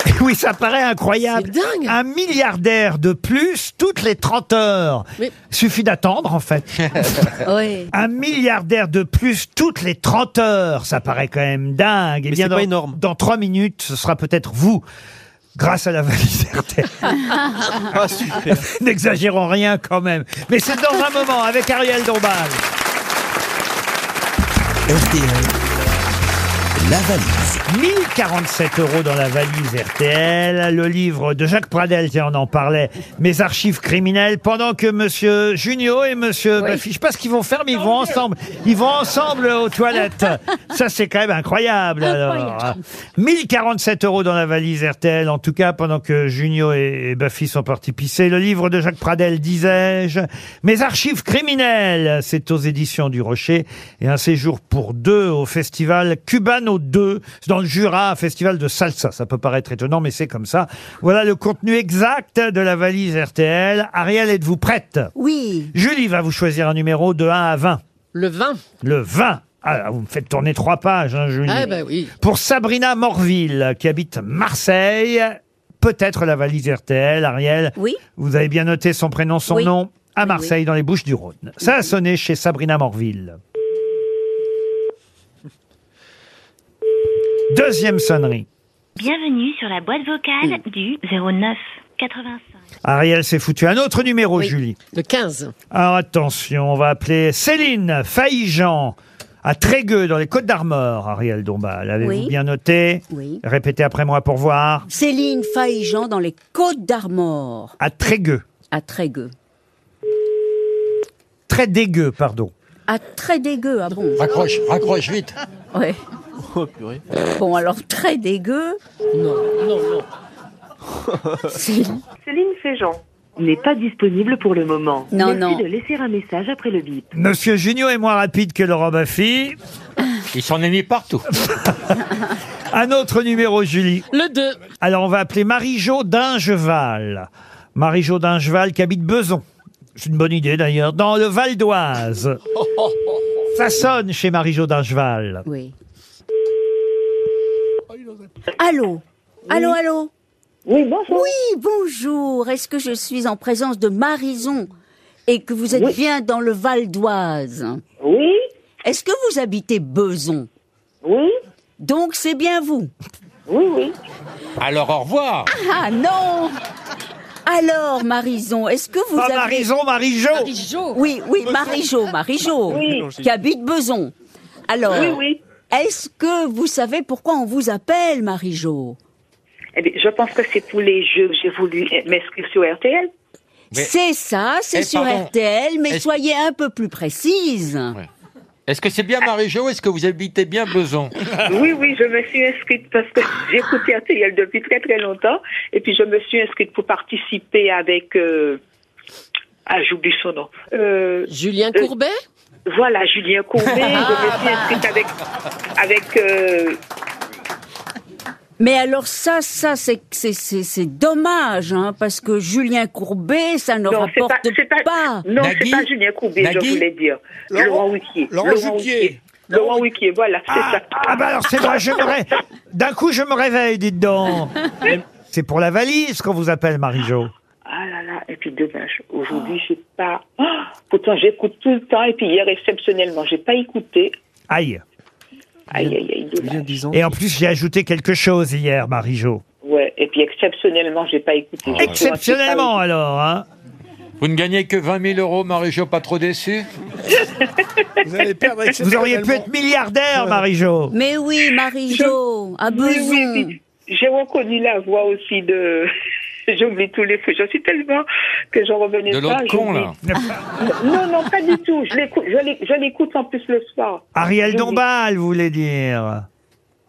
B: Eh Oui, ça paraît incroyable.
C: C'est dingue.
B: Un milliardaire de plus toutes les 30 heures.
C: Mais-
B: Suffit d'attendre en fait.
F: Oui.
B: Un milliardaire de plus toutes les 30 heures, ça paraît quand même dingue. Eh
G: Mais
B: bien,
G: c'est
B: dans,
G: pas énorme.
B: Dans 3 minutes, ce sera peut-être vous. Grâce à la valise RTL.
G: Ah super.
B: N'exagérons rien quand même. Mais c'est dans un moment avec Ariel Dombal.
A: RTL, la valise.
B: 1047 euros dans la valise RTL. Le livre de Jacques Pradel, tiens, on en parlait, Mes archives criminelles, pendant que Monsieur Junio et Monsieur Baffy, je sais pas ce qu'ils vont faire, mais ils vont ensemble. Ils vont ensemble aux toilettes. Ça, c'est quand même incroyable. Alors. 1047 Ah. euros dans la valise RTL, en tout cas, pendant que Junio et, et Baffy sont partis pisser. Le livre de Jacques Pradel, disais-je, Mes archives criminelles, c'est aux éditions du Rocher, et un séjour pour deux au festival Cubano 2, c'est dans le Jura, un festival de salsa. Ça peut paraître étonnant, mais c'est comme ça. Voilà le contenu exact de la valise RTL. Ariel, êtes-vous prête
F: Oui.
B: Julie va vous choisir un numéro de 1 à 20.
C: Le 20
B: Le 20 ah, vous me faites tourner trois pages, hein, Julie.
C: Ah, bah oui.
B: Pour Sabrina Morville, qui habite Marseille, peut-être la valise RTL, Ariel.
F: Oui.
B: Vous avez bien noté son prénom, son
F: Oui.
B: nom, à
F: Oui,
B: Marseille,
F: oui.
B: dans les Bouches du Rhône. Ça a sonné chez Sabrina Morville. Deuxième sonnerie.
L: Bienvenue sur la boîte vocale du 09 85.
B: Ariel s'est foutu un autre numéro, Julie.
C: Le 15.
B: Alors attention, on va appeler Céline Faillijan à Trégueux, dans les Côtes d'Armor, Ariel Dombal. Avez-vous
F: Oui.
B: bien noté
F: Oui.
B: Répétez après moi pour voir.
F: Céline Faillijan dans les Côtes d'Armor,
B: À Trégueux.
F: à Trégueux.
B: Très dégueu, pardon.
F: À très dégueu, ah bon
E: Raccroche, raccroche vite.
F: Ouais.
G: Oh, purée.
F: Bon, alors très dégueu. Non, non, non.
M: Céline Féjean n'est pas disponible pour le moment.
B: Non,
M: Merci
B: non.
M: de laisser un message après le bip.
B: Monsieur Junio est moins rapide que Laurent Baffy.
E: Il s'en est mis partout.
B: Un autre numéro, Julie.
C: Le 2.
B: Alors, on va appeler Marie-Jo d'Ingeval. Marie-Jo d'Ingeval qui habite Beson. C'est une bonne idée d'ailleurs. Dans le Val d'Oise. Ça sonne chez Marie-Jo d'Ingeval.
F: Oui. Allô Allô, allô Oui, bonjour. Oui, bonjour. Est-ce que je suis en présence de Marison et que vous êtes bien dans le Val d'Oise Oui. Est-ce que vous habitez Beson Oui. Donc c'est bien vous Oui, oui.
E: Alors au revoir.
F: Ah non Alors, Marison, est-ce que vous
B: Pas
F: avez...
B: Marison, Marie-Jo
F: Oui, oui, Marie-Jo, Marie-Jo,
B: Oui.
F: qui habite Beson. Alors,
M: Oui, oui.
F: est-ce que vous savez pourquoi on vous appelle Marie-Jo
M: Eh bien, je pense que c'est pour les jeux que j'ai voulu euh, m'inscrire sur RTL.
E: Mais-
F: C'est ça, c'est
E: Eh,
F: sur
E: pardon.
F: RTL, mais
E: Est-ce-
F: soyez un peu plus précise.
E: Est-ce que c'est bien Marie-Jo Est-ce que vous habitez bien Beson
M: Oui, oui, je me suis inscrite parce que j'écoute RTL depuis très très longtemps. Et puis je me suis inscrite pour participer avec... euh, Ah, j'oublie son nom. Euh,
C: Julien Courbet Ah, bah.
M: Voilà, Julien Courbet. je me suis inscrite avec... avec euh,
F: Mais alors ça, ça, c'est c'est- c'est- c'est dommage, hein, parce que Julien Courbet, ça ne
M: Non, c'est
F: rapporte
M: pas, c'est pas, Non, c'est pas Julien Courbet,
F: Nagui
M: je voulais dire.
F: Laurent-
M: Laurent Wickier.
F: Laurent
M: Wickier. Laurent Wickier, voilà, c'est ça.
B: Ah bah alors c'est moi, je me ré- D'un coup, je me réveille, dites donc. C'est pour la valise qu'on vous appelle, Marie-Jo.
M: Ah là là, et puis dommage, aujourd'hui, je sais pas. Ah, pourtant, j'écoute tout le temps, et puis hier, exceptionnellement, j'ai pas écouté.
B: Aïe.
M: Aïe, aïe, aïe, dommage.
B: Et en plus, j'ai ajouté quelque chose hier, Marie-Jo.
M: Ouais, et puis exceptionnellement, j'ai pas
E: Ah
M: écouté. J'ai
B: Exceptionnellement alors, hein.
E: Vous ne gagnez que 20 000 euros, Marie-Jo, pas trop déçu
D: Vous allez perdre
B: Vous auriez pu être milliardaire, Marie-Jo.
F: Mais oui, ah Marie-Jo, à
M: Oui,
F: Beson.
M: oui, oui. J'ai reconnu la voix aussi de. J'oublie tous les feux. Je suis tellement que j'en revenais
E: De
M: pas.
E: l'autre con, là.
M: j'oublie. Non, non, pas du tout. Je l'écoute- je l'é- je l'écoute en plus le soir.
B: Ariel
M: J'oublie.
B: Dombal, vous voulez dire.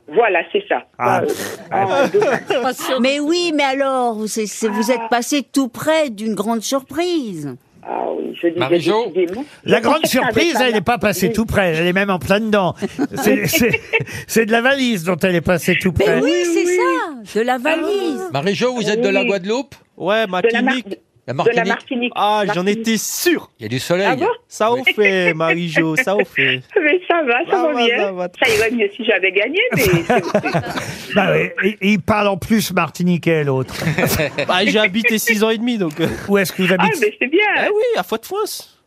M: Voilà, Ah, c'est ça.
B: Ah,
M: Ah, dommage.
F: Mais oui, mais alors, c'est- c'est- vous êtes passé tout près d'une grande surprise.
M: Ah oui, je disais
E: Marie-Jo
M: décidément.
B: La
M: Je
B: grande
M: pensais que ça avait
B: surprise,
M: pas
B: elle n'est pas passée
M: Oui.
B: tout près, elle est même en plein dedans. C'est- C'est c'est de la valise dont elle est passée tout
F: Mais
B: près.
F: oui, c'est ça,
M: Ah
F: de la valise.
E: Marie-Jo, vous êtes de la
M: Oui.
E: Guadeloupe
G: Ouais,
M: De la, Mar-
G: Martinique.
M: de la
E: La Martinique
M: Martinique.
G: Ah, j'en
M: Martinique.
G: étais sûr.
E: Il y a du
M: Ah
E: soleil.
M: bon
G: Ça au fait, Marie-Jo, ça au fait.
M: Mais ça va, ça
G: Ah,
M: va
G: va,
M: bien.
G: va, va.
M: Ça irait mieux si j'avais gagné, mais c'est-
B: Bah oui, et- et il parle en plus martiniquais, l'autre.
G: Bah, j'ai habité 6 ans et demi, donc. euh.
B: Où est-ce que vous
M: ah,
B: habitez
M: mais c'est bien.
G: Eh oui, à Foix-de-France.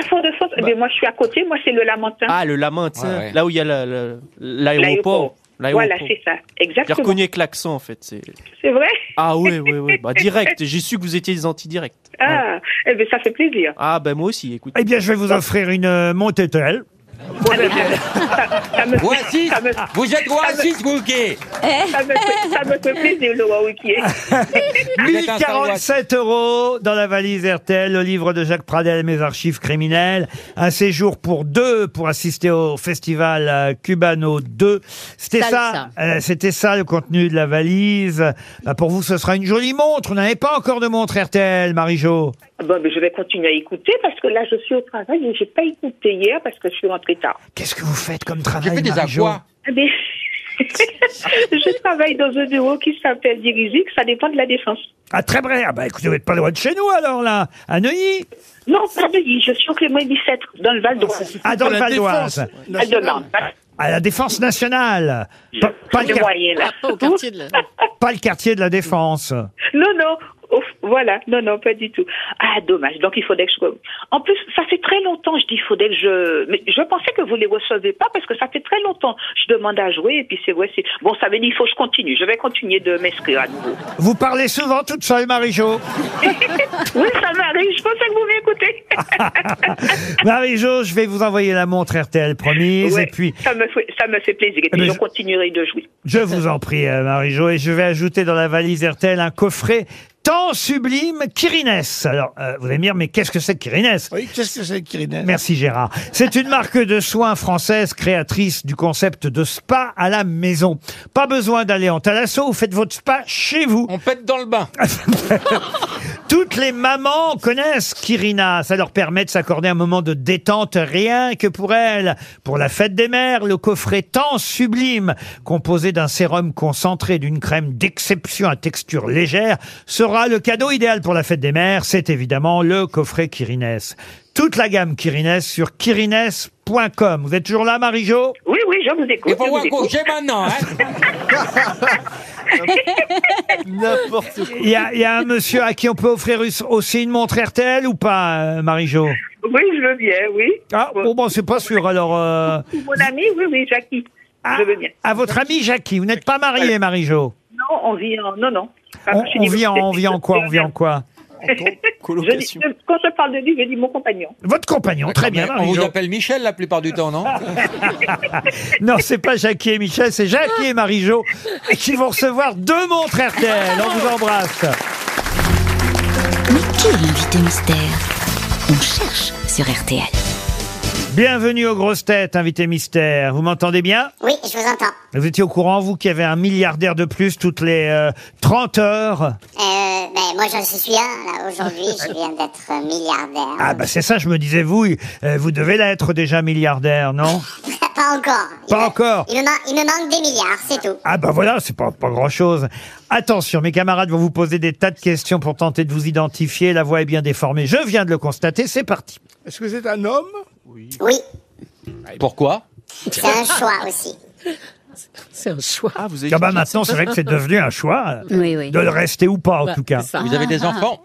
M: À Fort-de-France, mais moi je suis à côté, moi c'est le Lamentin.
G: Ah, le Lamentin,
E: Ouais, ouais.
G: là où il y a la- la- l'aéroport. L'aéroport.
M: Voilà, c'est ça.
G: J'ai
M: Exactement.
G: reconnu avec l'accent, en fait. c'est-
M: C'est vrai
G: Ah ouais, ouais, ouais. Bah, direct, j'ai su que vous étiez des anti-directs.
M: Ah, eh ben, ça fait plaisir.
G: Ah, ben moi aussi, écoute.
B: Eh bien, je vais vous offrir une euh, Montetel.
N: Oasis, vous êtes Oasis, Wookie
M: Ça me fait- ça me fait plaisir, le Wawikier.
B: 1047 euros dans la valise RTL, le livre de Jacques Pradel, Mes archives criminelles, un séjour pour deux pour assister au festival euh, Cubano 2. C'était ça,
O: Salsa.
B: euh, c'était ça le contenu de la valise. Bah, pour vous, ce sera une jolie montre. Vous n'avez pas encore de montre RTL, Marie-Jo.
M: Bon, Ah ben, mais je vais continuer à écouter parce que là, je suis au travail et j'ai pas écouté hier parce que je suis rentrée tard.
B: Qu'est-ce que vous faites comme travail
M: fait des
B: Marie-Jo
M: aquas. Mais... je travaille dans un bureau qui s'appelle Dirigix, ça dépend de la défense.
B: Ah, très vrai. Ah, bah, écoutez, vous n'êtes pas loin de chez nous, alors, là. À Neuilly
M: Non, pas Neuilly. Je suis au Clément 17, dans le Val d'Oise.
B: Ah, dans le Val d'Oise.
M: À demain.
B: À la Défense nationale. Pas, pas le
M: Le
B: quar-
M: moyen, là.
C: Pas au quartier de la...
B: pas le quartier de la Défense.
M: Non, non. Ouf, voilà, non, non, pas du tout. Ah, dommage. Donc, il faudrait que je. En plus, ça fait très longtemps, je dis, il faudrait que je. Mais je pensais que vous les recevez pas parce que ça fait très longtemps. Je demande à jouer et puis c'est vrai, c'est. Bon, ça veut dire, il faut que je continue. Je vais continuer de m'inscrire à nouveau.
B: Vous parlez souvent toute seule, Marie-Jo.
M: oui, ça m'arrive. Je pensais que vous m'écoutez.
B: Marie-Jo, je vais vous envoyer la montre RTL promise.
M: Ouais,
B: Et puis,
M: ça, me fait, ça me fait plaisir. Et puis,
B: mais
M: je
B: je-
M: continuerai de jouer.
B: je vous en prie, euh, Marie-Jo, et je vais ajouter dans la valise RTL un coffret tant sublime Kirines. Alors, euh, vous allez me dire, mais qu'est-ce que c'est que Kirines
D: Oui, qu'est-ce que c'est, Kirinès
B: Merci Gérard. C'est une marque de soins française créatrice du concept de spa à la maison. Pas besoin d'aller en thalasso, vous faites votre spa chez vous. On pète dans le bain. Toutes les mamans connaissent Kirina. Ça leur permet de s'accorder un moment de détente rien que pour elles. Pour la fête des mères, le coffret tant sublime, composé d'un sérum concentré, d'une crème d'exception à texture légère, sera le cadeau idéal pour la fête des mères. C'est évidemment le coffret Kirines. Toute la gamme Kirines sur kirines.com. Vous êtes toujours là, Marie-Jo
M: Oui, oui, je vous écoute.
N: Il faut voir coucher maintenant, hein
G: N'importe
B: Il y a, il y a un monsieur à qui on peut offrir us- aussi une montre RTL ou pas, euh, Marie-Jo
M: Oui, je veux bien, oui.
B: Ah, bon, bon, c'est pas sûr, alors... euh,
M: Mon ami, oui, oui, Jackie. je veux bien.
B: à votre ami Jackie, vous n'êtes pas marié, Marie-Jo
M: Non, on vit en. Non, non.
B: on,
M: Je suis
B: on vit en,
M: divorcée.
B: on vit en quoi On vit en quoi
M: Je dis- je- quand je parle de lui, je dis mon compagnon.
B: Votre compagnon, très bien,
E: On vous
B: Marie-Jo.
E: appelle Michel la plupart du temps, non
B: Non, c'est pas Jackie et Michel, c'est Jackie et Marie-Jo qui vont recevoir deux montres RTL. On vous embrasse.
K: Mais qui est l'invité mystère On cherche sur RTL.
B: Bienvenue aux grosses têtes, invité mystère. Vous m'entendez bien
P: Oui, je vous entends.
B: Vous étiez au courant, vous, qu'il y avait un milliardaire de plus toutes les euh, 30 heures
P: Euh, ben, moi, je suis un, là, aujourd'hui, je viens d'être euh, milliardaire.
B: Ah bah c'est ça, je me disais, vous, euh, vous devez l'être déjà milliardaire, non
P: Pas encore.
B: Pas encore
P: Il me, man- il me manque des milliards, c'est tout.
B: Ah bah voilà, c'est pas, pas grand-chose. Attention, mes camarades vont vous poser des tas de questions pour tenter de vous identifier. La voix est bien déformée. Je viens de le constater, c'est parti.
D: Est-ce que c'est un homme
P: Oui,
E: Pourquoi
P: c'est un choix aussi.
C: C'est un choix.
G: Ah, vous
B: Ah bah maintenant, c'est vrai que c'est devenu un choix.
P: Oui, oui.
B: De le rester ou pas, en
P: Bah,
B: tout cas.
P: c'est ça. Vous avez
C: Ah.
P: des enfants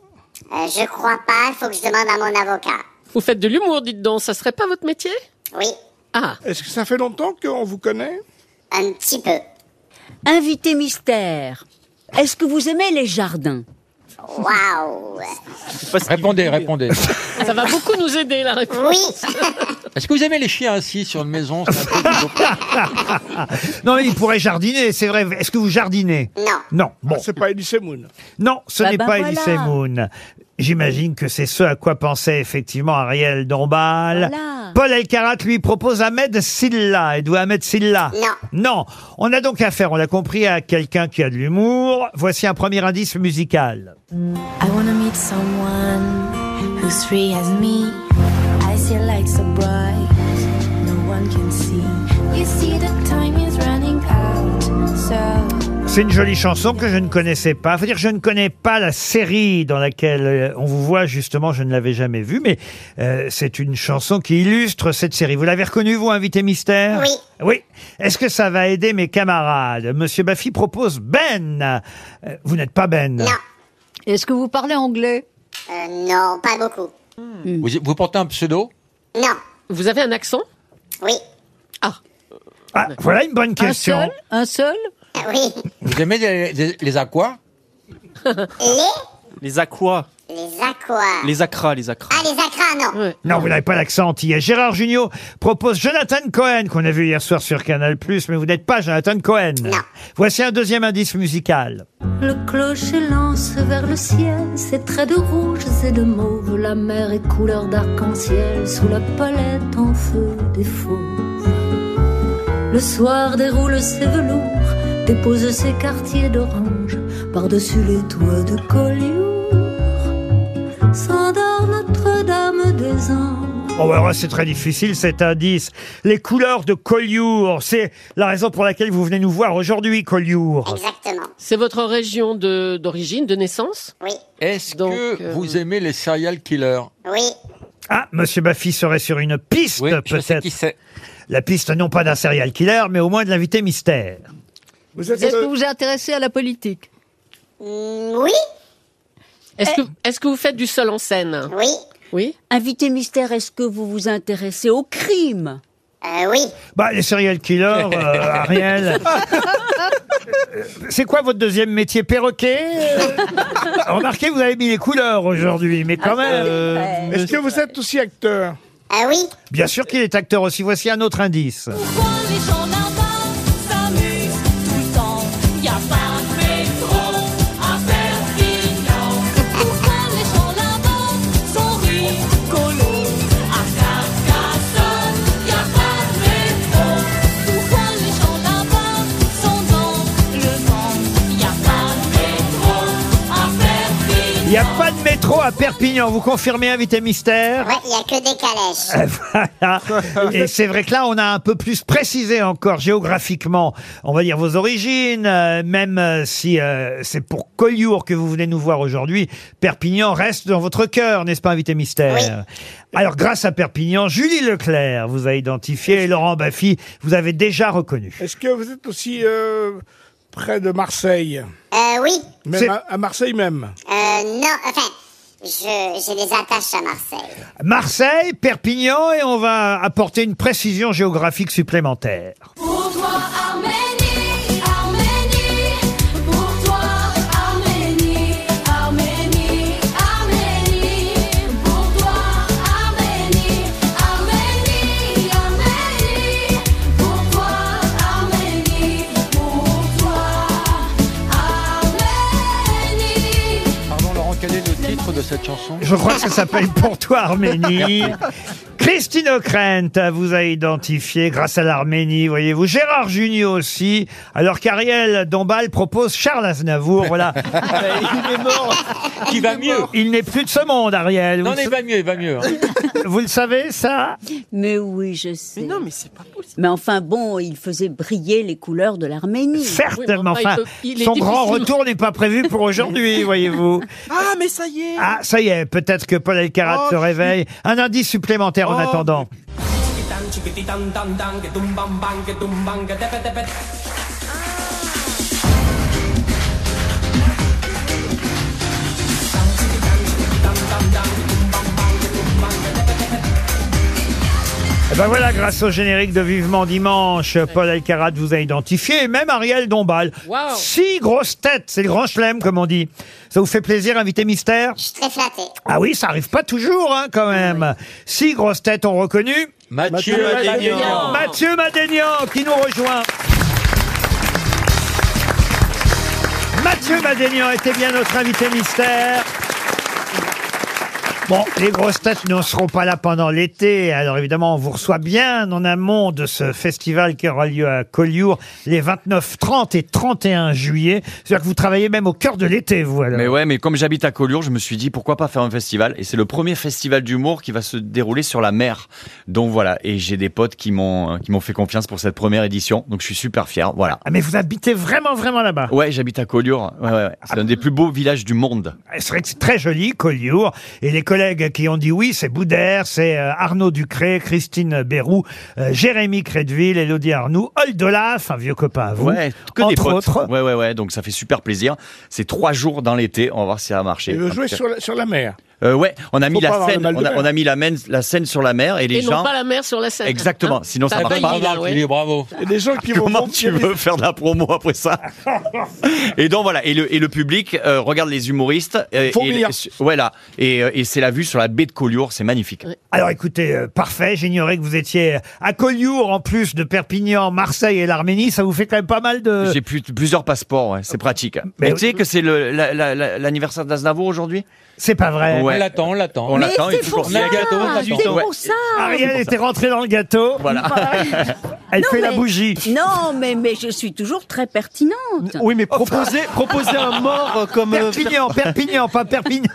P: Euh, je crois pas, il faut que je demande à mon avocat.
C: Vous faites de l'humour, dites donc. Ça serait pas votre métier
P: Oui,
C: Ah.
D: Est-ce que ça fait longtemps qu'on vous connaît
P: un petit peu.
F: Invité mystère, est-ce que vous aimez les jardins
P: Waouh
E: Répondez, répondez.
C: Ça va beaucoup nous aider, la réponse.
E: Est-ce que vous aimez les chiens assis sur une maison c'est un peu plus beau.
B: non, mais il pourrait jardiner, c'est vrai. Est-ce que vous jardinez
P: Non.
B: Non. Bon.
D: Ah, C'est pas Elise Moon.
B: Non, ce
D: Bah
B: n'est
D: ben
B: pas
D: voilà.
B: Elise Moon. J'imagine que c'est ce à quoi pensait effectivement Ariel Dombal.
P: Voilà.
B: Paul Elkarat lui propose Ahmed Silla. Êtes-vous Ahmed Silla
P: Non.
B: Non. On a donc affaire, on l'a compris, à quelqu'un qui a de l'humour. Voici un premier indice musical.
Q: I wanna meet someone who's free as me. I see light so bright, no one can see. You see, the time is running out, so
B: C'est une jolie chanson que je ne connaissais pas. Faut dire, que je ne connais pas la série dans laquelle euh, on vous voit justement. Je ne l'avais jamais vue, mais euh, c'est une chanson qui illustre cette série. Vous l'avez reconnue, vous, invité mystère
P: Oui.
B: Oui. Est-ce que ça va aider mes camarades Monsieur Baffy propose Ben. Euh, vous n'êtes pas Ben.
H: Est-ce que vous parlez anglais
P: Euh, non, pas beaucoup.
M: Hmm.
E: Vous, vous portez un pseudo
P: Non.
C: Vous avez un accent
P: Oui.
B: Ah, voilà une bonne question.
H: Un seul
P: Ah Oui.
E: Vous aimez les, les- les aquas
P: Les
G: Les aquas.
P: Les aquas.
G: Les acras, les acras.
P: Ah, les acras, non.
B: Non, vous n'avez pas l'accent antillais. Gérard Junior propose Jonathan Cohen, qu'on a vu hier soir sur Canal+, mais vous n'êtes pas Jonathan Cohen. Voici un deuxième indice musical.
D: Le clocher lance vers le ciel ses traits de rouge et de mauve. La mer est couleur d'arc-en-ciel sous la palette en feu des fauves. Le soir déroule ses velours, dépose ses quartiers d'orange par-dessus les toits de Collioure. S'endort Notre-Dame des Anges.
B: Oh, bah, alors là, c'est très difficile cet indice. Les couleurs de Collioure, c'est la raison pour laquelle vous venez nous voir aujourd'hui, Collioure.
P: Exactement.
C: C'est votre région de- d'origine, de, naissance euh,
P: Oui.
E: Est-ce que vous aimez les serial killers
P: Oui.
B: Ah, Monsieur Baffy serait sur une piste, peut-être. La piste, non pas d'un serial killer, mais au moins de l'invité mystère.
L: Est-ce
D: euh,
L: que vous vous intéressez à la politique
P: Mm,
L: Eh.
P: Oui.
C: Est-ce que, est-ce que vous faites du seul en scène
P: Oui.
C: Oui.
F: Invité mystère, est-ce que vous vous intéressez au crime
P: Oui.
B: Bah, les serial killers, euh, Ariel. C'est quoi votre deuxième métier Perroquet euh Remarquez, vous avez mis les couleurs aujourd'hui, mais quand même.
R: Euh, Est-ce que vous êtes aussi acteur
P: Ah oui
B: Bien sûr qu'il est acteur aussi. Voici un autre indice.
D: Les gendarmes s'amusent tout le temps. Y a pas de métro à Perpignan. Pourquoi les gens là-bas sont rigolos À Carcassonne, y a pas de métro. Pourquoi les gens là-bas sont dans le vent Y a pas de métro à Perpignan.
B: Il n'y a pas de métro à Perpignan. Vous confirmez, invité mystère
P: Ouais, il n'y a que des calèches.
B: Euh, voilà. Et c'est vrai que là, on a un peu plus précisé encore géographiquement, on va dire vos origines, euh, même euh, si euh, c'est pour Collioure que vous venez nous voir aujourd'hui, Perpignan reste dans votre cœur, n'est-ce pas, invité mystère Alors, grâce à Perpignan, Julie Leclerc vous a identifié et Laurent Baffy vous avez déjà reconnu.
R: Est-ce que vous êtes aussi euh, près de Marseille
P: Euh, oui.
R: Même à, à Marseille même
P: Euh, non, enfin, je, j'ai des attaches à Marseille.
B: Marseille, Perpignan, et on va apporter une précision géographique supplémentaire.
D: Pour toi Arménie, Arménie, pour toi Arménie, Arménie, Arménie, pour toi Arménie, Arménie, Arménie, pour toi Arménie, pour toi Arménie.
E: Pardon, Laurent, quel est le titre de cette chanson
B: Je crois que ça s'appelle Pour toi Arménie. Christine O'Krent vous a identifié grâce à l'Arménie, voyez-vous. Gérard Junior aussi. Alors qu'Ariel Dombal propose Charles Aznavour, voilà.
E: Il est mort Qui va mieux
B: Il n'est plus de ce monde, Ariel.
E: Non,
B: Vous le
E: mais il va mieux, il va mieux.
B: sa- Vous le savez, ça
F: Mais oui, je sais. Mais non, mais c'est pas possible. Mais enfin, bon, il faisait briller les couleurs de l'Arménie.
B: Certainement. Enfin, son grand retour n'est pas prévu pour aujourd'hui, voyez-vous.
G: Ah, mais ça y est
B: Ah, ça y est, peut-être que Paul Elkarat
G: Oh,
B: se réveille. Un indice supplémentaire en
S: Oh.
B: attendant. Eh ben voilà, grâce au générique de Vivement Dimanche, Paul Alcarat vous a identifié, et même Ariel Dombal.
P: Wow.
B: Six grosses têtes, c'est le grand chelem, comme on dit. Ça vous fait plaisir, invité mystère
P: Très flattée.
B: Ah oui, ça arrive pas toujours, hein, quand même. Six grosses têtes ont reconnu
E: Mathieu Madénian. Madénian.
B: Mathieu Madénian, qui nous rejoint. Mathieu Madénian était bien notre invité mystère. Bon, les grosses têtes ne seront pas là pendant l'été. Alors évidemment, on vous reçoit bien en amont de ce festival qui aura lieu à Collioure les 29, 30 et 31 juillet. C'est-à-dire que vous travaillez même au cœur de l'été, vous alors.
O: Mais ouais, mais comme j'habite à Collioure, je me suis dit pourquoi pas faire un festival. Et c'est le premier festival d'humour qui va se dérouler sur la mer. Donc voilà, et j'ai des potes qui m'ont qui m'ont fait confiance pour cette première édition. Donc je suis super fier. Voilà.
B: Ah, mais vous habitez vraiment, vraiment là-bas.
O: Ouais, j'habite à Collioure. Ouais, ouais, ouais. C'est un des plus beaux villages du monde.
B: Et C'est vrai que c'est très joli, Collioure. Et les collègues qui ont dit oui, c'est Boudère, c'est euh, Arnaud Ducré, Christine Bérou, euh, Jérémy Crédville, Elodie Arnoux, Oldolaf, un vieux copain à vous.
O: Ouais, que
B: entre
O: des potes.
B: autres.
O: Ouais, ouais, ouais. Donc ça fait super plaisir. C'est trois jours dans l'été. On va voir si ça va marcher.
R: Il veut jouer sur la, sur la mer.
O: Euh, ouais, on a mis
C: Faut pas
O: la
C: avoir le
O: scène,
C: mal de
O: on a,
C: mer.
O: on a mis la, main- la scène sur la mer et les
C: Et
O: gens.
C: non pas la mer sur la scène.
O: Exactement,
C: Hein
O: sinon ça
C: T'as
O: marche
C: pas
O: pas.
C: une idée, là, ouais.
E: bravo.
D: les gens qui
O: Comment tu veux faire de la promo après ça Et donc voilà, et le, et le public euh, regarde les humoristes. euh,
B: Fourmillard.
O: et, voilà, et, euh, et c'est la vue sur la baie de Collioure, c'est magnifique.
B: Alors écoutez, euh, parfait, j'ignorais que vous étiez à Collioure en plus de Perpignan, Marseille et l'Arménie, ça vous fait quand même pas mal de...
O: J'ai plus- plusieurs passeports, ouais, c'est pratique.
B: Euh. Mais-
O: Mais tu sais que c'est le- la- la- la- l'anniversaire d'Aznavour aujourd'hui
B: C'est pas vrai.
O: Ouais.
N: On l'attend, on l'attend.
O: On l'attend, il est toujours sur le gâteau, on l'attend. Ouais.
B: Ariel était rentrée dans le gâteau.
O: Voilà.
B: Elle
F: Non,
B: fait la
F: mais-
B: bougie.
F: Non, mais, mais je suis toujours très pertinente.
G: Oui, mais proposer, proposer un mort euh, comme. euh,
B: Perpignan, Perpignan, pas Perpignan.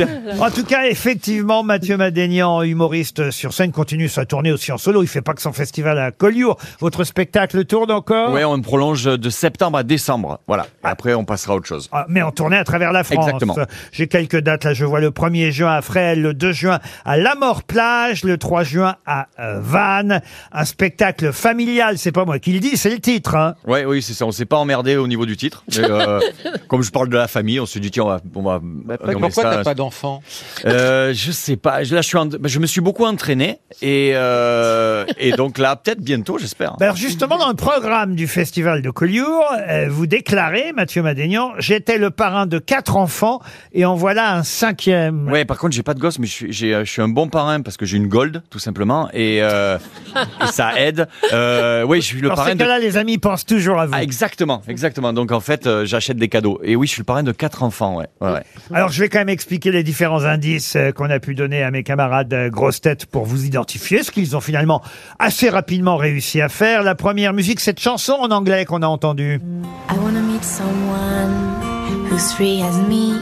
O: Euh,
B: En tout cas, effectivement, Mathieu Madénian, humoriste sur scène, continue sa tournée aussi en solo. Il fait pas que son festival à Collioure. Votre spectacle tourne encore
O: Ouais, on prolonge de septembre à décembre. Voilà. Après, on passera à autre chose.
B: Ah, mais en tournée à travers la France.
O: Exactement.
B: J'ai quelques dates là, je vois le 1er juin à Fresnes, le 2 juin à La Plage, le 3 juin à euh, Vannes. Un spectacle familial, c'est pas moi qui le dis, c'est le titre. hein.
O: Ouais, oui, c'est ça. On s'est pas emmerdé au niveau du titre. mais, euh, comme je parle de la famille, on s'est dit tiens, on va. On va nommer
E: Bah, Pourquoi
O: ça-
E: t'as pas d'enfant
O: Euh, Je sais pas. Je- Là, je suis. en- bah, Je me suis beaucoup entraîné et euh, et donc là, peut-être bientôt, j'espère.
B: Ben alors justement, dans le programme du Festival de Collioure, euh, vous déclarez, Mathieu Madénian, j'étais le parrain de quatre enfants et en voilà un cinquième.
O: Ouais, par contre, j'ai pas de gosse, mais je suis, j'ai- euh, je suis un bon parrain parce que j'ai une gold, tout simplement, et, euh, et ça aide. Euh, oui, je suis le
B: Dans
O: parrain
B: ces
O: de
B: cas-là, les amis pensent toujours à vous.
O: Ah, exactement, exactement. Donc en fait, euh, j'achète des cadeaux. Et oui, je suis le parrain de quatre enfants, ouais. ouais, ouais.
B: Alors, je vais quand même expliquer les différents indices euh, qu'on a pu donner à mes camarades euh, grosses têtes pour vous identifier, ce qu'ils ont finalement assez rapidement réussi à faire. La première musique, cette chanson en anglais qu'on a entendue.
Q: I wanna meet someone who's free as me.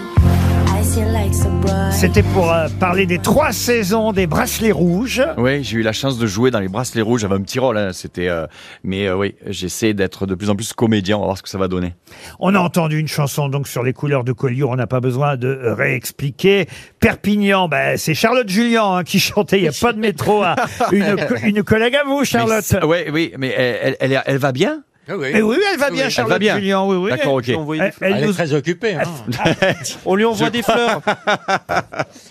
Q: I see lights so bright.
B: C'était pour euh, parler des trois saisons des bracelets rouges.
O: Oui, j'ai eu la chance de jouer dans les bracelets rouges. J'avais un petit rôle, hein, c'était. euh, mais euh, oui, j'essaie d'être de plus en plus comédien. On va voir ce que ça va donner.
B: On a entendu une chanson donc sur les couleurs de Collioure, on n'a pas besoin de euh, réexpliquer. Perpignan, ben, c'est Charlotte Julien hein, qui chantait, il n'y a pas de métro à une, co- une collègue à vous, Charlotte.
O: Oui, oui, mais elle, elle, elle- elle va bien.
B: oui. Eh oui, elle va bien, Charlotte Julien, oui, oui.
O: D'accord, ok.
B: Elle- elle Elle est nous- très
E: occupée.
G: On lui envoie des fleurs.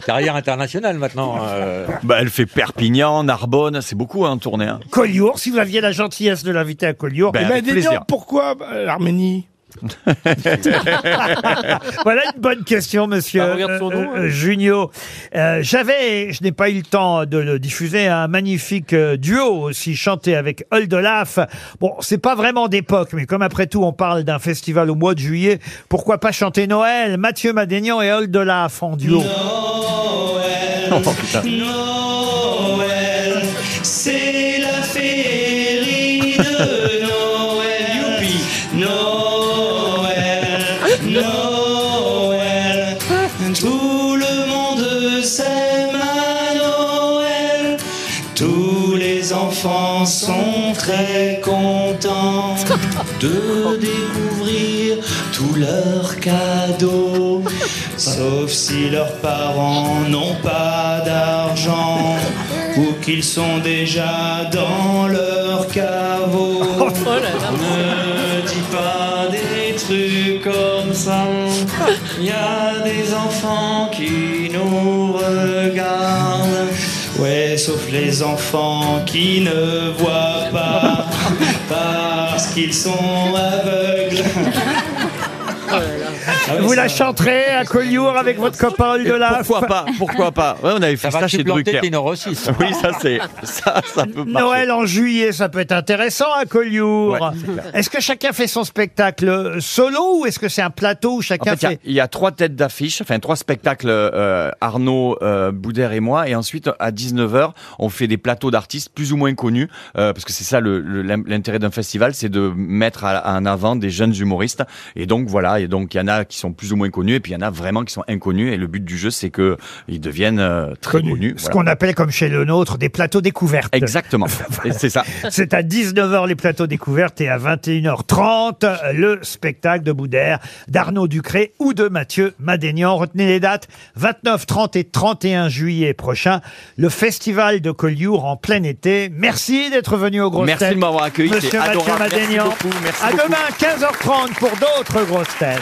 E: Carrière internationale maintenant. euh.
O: Bah, elle fait Perpignan, Narbonne, c'est beaucoup à en tournée. hein.
B: Collioure, si vous aviez la gentillesse de l'inviter à Collioure.
O: Ben, Eh ben, avec dis plaisir. donc,
B: pourquoi euh, l'Arménie voilà une bonne question, monsieur euh,
G: Ah, regarde son nom, hein.
B: Junio. Euh, J'avais, je n'ai pas eu le temps de le diffuser, un magnifique euh, duo aussi chanté avec Oldolaf. Bon, c'est pas vraiment d'époque, mais comme après tout, on parle d'un festival au mois de juillet, pourquoi pas chanter Noël Mathieu Madénian et Oldolaf en duo.
O: Oh, putain.
J: Noël, c'est la féerie de Noël. Noël, Noël, tout le monde s'aime à Noël. Tous les enfants sont très contents de découvrir tous leurs cadeaux. Sauf si leurs parents n'ont pas d'argent ou qu'ils sont déjà dans leur caveau. Ne dis pas des trucs comme ça. Il y a des enfants qui nous regardent. Ouais, sauf les enfants qui ne voient pas parce qu'ils sont aveugles. Ah oui,
B: Vous la
J: ça-
B: chanterez à Collioure avec votre copain
O: Et
B: Oldolaf.
O: Pourquoi pas Pourquoi pas Ouais, On avait fait
E: va
O: ça
E: te
O: chez
E: planter
O: Drucker.
E: tes neurosis.
O: Oui, ça c'est ça, ça peut marcher.
B: Noël en juillet, ça peut être intéressant à Collioure.
O: Ouais, c'est clair.
B: est-ce que chacun fait son spectacle euh, solo ou est-ce que c'est un plateau où
O: En
B: chacun
O: fait, il y a-
B: fait
O: il y, a trois têtes d'affiche, enfin trois spectacles, euh, Arnaud, euh, Boudère et moi. Et ensuite, à 19h, on fait des plateaux d'artistes plus ou moins connus, euh, parce que c'est ça le- le- l'in- l'intérêt d'un festival, c'est de mettre à- en avant des jeunes humoristes. Et donc voilà, et donc il y en a qui sont plus ou moins connus, et puis il y en a vraiment qui sont inconnus. Et le but du jeu, c'est que ils deviennent euh, très connus.
B: ce
O: voilà.
B: qu'on appelle comme chez le nôtre des plateaux découvertes
O: Exactement, Et c'est ça.
B: C'est à 19h les plateaux découvertes et à 21h30 le spectacle de Boudère, d'Arnaud Ducré ou de Mathieu Madénian. Retenez les dates 29, 30 et 31 juillet prochain. Le festival de Collioure en plein été. Merci d'être venu au Grosses
O: Merci
B: Têtes,
O: de m'avoir accueilli, c'est
B: Monsieur Mathieu
O: adorable. Merci
B: Madénian.
O: beaucoup, merci
B: à
O: beaucoup.
B: demain 15h30 pour d'autres grosses têtes.